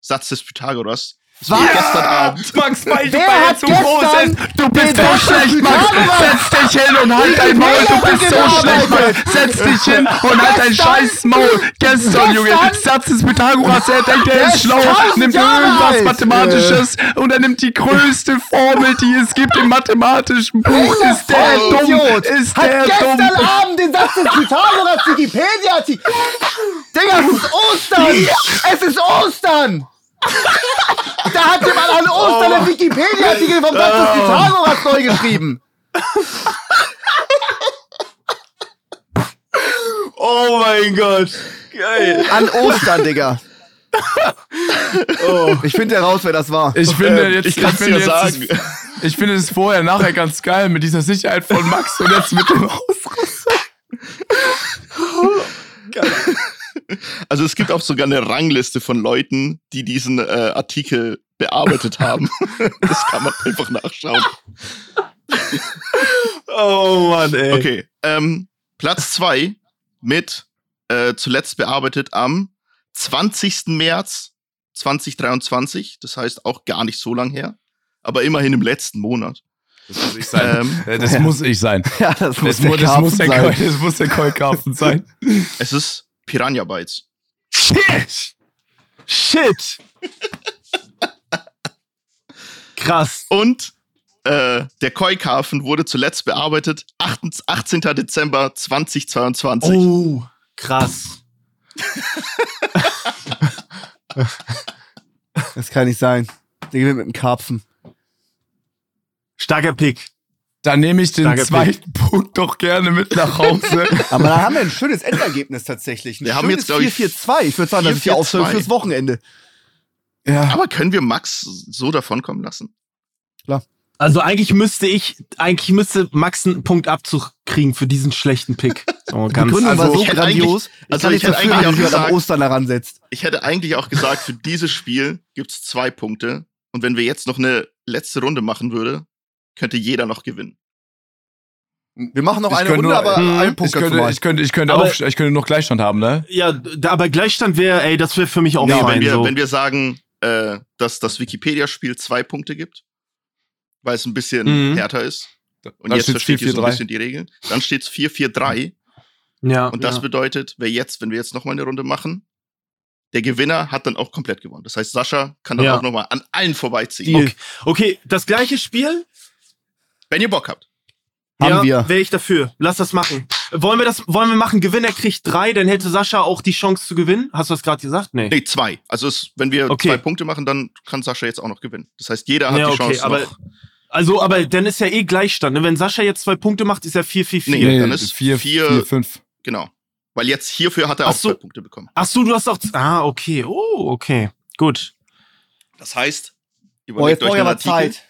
Speaker 5: Satz des Pythagoras. Das war gestern Abend.
Speaker 3: Max, weil
Speaker 2: Wer weil er hat zu groß gestern ist.
Speaker 3: Du bist
Speaker 2: den
Speaker 3: so
Speaker 2: deutschen
Speaker 3: schlecht, Max.
Speaker 2: Pythagoras-
Speaker 3: Setz dich hin und halt dein Maul.
Speaker 2: Mega
Speaker 3: Du bist so
Speaker 2: mitgearbeitet.
Speaker 3: schlecht, Max. Setz dich hin und halt dein scheiß Maul. Gestern, Junge. Satz des Pythagoras. Er denkt, er ist schlau.
Speaker 2: tausend
Speaker 3: Nimmt
Speaker 2: Jahre
Speaker 3: irgendwas
Speaker 2: alt.
Speaker 3: Mathematisches und er nimmt die größte Formel, die es gibt im mathematischen Buch. Ist der dumm?
Speaker 2: Vollidiot.
Speaker 3: Ist
Speaker 2: Hat
Speaker 3: der
Speaker 2: gestern
Speaker 3: dumm?
Speaker 2: Abend den Satz des Pythagoras Wikipedia artikel Digga, es ist Ostern! Es ist Ostern! Da hat jemand an Ostern den Wikipedia-Artikel vom Satz des Pythagoras neu geschrieben.
Speaker 1: Oh mein Gott. Geil.
Speaker 2: An Ostern, Digga.
Speaker 3: Oh.
Speaker 2: Ich finde heraus, wer das war.
Speaker 3: Ähm, Ich finde jetzt,
Speaker 5: Ähm, ich kann's
Speaker 3: finde
Speaker 5: dir
Speaker 3: jetzt das-
Speaker 5: sagen.
Speaker 3: Ich finde das vorher, nachher ganz geil mit dieser Sicherheit von Max und jetzt mit dem Ausriss.
Speaker 5: Also es gibt auch sogar eine Rangliste von Leuten, die diesen äh, Artikel bearbeitet haben. das kann man einfach nachschauen.
Speaker 1: Oh Mann, ey.
Speaker 5: Okay. Ähm, Platz zwei mit äh, zuletzt bearbeitet am 20. März 2023. Das heißt auch gar nicht so lang her. Aber immerhin im letzten Monat.
Speaker 3: Das muss ich
Speaker 5: Ähm,
Speaker 3: Das muss ich sein.
Speaker 2: Ja, das
Speaker 3: Das, mu das,
Speaker 2: Karpfen
Speaker 3: muss der
Speaker 2: sein.
Speaker 3: Koi- das muss der Koi Carsten sein.
Speaker 5: es ist Piranha Bytes.
Speaker 1: Shit! Shit! Krass.
Speaker 5: Und äh, der Koi-Karfen wurde zuletzt bearbeitet 8, 18. Dezember 2022.
Speaker 1: Oh, krass.
Speaker 2: Das kann nicht sein. Der gewinnt mit dem Karpfen.
Speaker 1: Starker Pick.
Speaker 3: Dann nehme ich den
Speaker 1: Danke, Pete.
Speaker 3: zweiten Punkt doch gerne mit nach Hause.
Speaker 2: Aber da haben wir ein schönes Endergebnis tatsächlich. Ein
Speaker 5: Wir haben jetzt, glaub ich,
Speaker 2: 4-4-2. Ich würde sagen, das ist die
Speaker 5: 4-4-2.
Speaker 2: Aufstellung fürs Wochenende.
Speaker 3: ja.
Speaker 5: Aber können wir Max so davonkommen lassen?
Speaker 1: Also eigentlich müsste ich, eigentlich müsste Max einen Punkt Abzug kriegen für diesen schlechten Pick. Oh,
Speaker 2: Die Gründung
Speaker 5: also,
Speaker 2: war so
Speaker 5: ich hätte
Speaker 2: grandios. Ich
Speaker 5: also
Speaker 2: kann
Speaker 5: ich
Speaker 2: nicht
Speaker 5: hätte
Speaker 2: dafür, dass
Speaker 5: eigentlich
Speaker 2: sich
Speaker 5: auch
Speaker 2: jemand am
Speaker 5: gesagt-
Speaker 2: Ostern daran setzt.
Speaker 5: Ich hätte eigentlich auch gesagt, für dieses Spiel gibt's zwei Punkte. Und wenn wir jetzt noch eine letzte Runde machen würde, könnte jeder noch gewinnen.
Speaker 2: Wir machen noch
Speaker 3: Ich
Speaker 2: eine
Speaker 3: könnte
Speaker 2: Runde,
Speaker 3: nur-
Speaker 2: aber
Speaker 1: Hm,
Speaker 2: einen
Speaker 3: Ich
Speaker 2: Punkt dazu
Speaker 3: könnte,
Speaker 2: mal.
Speaker 3: ich könnte, ich könnte,
Speaker 1: Aber-
Speaker 3: aufst- ich könnte noch Gleichstand haben, ne?
Speaker 1: ja, da, aber Gleichstand wäre, ey, das wäre für mich auch
Speaker 5: Nee,
Speaker 1: fein.
Speaker 5: wenn, wir,
Speaker 1: so.
Speaker 5: wenn wir sagen, äh, dass das Wikipedia-Spiel zwei Punkte gibt, weil es ein bisschen
Speaker 1: Mhm.
Speaker 5: härter ist. Und
Speaker 3: Dann
Speaker 5: jetzt
Speaker 3: steht's
Speaker 5: versteht ihr so ein
Speaker 3: 4-4-3.
Speaker 5: bisschen die Regeln. Dann steht's 4-4-3.
Speaker 1: ja,
Speaker 5: Und das
Speaker 1: ja.
Speaker 5: bedeutet, wer jetzt, wenn wir jetzt nochmal eine Runde machen, der Gewinner hat dann auch komplett gewonnen. Das heißt, Sascha kann dann
Speaker 1: Ja.
Speaker 5: auch nochmal an allen vorbeiziehen.
Speaker 1: Okay. okay, das gleiche Spiel
Speaker 5: Wenn ihr Bock habt.
Speaker 2: Haben wir.
Speaker 1: Wäre ich dafür. Lass das machen. Wollen wir das, wollen wir machen? Gewinner kriegt drei, dann hätte Sascha auch die Chance zu gewinnen. Hast du das gerade gesagt? Nee.
Speaker 5: Nee, zwei. Also es, wenn wir
Speaker 1: Okay.
Speaker 5: zwei Punkte machen, dann kann Sascha jetzt auch noch gewinnen. Das heißt, jeder hat
Speaker 1: Ja,
Speaker 5: die
Speaker 1: okay,
Speaker 5: Chance
Speaker 1: aber-
Speaker 5: noch.
Speaker 1: Also, aber dann ist ja eh Gleichstand. Ne? Wenn Sascha jetzt zwei Punkte macht, ist ja 4-4-4.
Speaker 5: Nee. dann ist
Speaker 3: vier,
Speaker 5: vier-
Speaker 3: vier, fünf.
Speaker 5: Genau. Weil jetzt hierfür hat er
Speaker 1: Ach
Speaker 5: auch
Speaker 1: so.
Speaker 5: zwei Punkte bekommen.
Speaker 1: Ach so, du hast auch. Ah, okay. Oh, okay. Gut.
Speaker 5: Das heißt,
Speaker 2: Oh, jetzt
Speaker 5: überlegt euch
Speaker 2: brauche ich
Speaker 5: einen
Speaker 2: aber
Speaker 5: Artikel.
Speaker 2: Zeit.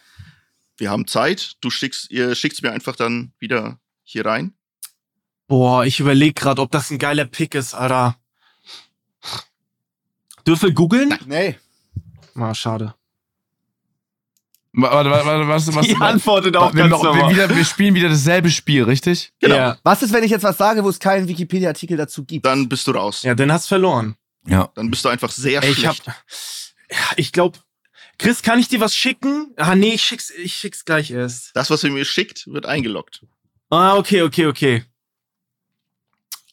Speaker 5: Wir haben Zeit. Du schickst, ihr schickst mir einfach dann wieder hier rein.
Speaker 1: Boah, ich überlege gerade, ob das ein geiler Pick ist, Alter. Dürfen wir googeln?
Speaker 2: Nee.
Speaker 1: Ah, schade.
Speaker 3: Wa- Warte, warte, warte, was, was,
Speaker 1: Die antwortet auch
Speaker 3: wir,
Speaker 1: ganz
Speaker 3: wir,
Speaker 1: normal.
Speaker 3: wieder, wir spielen wieder dasselbe Spiel, richtig?
Speaker 5: Genau.
Speaker 1: Ja.
Speaker 2: Was ist, wenn ich jetzt was sage, wo es keinen Wikipedia-Artikel dazu gibt?
Speaker 5: Dann bist du raus.
Speaker 1: ja, dann hast du verloren.
Speaker 3: Ja.
Speaker 5: Dann bist du einfach sehr
Speaker 1: Ey, ich hab,
Speaker 5: schlecht.
Speaker 1: ich glaube, Chris, kann ich dir was schicken? Ah, nee, ich schick's, ich schick's gleich erst.
Speaker 5: das, was ihr mir schickt, wird eingeloggt.
Speaker 1: Ah, okay, okay, okay.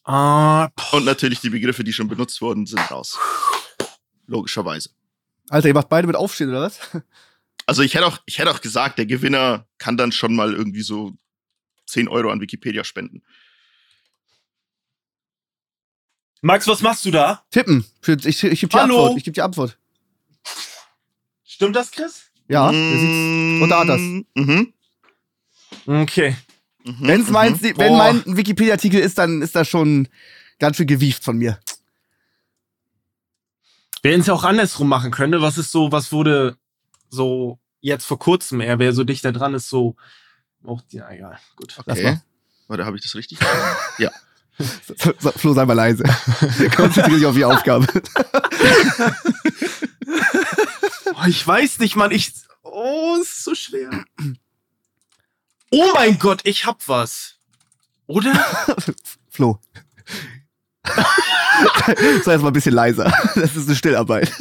Speaker 1: Ah, pff,
Speaker 5: Und natürlich die Begriffe, die schon benutzt wurden, sind raus. Logischerweise.
Speaker 2: Alter, ihr macht beide mit Aufstehen, oder was?
Speaker 5: Also ich hätte auch, ich hätte auch gesagt, der Gewinner kann dann schon mal irgendwie so 10 Euro an Wikipedia spenden.
Speaker 4: Max, was machst du da?
Speaker 2: Tippen. Für- Ich, ich gebe die
Speaker 4: Hallo?
Speaker 2: Antwort. Ich gebe die Antwort.
Speaker 4: Stimmt das, Chris?
Speaker 2: Ja, ihr
Speaker 5: Mm, Mm-hmm.
Speaker 2: seht's. Und da hat das.
Speaker 5: Mhm.
Speaker 1: okay.
Speaker 5: Mhm,
Speaker 2: Wenn's meins,
Speaker 5: mhm.
Speaker 2: wenn
Speaker 5: Boah.
Speaker 2: mein Wikipedia-Artikel ist, dann ist das schon ganz schön gewieft von mir.
Speaker 1: Wir hätten es ja auch andersrum machen können. ne? Was ist so, was wurde so jetzt vor kurzem eher, wer so dichter dran ist, so. Auch, ja, egal. Gut.
Speaker 2: Lass
Speaker 5: Okay. Warte, habe ich das richtig?
Speaker 2: So, so, Flo, sei mal leise. Konzentriere dich auf die Aufgabe.
Speaker 1: Oh, ich weiß nicht, Mann. Ich. Oh, es ist so schwer. Oh mein Gott, ich hab was. Oder?
Speaker 2: Flo. Sei jetzt mal ein bisschen leiser. Das ist eine Stillarbeit.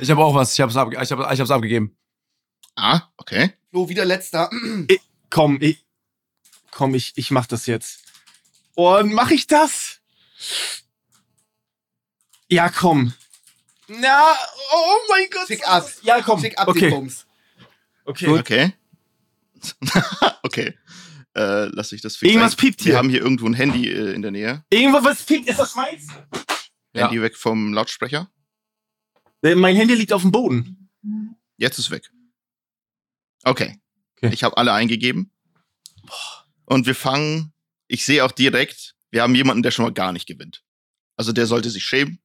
Speaker 3: Ich habe auch was. Ich habe es abge ich hab, ich hab's abgegeben.
Speaker 5: ah, okay.
Speaker 2: Flo, wieder letzter.
Speaker 1: Komm, ich. Komm, ich, ich mach das jetzt. Und mach ich das? Ja, komm. Na, oh mein Gott.
Speaker 2: Schick ab.
Speaker 1: Ja, komm. okay. okay.
Speaker 5: Okay. okay. Äh, lass ich das fix
Speaker 1: Irgendwas piept hier.
Speaker 5: Wir haben hier irgendwo ein Handy äh, in der Nähe.
Speaker 1: Irgendwo was piept. Ist das meins?
Speaker 3: Ja.
Speaker 5: Handy weg vom Lautsprecher.
Speaker 1: Äh, Mein Handy liegt auf dem Boden.
Speaker 5: Jetzt ist weg. Okay.
Speaker 3: Okay.
Speaker 5: Ich habe alle eingegeben. Und wir fangen. Ich sehe auch direkt, wir haben jemanden, der schon mal gar nicht gewinnt. Also der sollte sich schämen.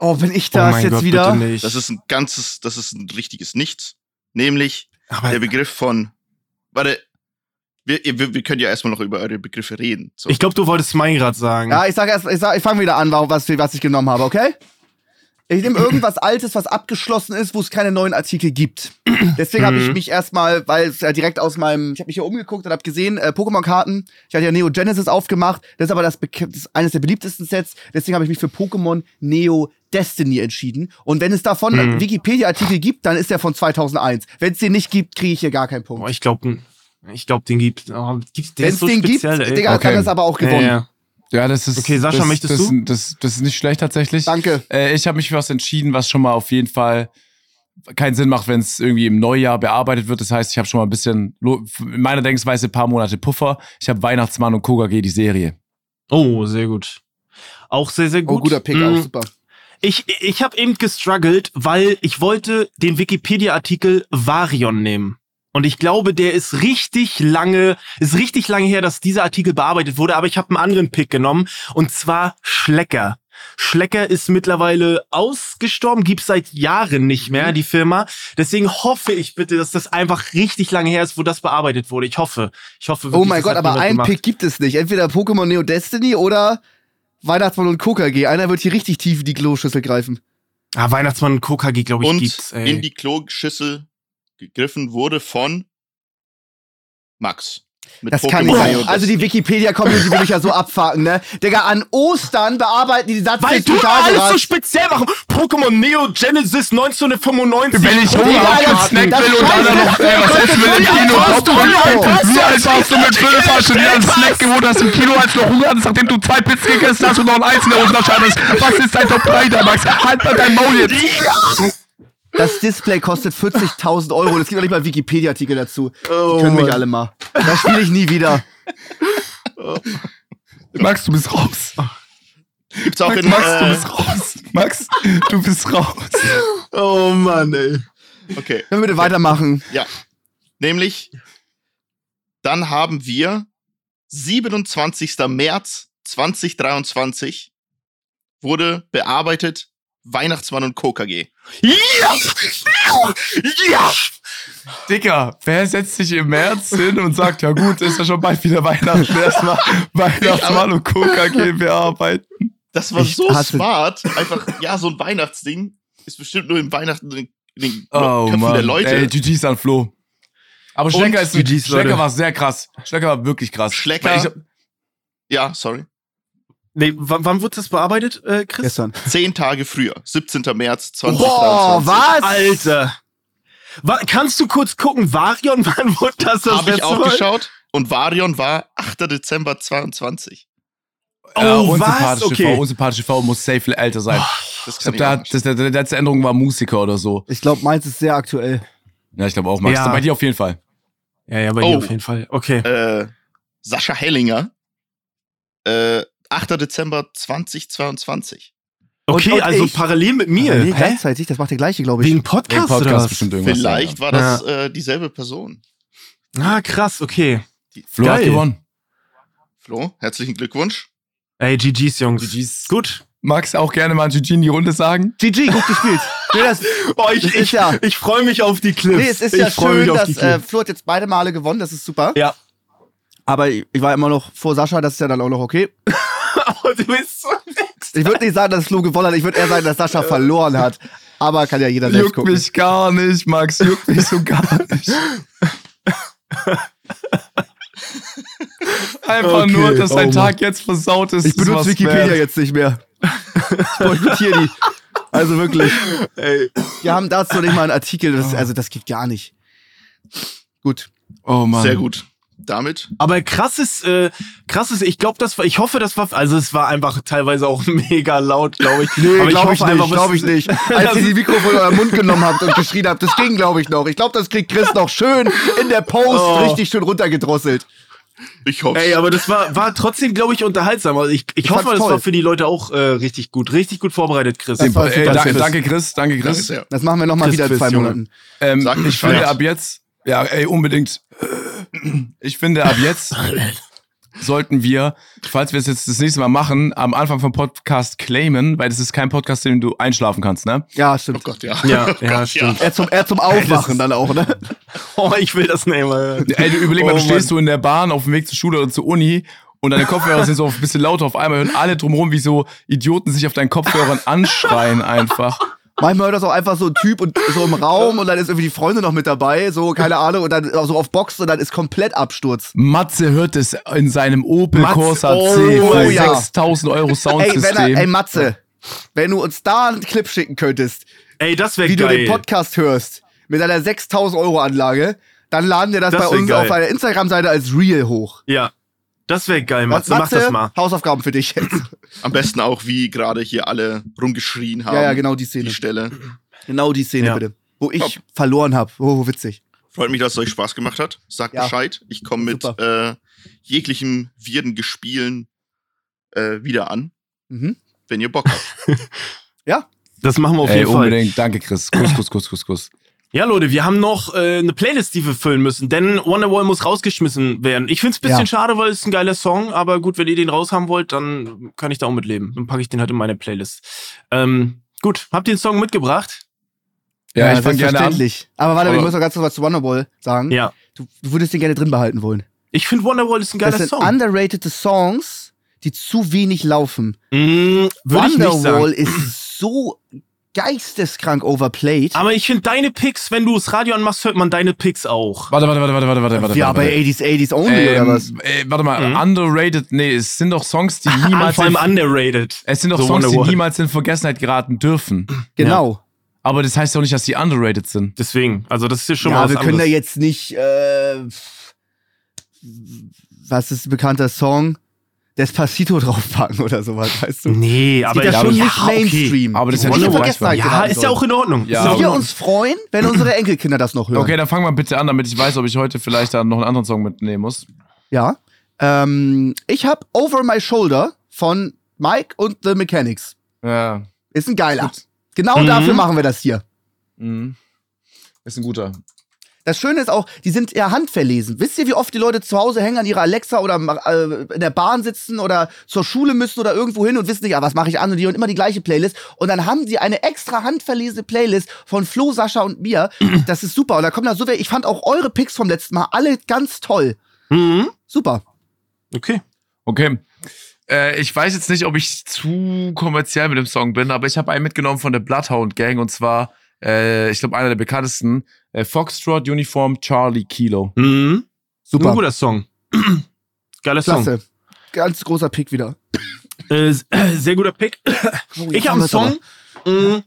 Speaker 2: Oh, bin ich das jetzt wieder?
Speaker 3: bitte nicht.
Speaker 5: Das ist ein ganzes, das ist ein richtiges Nichts. Nämlich
Speaker 1: Aber
Speaker 5: der Begriff von. Warte. Wir, ihr- wir, wir können ja erstmal noch über eure Begriffe reden. So.
Speaker 1: ich glaube, du wolltest mein grad sagen.
Speaker 2: Ja, ich sag erst, ich, sag- ich fange wieder an, warum- was, was ich genommen habe, okay? Ich nehme irgendwas Altes, was abgeschlossen ist, wo es keine neuen Artikel gibt. Deswegen habe ich
Speaker 1: Mhm.
Speaker 2: mich erstmal, weil es ja direkt aus meinem, ich habe mich hier umgeguckt und habe gesehen, äh, Pokémon-Karten. Ich hatte ja Neo Genesis aufgemacht. Das ist aber das, bek- das ist eines der beliebtesten Sets. Deswegen habe ich mich für Pokémon Neo Destiny entschieden. Und wenn es davon
Speaker 1: Mhm.
Speaker 2: Wikipedia-Artikel gibt, dann ist der von 2001. Wenn es den nicht gibt, kriege ich hier gar keinen Punkt.
Speaker 1: Boah, ich glaube, ich glaub, den gibt oh, gibt's den
Speaker 2: Wenn es
Speaker 1: ist so
Speaker 2: den gibt,
Speaker 1: speziell, ey.
Speaker 2: Digga,
Speaker 3: Okay.
Speaker 2: kann das aber auch
Speaker 1: Ja,
Speaker 2: gewonnen.
Speaker 1: ja.
Speaker 3: ja, das ist.
Speaker 1: Okay, Sascha,
Speaker 3: das,
Speaker 1: möchtest
Speaker 3: das,
Speaker 1: du?
Speaker 3: Das, das ist nicht schlecht tatsächlich.
Speaker 2: Danke.
Speaker 3: Äh, ich habe mich für was entschieden, was schon mal auf jeden Fall keinen Sinn macht, wenn es irgendwie im Neujahr bearbeitet wird. Das heißt, ich habe schon mal ein bisschen, lo- in meiner Denkweise, ein paar Monate Puffer. Ich habe Weihnachtsmann und Kogage, die Serie.
Speaker 1: Oh, sehr gut. Auch sehr, sehr gut.
Speaker 2: Oh, guter Pick, auch
Speaker 1: Mm,
Speaker 2: super.
Speaker 1: Ich, ich habe eben gestruggelt, weil ich wollte den Wikipedia-Artikel Varion nehmen. Und ich glaube, der ist richtig lange, ist richtig lange her, dass dieser Artikel bearbeitet wurde, aber ich habe einen anderen Pick genommen, und zwar Schlecker. Schlecker ist mittlerweile ausgestorben, gibt's seit Jahren nicht mehr, die Firma. Deswegen hoffe ich bitte, dass das einfach richtig lange her ist, wo das bearbeitet wurde. Ich hoffe. Ich hoffe
Speaker 2: Oh
Speaker 1: wirklich,
Speaker 2: mein
Speaker 1: das
Speaker 2: Gott,
Speaker 1: Also hat
Speaker 2: aber
Speaker 1: jemand
Speaker 2: einen
Speaker 1: gemacht.
Speaker 2: Pick gibt es nicht. Entweder Pokémon Neo Destiny oder Weihnachtsmann und KKG. Einer wird hier richtig tief in die Kloschüssel greifen.
Speaker 1: Ah, Weihnachtsmann und KKG, glaube ich,
Speaker 5: und
Speaker 1: gibt's. Ey.
Speaker 5: in die Kloschüssel gegriffen wurde von Max. Mit
Speaker 2: Das kann
Speaker 5: Pokémon
Speaker 2: nicht
Speaker 5: Neo
Speaker 2: sein. Also die
Speaker 5: Destiny.
Speaker 2: Wikipedia-Community will ich ja so abfaken, ne? Digga, an Ostern bearbeiten die die Satz
Speaker 1: Weil du da alles so speziell machen. Pokémon Neo Genesis 1995.
Speaker 3: Wenn ich Hunger
Speaker 2: Digga,
Speaker 3: auf einen
Speaker 2: das-
Speaker 3: Snack
Speaker 2: das
Speaker 3: will und
Speaker 2: Scheiße,
Speaker 3: einer noch
Speaker 2: das-
Speaker 3: ey, was
Speaker 2: das-
Speaker 3: essen will im
Speaker 2: das-
Speaker 3: Kino,
Speaker 2: das-
Speaker 3: ob du
Speaker 2: das-
Speaker 3: mit
Speaker 2: das-
Speaker 3: einem du als warst du mit Grillfahrt schon wieder einen
Speaker 1: das-
Speaker 3: Snack geholt hast im Kino, als du noch Hunger hattest, nachdem du zwei Pizzen gegessen hast und noch ein Eis in der Hosentasche hattest. Was ist dein Top 3 da, Max? Halt mal dein Maul jetzt.
Speaker 2: Das Display kostet 40.000 Euro und es gibt noch nicht mal einen Wikipedia-Artikel dazu.
Speaker 1: Oh
Speaker 2: Die können mich alle mal. Das spiele ich nie wieder.
Speaker 3: Max, du bist raus.
Speaker 5: gibt's auch in
Speaker 3: Max, du
Speaker 5: äh,
Speaker 3: bist raus. Max, du bist raus.
Speaker 1: Oh Mann, ey.
Speaker 5: okay,
Speaker 2: Können wir bitte weitermachen?
Speaker 5: ja. Nämlich dann haben wir 27. März 2023 wurde bearbeitet Weihnachtsmann und KKG.
Speaker 1: Ja! Ja!
Speaker 3: Digga, wer setzt sich im März hin und sagt, ja gut, ist ja schon bald wieder Weihnachten. Erstmal Weihnachtsmann und KKG bearbeiten.
Speaker 5: Das war
Speaker 2: Ich
Speaker 5: so
Speaker 2: hasse-
Speaker 5: smart, einfach ja, so ein Weihnachtsding ist bestimmt nur im Weihnachten in den
Speaker 3: Oh
Speaker 5: Köpfen
Speaker 3: Mann.
Speaker 5: der Leute.
Speaker 3: Ey, GG's an Flo. Aber Schlecker, ist,
Speaker 1: GGs,
Speaker 3: Schlecker
Speaker 1: Leute.
Speaker 3: war sehr krass. Schlecker war wirklich krass.
Speaker 5: Schlecker-
Speaker 3: Weil Ich,
Speaker 5: ja, sorry.
Speaker 1: Nee, wann, wann wurde das bearbeitet, äh, Chris?
Speaker 2: Gestern.
Speaker 5: Zehn Tage früher, 17. März 2023.
Speaker 2: Boah, was?
Speaker 1: Alter. Wa kannst du kurz gucken, Varion, wann wurde das das
Speaker 5: Habe ich
Speaker 1: letzte
Speaker 5: auch
Speaker 1: Mal?
Speaker 5: geschaut. Und Varion war 8. Dezember 22.
Speaker 1: Oh,
Speaker 3: äh,
Speaker 1: was?
Speaker 3: unsympathische
Speaker 1: Okay.
Speaker 3: V, unsympathische V muss safe älter sein.
Speaker 5: Das
Speaker 3: ich glaube,
Speaker 5: ich
Speaker 3: da
Speaker 5: auch
Speaker 3: hat, das, das, die letzte Änderung war Musiker oder so.
Speaker 2: Ich glaube, meins ist sehr aktuell.
Speaker 3: Ja, ich glaube auch, Max.
Speaker 1: Ja.
Speaker 3: Bei dir auf jeden Fall.
Speaker 1: Ja, ja, bei
Speaker 5: Oh.
Speaker 1: dir auf jeden Fall. Okay.
Speaker 5: nicht. äh, Sascha Hellinger. Äh, 8. Dezember 2022.
Speaker 1: Okay,
Speaker 2: und
Speaker 1: also
Speaker 2: ich?
Speaker 1: parallel mit mir.
Speaker 2: Nee,
Speaker 1: Hä?
Speaker 2: gleichzeitig, das macht der gleiche, glaube ich.
Speaker 1: Wegen Podcast,
Speaker 3: Im
Speaker 1: oder was?
Speaker 3: bestimmt irgendwas.
Speaker 5: Vielleicht
Speaker 3: Sein,
Speaker 5: war das äh, dieselbe Person.
Speaker 1: Ah, krass, okay.
Speaker 3: Flo hat
Speaker 1: Geil.
Speaker 3: gewonnen.
Speaker 5: Flo, herzlichen Glückwunsch.
Speaker 1: Ey, GG's, Jungs.
Speaker 3: GG's.
Speaker 1: Gut.
Speaker 3: Magst auch gerne mal GG in die Runde sagen?
Speaker 2: GG, gut gespielt. Nee, das,
Speaker 1: Boah, ich
Speaker 2: Das ist
Speaker 1: ich,
Speaker 2: ja-
Speaker 1: ich freue mich auf die Clips.
Speaker 2: nee, es ist
Speaker 1: ich
Speaker 2: ja
Speaker 1: freue
Speaker 2: schön,
Speaker 1: mich auf
Speaker 2: dass
Speaker 1: die
Speaker 2: äh,
Speaker 1: Clips.
Speaker 2: Flo hat jetzt beide Male gewonnen, das ist super.
Speaker 1: Ja.
Speaker 2: Aber ich ich war immer noch vor Sascha, das ist ja dann auch noch okay. äh,
Speaker 1: Aber Oh, du bist so
Speaker 2: Ich würde nicht sagen, dass Flo gewonnen hat, ich würde eher sagen, dass
Speaker 1: Äh.
Speaker 2: Sascha verloren hat. Aber kann ja jeder selbst
Speaker 3: Juckt
Speaker 2: gucken.
Speaker 3: mich gar nicht, Max. Juckt mich so gar nicht. Einfach
Speaker 1: Okay,
Speaker 3: nur, dass dein
Speaker 1: oh Mann.
Speaker 3: Tag jetzt versaut ist.
Speaker 2: Ich benutze
Speaker 3: ist was
Speaker 2: Wikipedia
Speaker 3: wert.
Speaker 2: jetzt nicht mehr. Ich boykottiere die. Also wirklich.
Speaker 1: Ey. Ah.
Speaker 2: Wir haben dazu nicht mal einen Artikel, das, also das geht gar nicht. Gut.
Speaker 3: Oh Mann.
Speaker 5: Sehr gut. Damit
Speaker 1: Aber krasses, äh, krasses, ich glaube, das war, ich hoffe, das war, also es war einfach teilweise auch mega laut, glaube ich.
Speaker 2: Nee,
Speaker 1: Aber
Speaker 2: glaube ich,
Speaker 1: hoffe
Speaker 2: nicht,
Speaker 1: einfach, was-
Speaker 2: glaube ich nicht. Als ihr die Mikrofon in euren Mund genommen habt und geschrien habt, das ging, glaube ich, noch. Ich glaube, das kriegt Chris noch schön in der Post
Speaker 1: Oh.
Speaker 2: richtig schön runtergedrosselt.
Speaker 5: ich hoffe.
Speaker 1: Ey, aber das war, war trotzdem, glaube ich, unterhaltsam. Also ich, ich, hoffe,
Speaker 2: fand's
Speaker 1: das
Speaker 2: toll.
Speaker 1: war für die Leute auch äh, richtig gut. Richtig gut vorbereitet, Chris.
Speaker 2: Das war
Speaker 3: Ey,
Speaker 2: super,
Speaker 3: danke,
Speaker 2: Chris.
Speaker 3: danke, Chris. Danke,
Speaker 5: Danke
Speaker 3: Chris.
Speaker 5: sehr.
Speaker 2: Das machen wir nochmal
Speaker 1: Chris
Speaker 2: wieder in
Speaker 1: Quiz,
Speaker 2: zwei
Speaker 1: Junge.
Speaker 2: Monaten.
Speaker 3: Ähm,
Speaker 5: Sag
Speaker 3: ich
Speaker 5: Bescheid.
Speaker 3: finde ab jetzt, ja, ey, unbedingt. Ich finde ab jetzt sollten wir, falls wir es jetzt das nächste Mal machen, am Anfang vom Podcast claimen, weil das ist kein Podcast, in dem du einschlafen kannst, ne?
Speaker 2: Ja,
Speaker 5: Oh
Speaker 2: stimmt.
Speaker 5: Gott, ja.
Speaker 1: Ja,
Speaker 5: oh
Speaker 1: ja,
Speaker 5: Gott,
Speaker 1: stimmt.
Speaker 2: Er zum, er zum Aufwachen dann auch, ne?
Speaker 1: Oh, ich will das nicht mal.
Speaker 3: Ey, du überleg mal,
Speaker 1: Oh,
Speaker 3: du stehst so in der Bahn auf dem Weg zur Schule oder zur Uni und deine Kopfhörer sind so ein bisschen lauter. Auf einmal hören alle drumherum, wie so Idioten sich auf deinen Kopfhörern anschreien einfach.
Speaker 2: Manchmal hört das auch einfach so ein Typ und so im Raum und dann ist irgendwie die Freundin noch mit dabei, so, keine Ahnung, und dann auch so auf Box und dann ist komplett Absturz.
Speaker 3: Matze hört es in seinem Opel
Speaker 1: Matze,
Speaker 3: Corsa
Speaker 1: oh,
Speaker 3: C für
Speaker 2: ja.
Speaker 3: 6000 Euro
Speaker 2: Ey, wenn er,
Speaker 3: Soundsystem.
Speaker 2: ey, Matze, wenn du uns da einen Clip schicken könntest,
Speaker 1: Ey, das wäre
Speaker 2: wie du
Speaker 1: geil.
Speaker 2: den Podcast hörst, mit einer 6000 Euro Anlage, dann laden wir das,
Speaker 1: Das
Speaker 2: bei
Speaker 1: wär
Speaker 2: uns
Speaker 1: geil.
Speaker 2: auf einer Instagram-Seite als Real hoch.
Speaker 1: ja, das wäre geil, Matze. Mach das mal.
Speaker 2: Hausaufgaben für dich jetzt.
Speaker 5: Am besten auch, wie gerade hier alle rumgeschrien haben.
Speaker 2: ja, ja, genau die Szene.
Speaker 5: Die Stelle.
Speaker 2: Genau die Szene,
Speaker 1: Ja.
Speaker 2: bitte. Wo ich
Speaker 5: Top.
Speaker 2: verloren habe. Oh, witzig.
Speaker 5: Freut mich, dass es euch Spaß gemacht hat. Sagt
Speaker 2: Ja.
Speaker 5: Bescheid. Ich komme mit äh, jeglichen wirden Gespielen äh, wieder an,
Speaker 2: Mhm.
Speaker 5: wenn ihr Bock habt.
Speaker 1: Das machen wir auf
Speaker 3: Ey,
Speaker 1: jeden Fall.
Speaker 3: unbedingt. Danke, Chris. Kuss, Kuss, Kuss, Kuss, Kuss.
Speaker 1: Ja, Leute, wir haben noch äh, eine Playlist, die wir füllen müssen, denn Wonderwall muss rausgeschmissen werden. Ich find's ein bisschen
Speaker 2: Ja.
Speaker 1: schade, weil es ein geiler Song, aber gut, wenn ihr den raushaben wollt, dann kann ich da auch mitleben. Dann packe ich den halt in meine Playlist. Ähm, gut, habt ihr den Song mitgebracht?
Speaker 3: Ja, ich fang gerne an.
Speaker 2: selbstverständlich. Aber warte, ich
Speaker 3: Aber-
Speaker 2: muss noch ganz kurz was zu Wonderball sagen.
Speaker 1: Ja.
Speaker 2: Du, du würdest den gerne drin behalten wollen.
Speaker 1: Ich find Wonderwall ist ein geiler
Speaker 2: das sind
Speaker 1: Song.
Speaker 2: underratede Songs, die zu wenig laufen.
Speaker 1: Mm, Würde ich nicht
Speaker 2: Wonderwall
Speaker 1: sagen.
Speaker 2: ist so geisteskrank overplayed.
Speaker 1: Aber ich find deine Picks, wenn du das Radio anmachst, hört man deine Picks auch.
Speaker 3: Warte, warte, warte, warte, warte, warte, warte.
Speaker 2: ja,
Speaker 3: warte,
Speaker 2: bei 80s, 80s only
Speaker 3: ähm,
Speaker 2: oder was?
Speaker 3: Ey, warte mal,
Speaker 1: Mhm.
Speaker 3: underrated, nee, es sind doch Songs, die niemals.
Speaker 1: Vor allem
Speaker 3: in,
Speaker 1: underrated.
Speaker 3: es sind doch
Speaker 1: so
Speaker 3: Songs, die
Speaker 1: Wonderwall.
Speaker 3: niemals in Vergessenheit geraten dürfen.
Speaker 2: Genau.
Speaker 3: Aber das heißt doch nicht, dass die underrated sind.
Speaker 1: Deswegen, also das ist ja schon
Speaker 2: ja,
Speaker 1: mal was
Speaker 2: wir können da
Speaker 1: anderes.
Speaker 2: jetzt nicht. Äh, was ist ein bekannter Song? Despacito draufpacken oder sowas, weißt du?
Speaker 1: nee, Mhm. aber
Speaker 2: Geht ja schon nicht
Speaker 1: okay.
Speaker 2: Mainstream. genau.
Speaker 3: Aber das
Speaker 2: Die
Speaker 3: ist ja
Speaker 2: nicht in
Speaker 3: nicht
Speaker 2: Vergessenheit
Speaker 1: Ja,
Speaker 2: geraten
Speaker 1: ist ja
Speaker 2: sollen.
Speaker 1: auch in Ordnung.
Speaker 3: Ja.
Speaker 1: Ist ja auch in
Speaker 2: also Wir
Speaker 1: Ordnung.
Speaker 2: uns freuen, wenn unsere Enkelkinder das noch hören.
Speaker 3: Okay, dann fang mal bitte an, damit ich weiß, ob ich heute vielleicht dann noch einen anderen Song mitnehmen muss.
Speaker 2: Ja. Ähm, ich habe Over My Shoulder von Mike und The Mechanics.
Speaker 3: Ja.
Speaker 2: Ist ein geiler. Genau
Speaker 1: Mhm.
Speaker 2: dafür machen wir das hier.
Speaker 3: Mhm. Ist ein guter.
Speaker 2: Das Schöne ist auch, die sind eher handverlesen. Wisst ihr, wie oft die Leute zu Hause hängen an ihrer Alexa oder äh, in der Bahn sitzen oder zur Schule müssen oder irgendwo hin und wissen nicht, ah, was mache ich an und die und immer die gleiche Playlist. Und dann haben die eine extra handverlesene Playlist von Flo, Sascha und mir. Das ist super. Und da kommen da so wer. Ich fand auch eure Picks vom letzten Mal alle ganz toll.
Speaker 1: Mhm.
Speaker 2: Super.
Speaker 1: Okay.
Speaker 3: Okay. Äh, ich weiß jetzt nicht, ob ich zu kommerziell mit dem Song bin, aber ich habe einen mitgenommen von der Bloodhound Gang und zwar, äh, ich glaube, einer der bekanntesten, äh, Foxtrot Uniform Charlie Kilo.
Speaker 1: Mhm. Ein
Speaker 2: Super.
Speaker 1: guter Song. Geiler Song.
Speaker 2: Klasse. Ganz großer Pick wieder.
Speaker 1: Äh, s- sehr guter Pick.
Speaker 2: Oh,
Speaker 1: Ich habe einen Song. mh,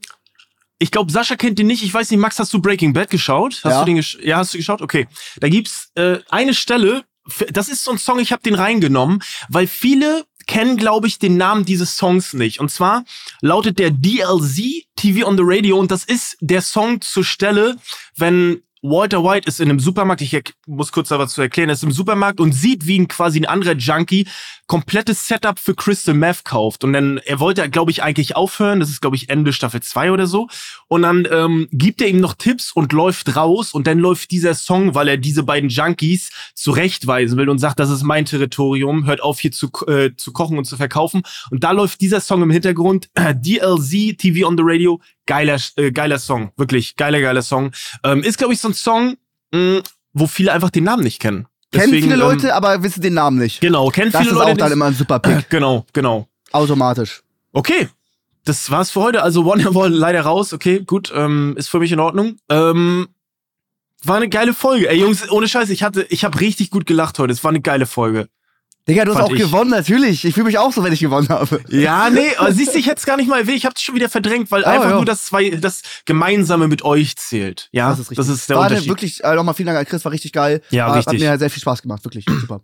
Speaker 1: Ich glaube, Sascha kennt den nicht. Ich weiß nicht, Max, hast du Breaking Bad geschaut? Hast
Speaker 2: Ja.
Speaker 1: du den gesch ja, hast du geschaut? Okay. Da gibt's äh, eine Stelle. f- Das ist so ein Song, ich habe den reingenommen, weil viele kennen, glaube ich, den Namen dieses Songs nicht. Und zwar lautet der DLC TV on the Radio und das ist der Song zur Stelle, wenn Walter White ist in einem Supermarkt, ich erk- muss kurz da was zu erklären, er ist im Supermarkt und sieht, wie ein quasi ein anderer Junkie komplettes Setup für Crystal Meth kauft. Und dann, er wollte, glaube ich, eigentlich aufhören. Das ist, glaube ich, Ende Staffel 2 oder so. Und dann ähm, gibt er ihm noch Tipps und läuft raus. Und dann läuft dieser Song, weil er diese beiden Junkies zurechtweisen will und sagt, das ist mein Territorium, hört auf hier zu, äh, zu kochen und zu verkaufen. Und da läuft dieser Song im Hintergrund, DLC, TV on the Radio, geiler, äh, geiler Song, wirklich geiler, geiler Song. Ähm, ist, glaube ich, so ein Song, mh, wo viele einfach den Namen nicht kennen.
Speaker 2: Kennen
Speaker 1: Deswegen,
Speaker 2: viele
Speaker 1: ähm,
Speaker 2: Leute, aber wissen den Namen nicht.
Speaker 1: Genau, kennen
Speaker 2: Das
Speaker 1: viele
Speaker 2: ist
Speaker 1: Leute
Speaker 2: auch dann
Speaker 1: nicht.
Speaker 2: immer ein super Pick.
Speaker 1: Genau, genau.
Speaker 2: Automatisch.
Speaker 1: Okay, das war's für heute. Also Wonderwall leider raus. Okay, gut, ähm, ist für mich in Ordnung. Ähm, war eine geile Folge. Ey, Jungs, ohne Scheiß, ich hatte, ich habe richtig gut gelacht heute. Es war eine geile Folge.
Speaker 2: Digga, du hast
Speaker 1: Fand
Speaker 2: auch
Speaker 1: ich.
Speaker 2: gewonnen, natürlich. Ich fühle mich auch so, wenn ich gewonnen habe.
Speaker 1: Ja, nee, aber siehst du, ich hätte es gar nicht mal erwähnt. Ich habe es schon wieder verdrängt, weil
Speaker 2: Ah,
Speaker 1: einfach
Speaker 2: ja.
Speaker 1: nur das zwei, das Gemeinsame mit euch zählt. Ja,
Speaker 2: Das ist richtig.
Speaker 1: Das ist der
Speaker 2: war eine
Speaker 1: Unterschied.
Speaker 2: wirklich, äh, nochmal vielen Dank an Chris, war richtig geil.
Speaker 1: Ja,
Speaker 2: War-
Speaker 1: richtig.
Speaker 2: Hat mir sehr viel Spaß gemacht, wirklich. Super.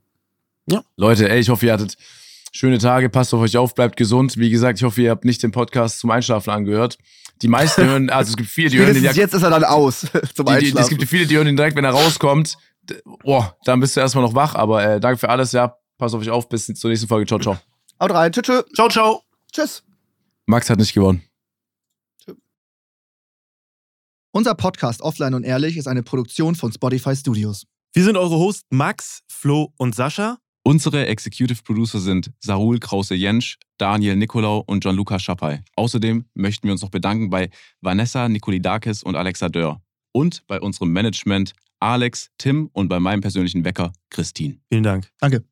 Speaker 3: Leute, ey, ich hoffe, ihr hattet schöne Tage, passt auf euch auf, bleibt gesund. Wie gesagt, ich hoffe, ihr habt nicht den Podcast zum Einschlafen angehört. Die meisten hören, also es gibt viele, die hören den ja
Speaker 2: Wenigstens jetzt ist er dann aus zum
Speaker 3: die, die, es
Speaker 2: Einschlafen.
Speaker 3: gibt viele, die hören ihn direkt, wenn er rauskommt. D- Boah, dann bist du erstmal noch wach, aber äh, danke für alles, ja. Pass auf euch auf, bis zur nächsten Folge. Ciao, ciao.
Speaker 2: Haut rein. Tschüss. Tschüss.
Speaker 1: ciao, ciao.
Speaker 2: Tschüss.
Speaker 3: Max hat nicht gewonnen.
Speaker 2: Unser Podcast Offline und Ehrlich ist eine Produktion von Spotify Studios.
Speaker 7: Wir sind eure Hosts Max, Flo und Sascha.
Speaker 6: Unsere Executive Producer sind Sarul Krause-Jensch, Daniel Nicolau und Gianluca Schappai. Außerdem möchten wir uns noch bedanken bei Vanessa Nikolidakis und Alexa Dörr. Und bei unserem Management Alex, Tim und bei meinem persönlichen Wecker Christine.
Speaker 7: Vielen Dank.
Speaker 2: Danke.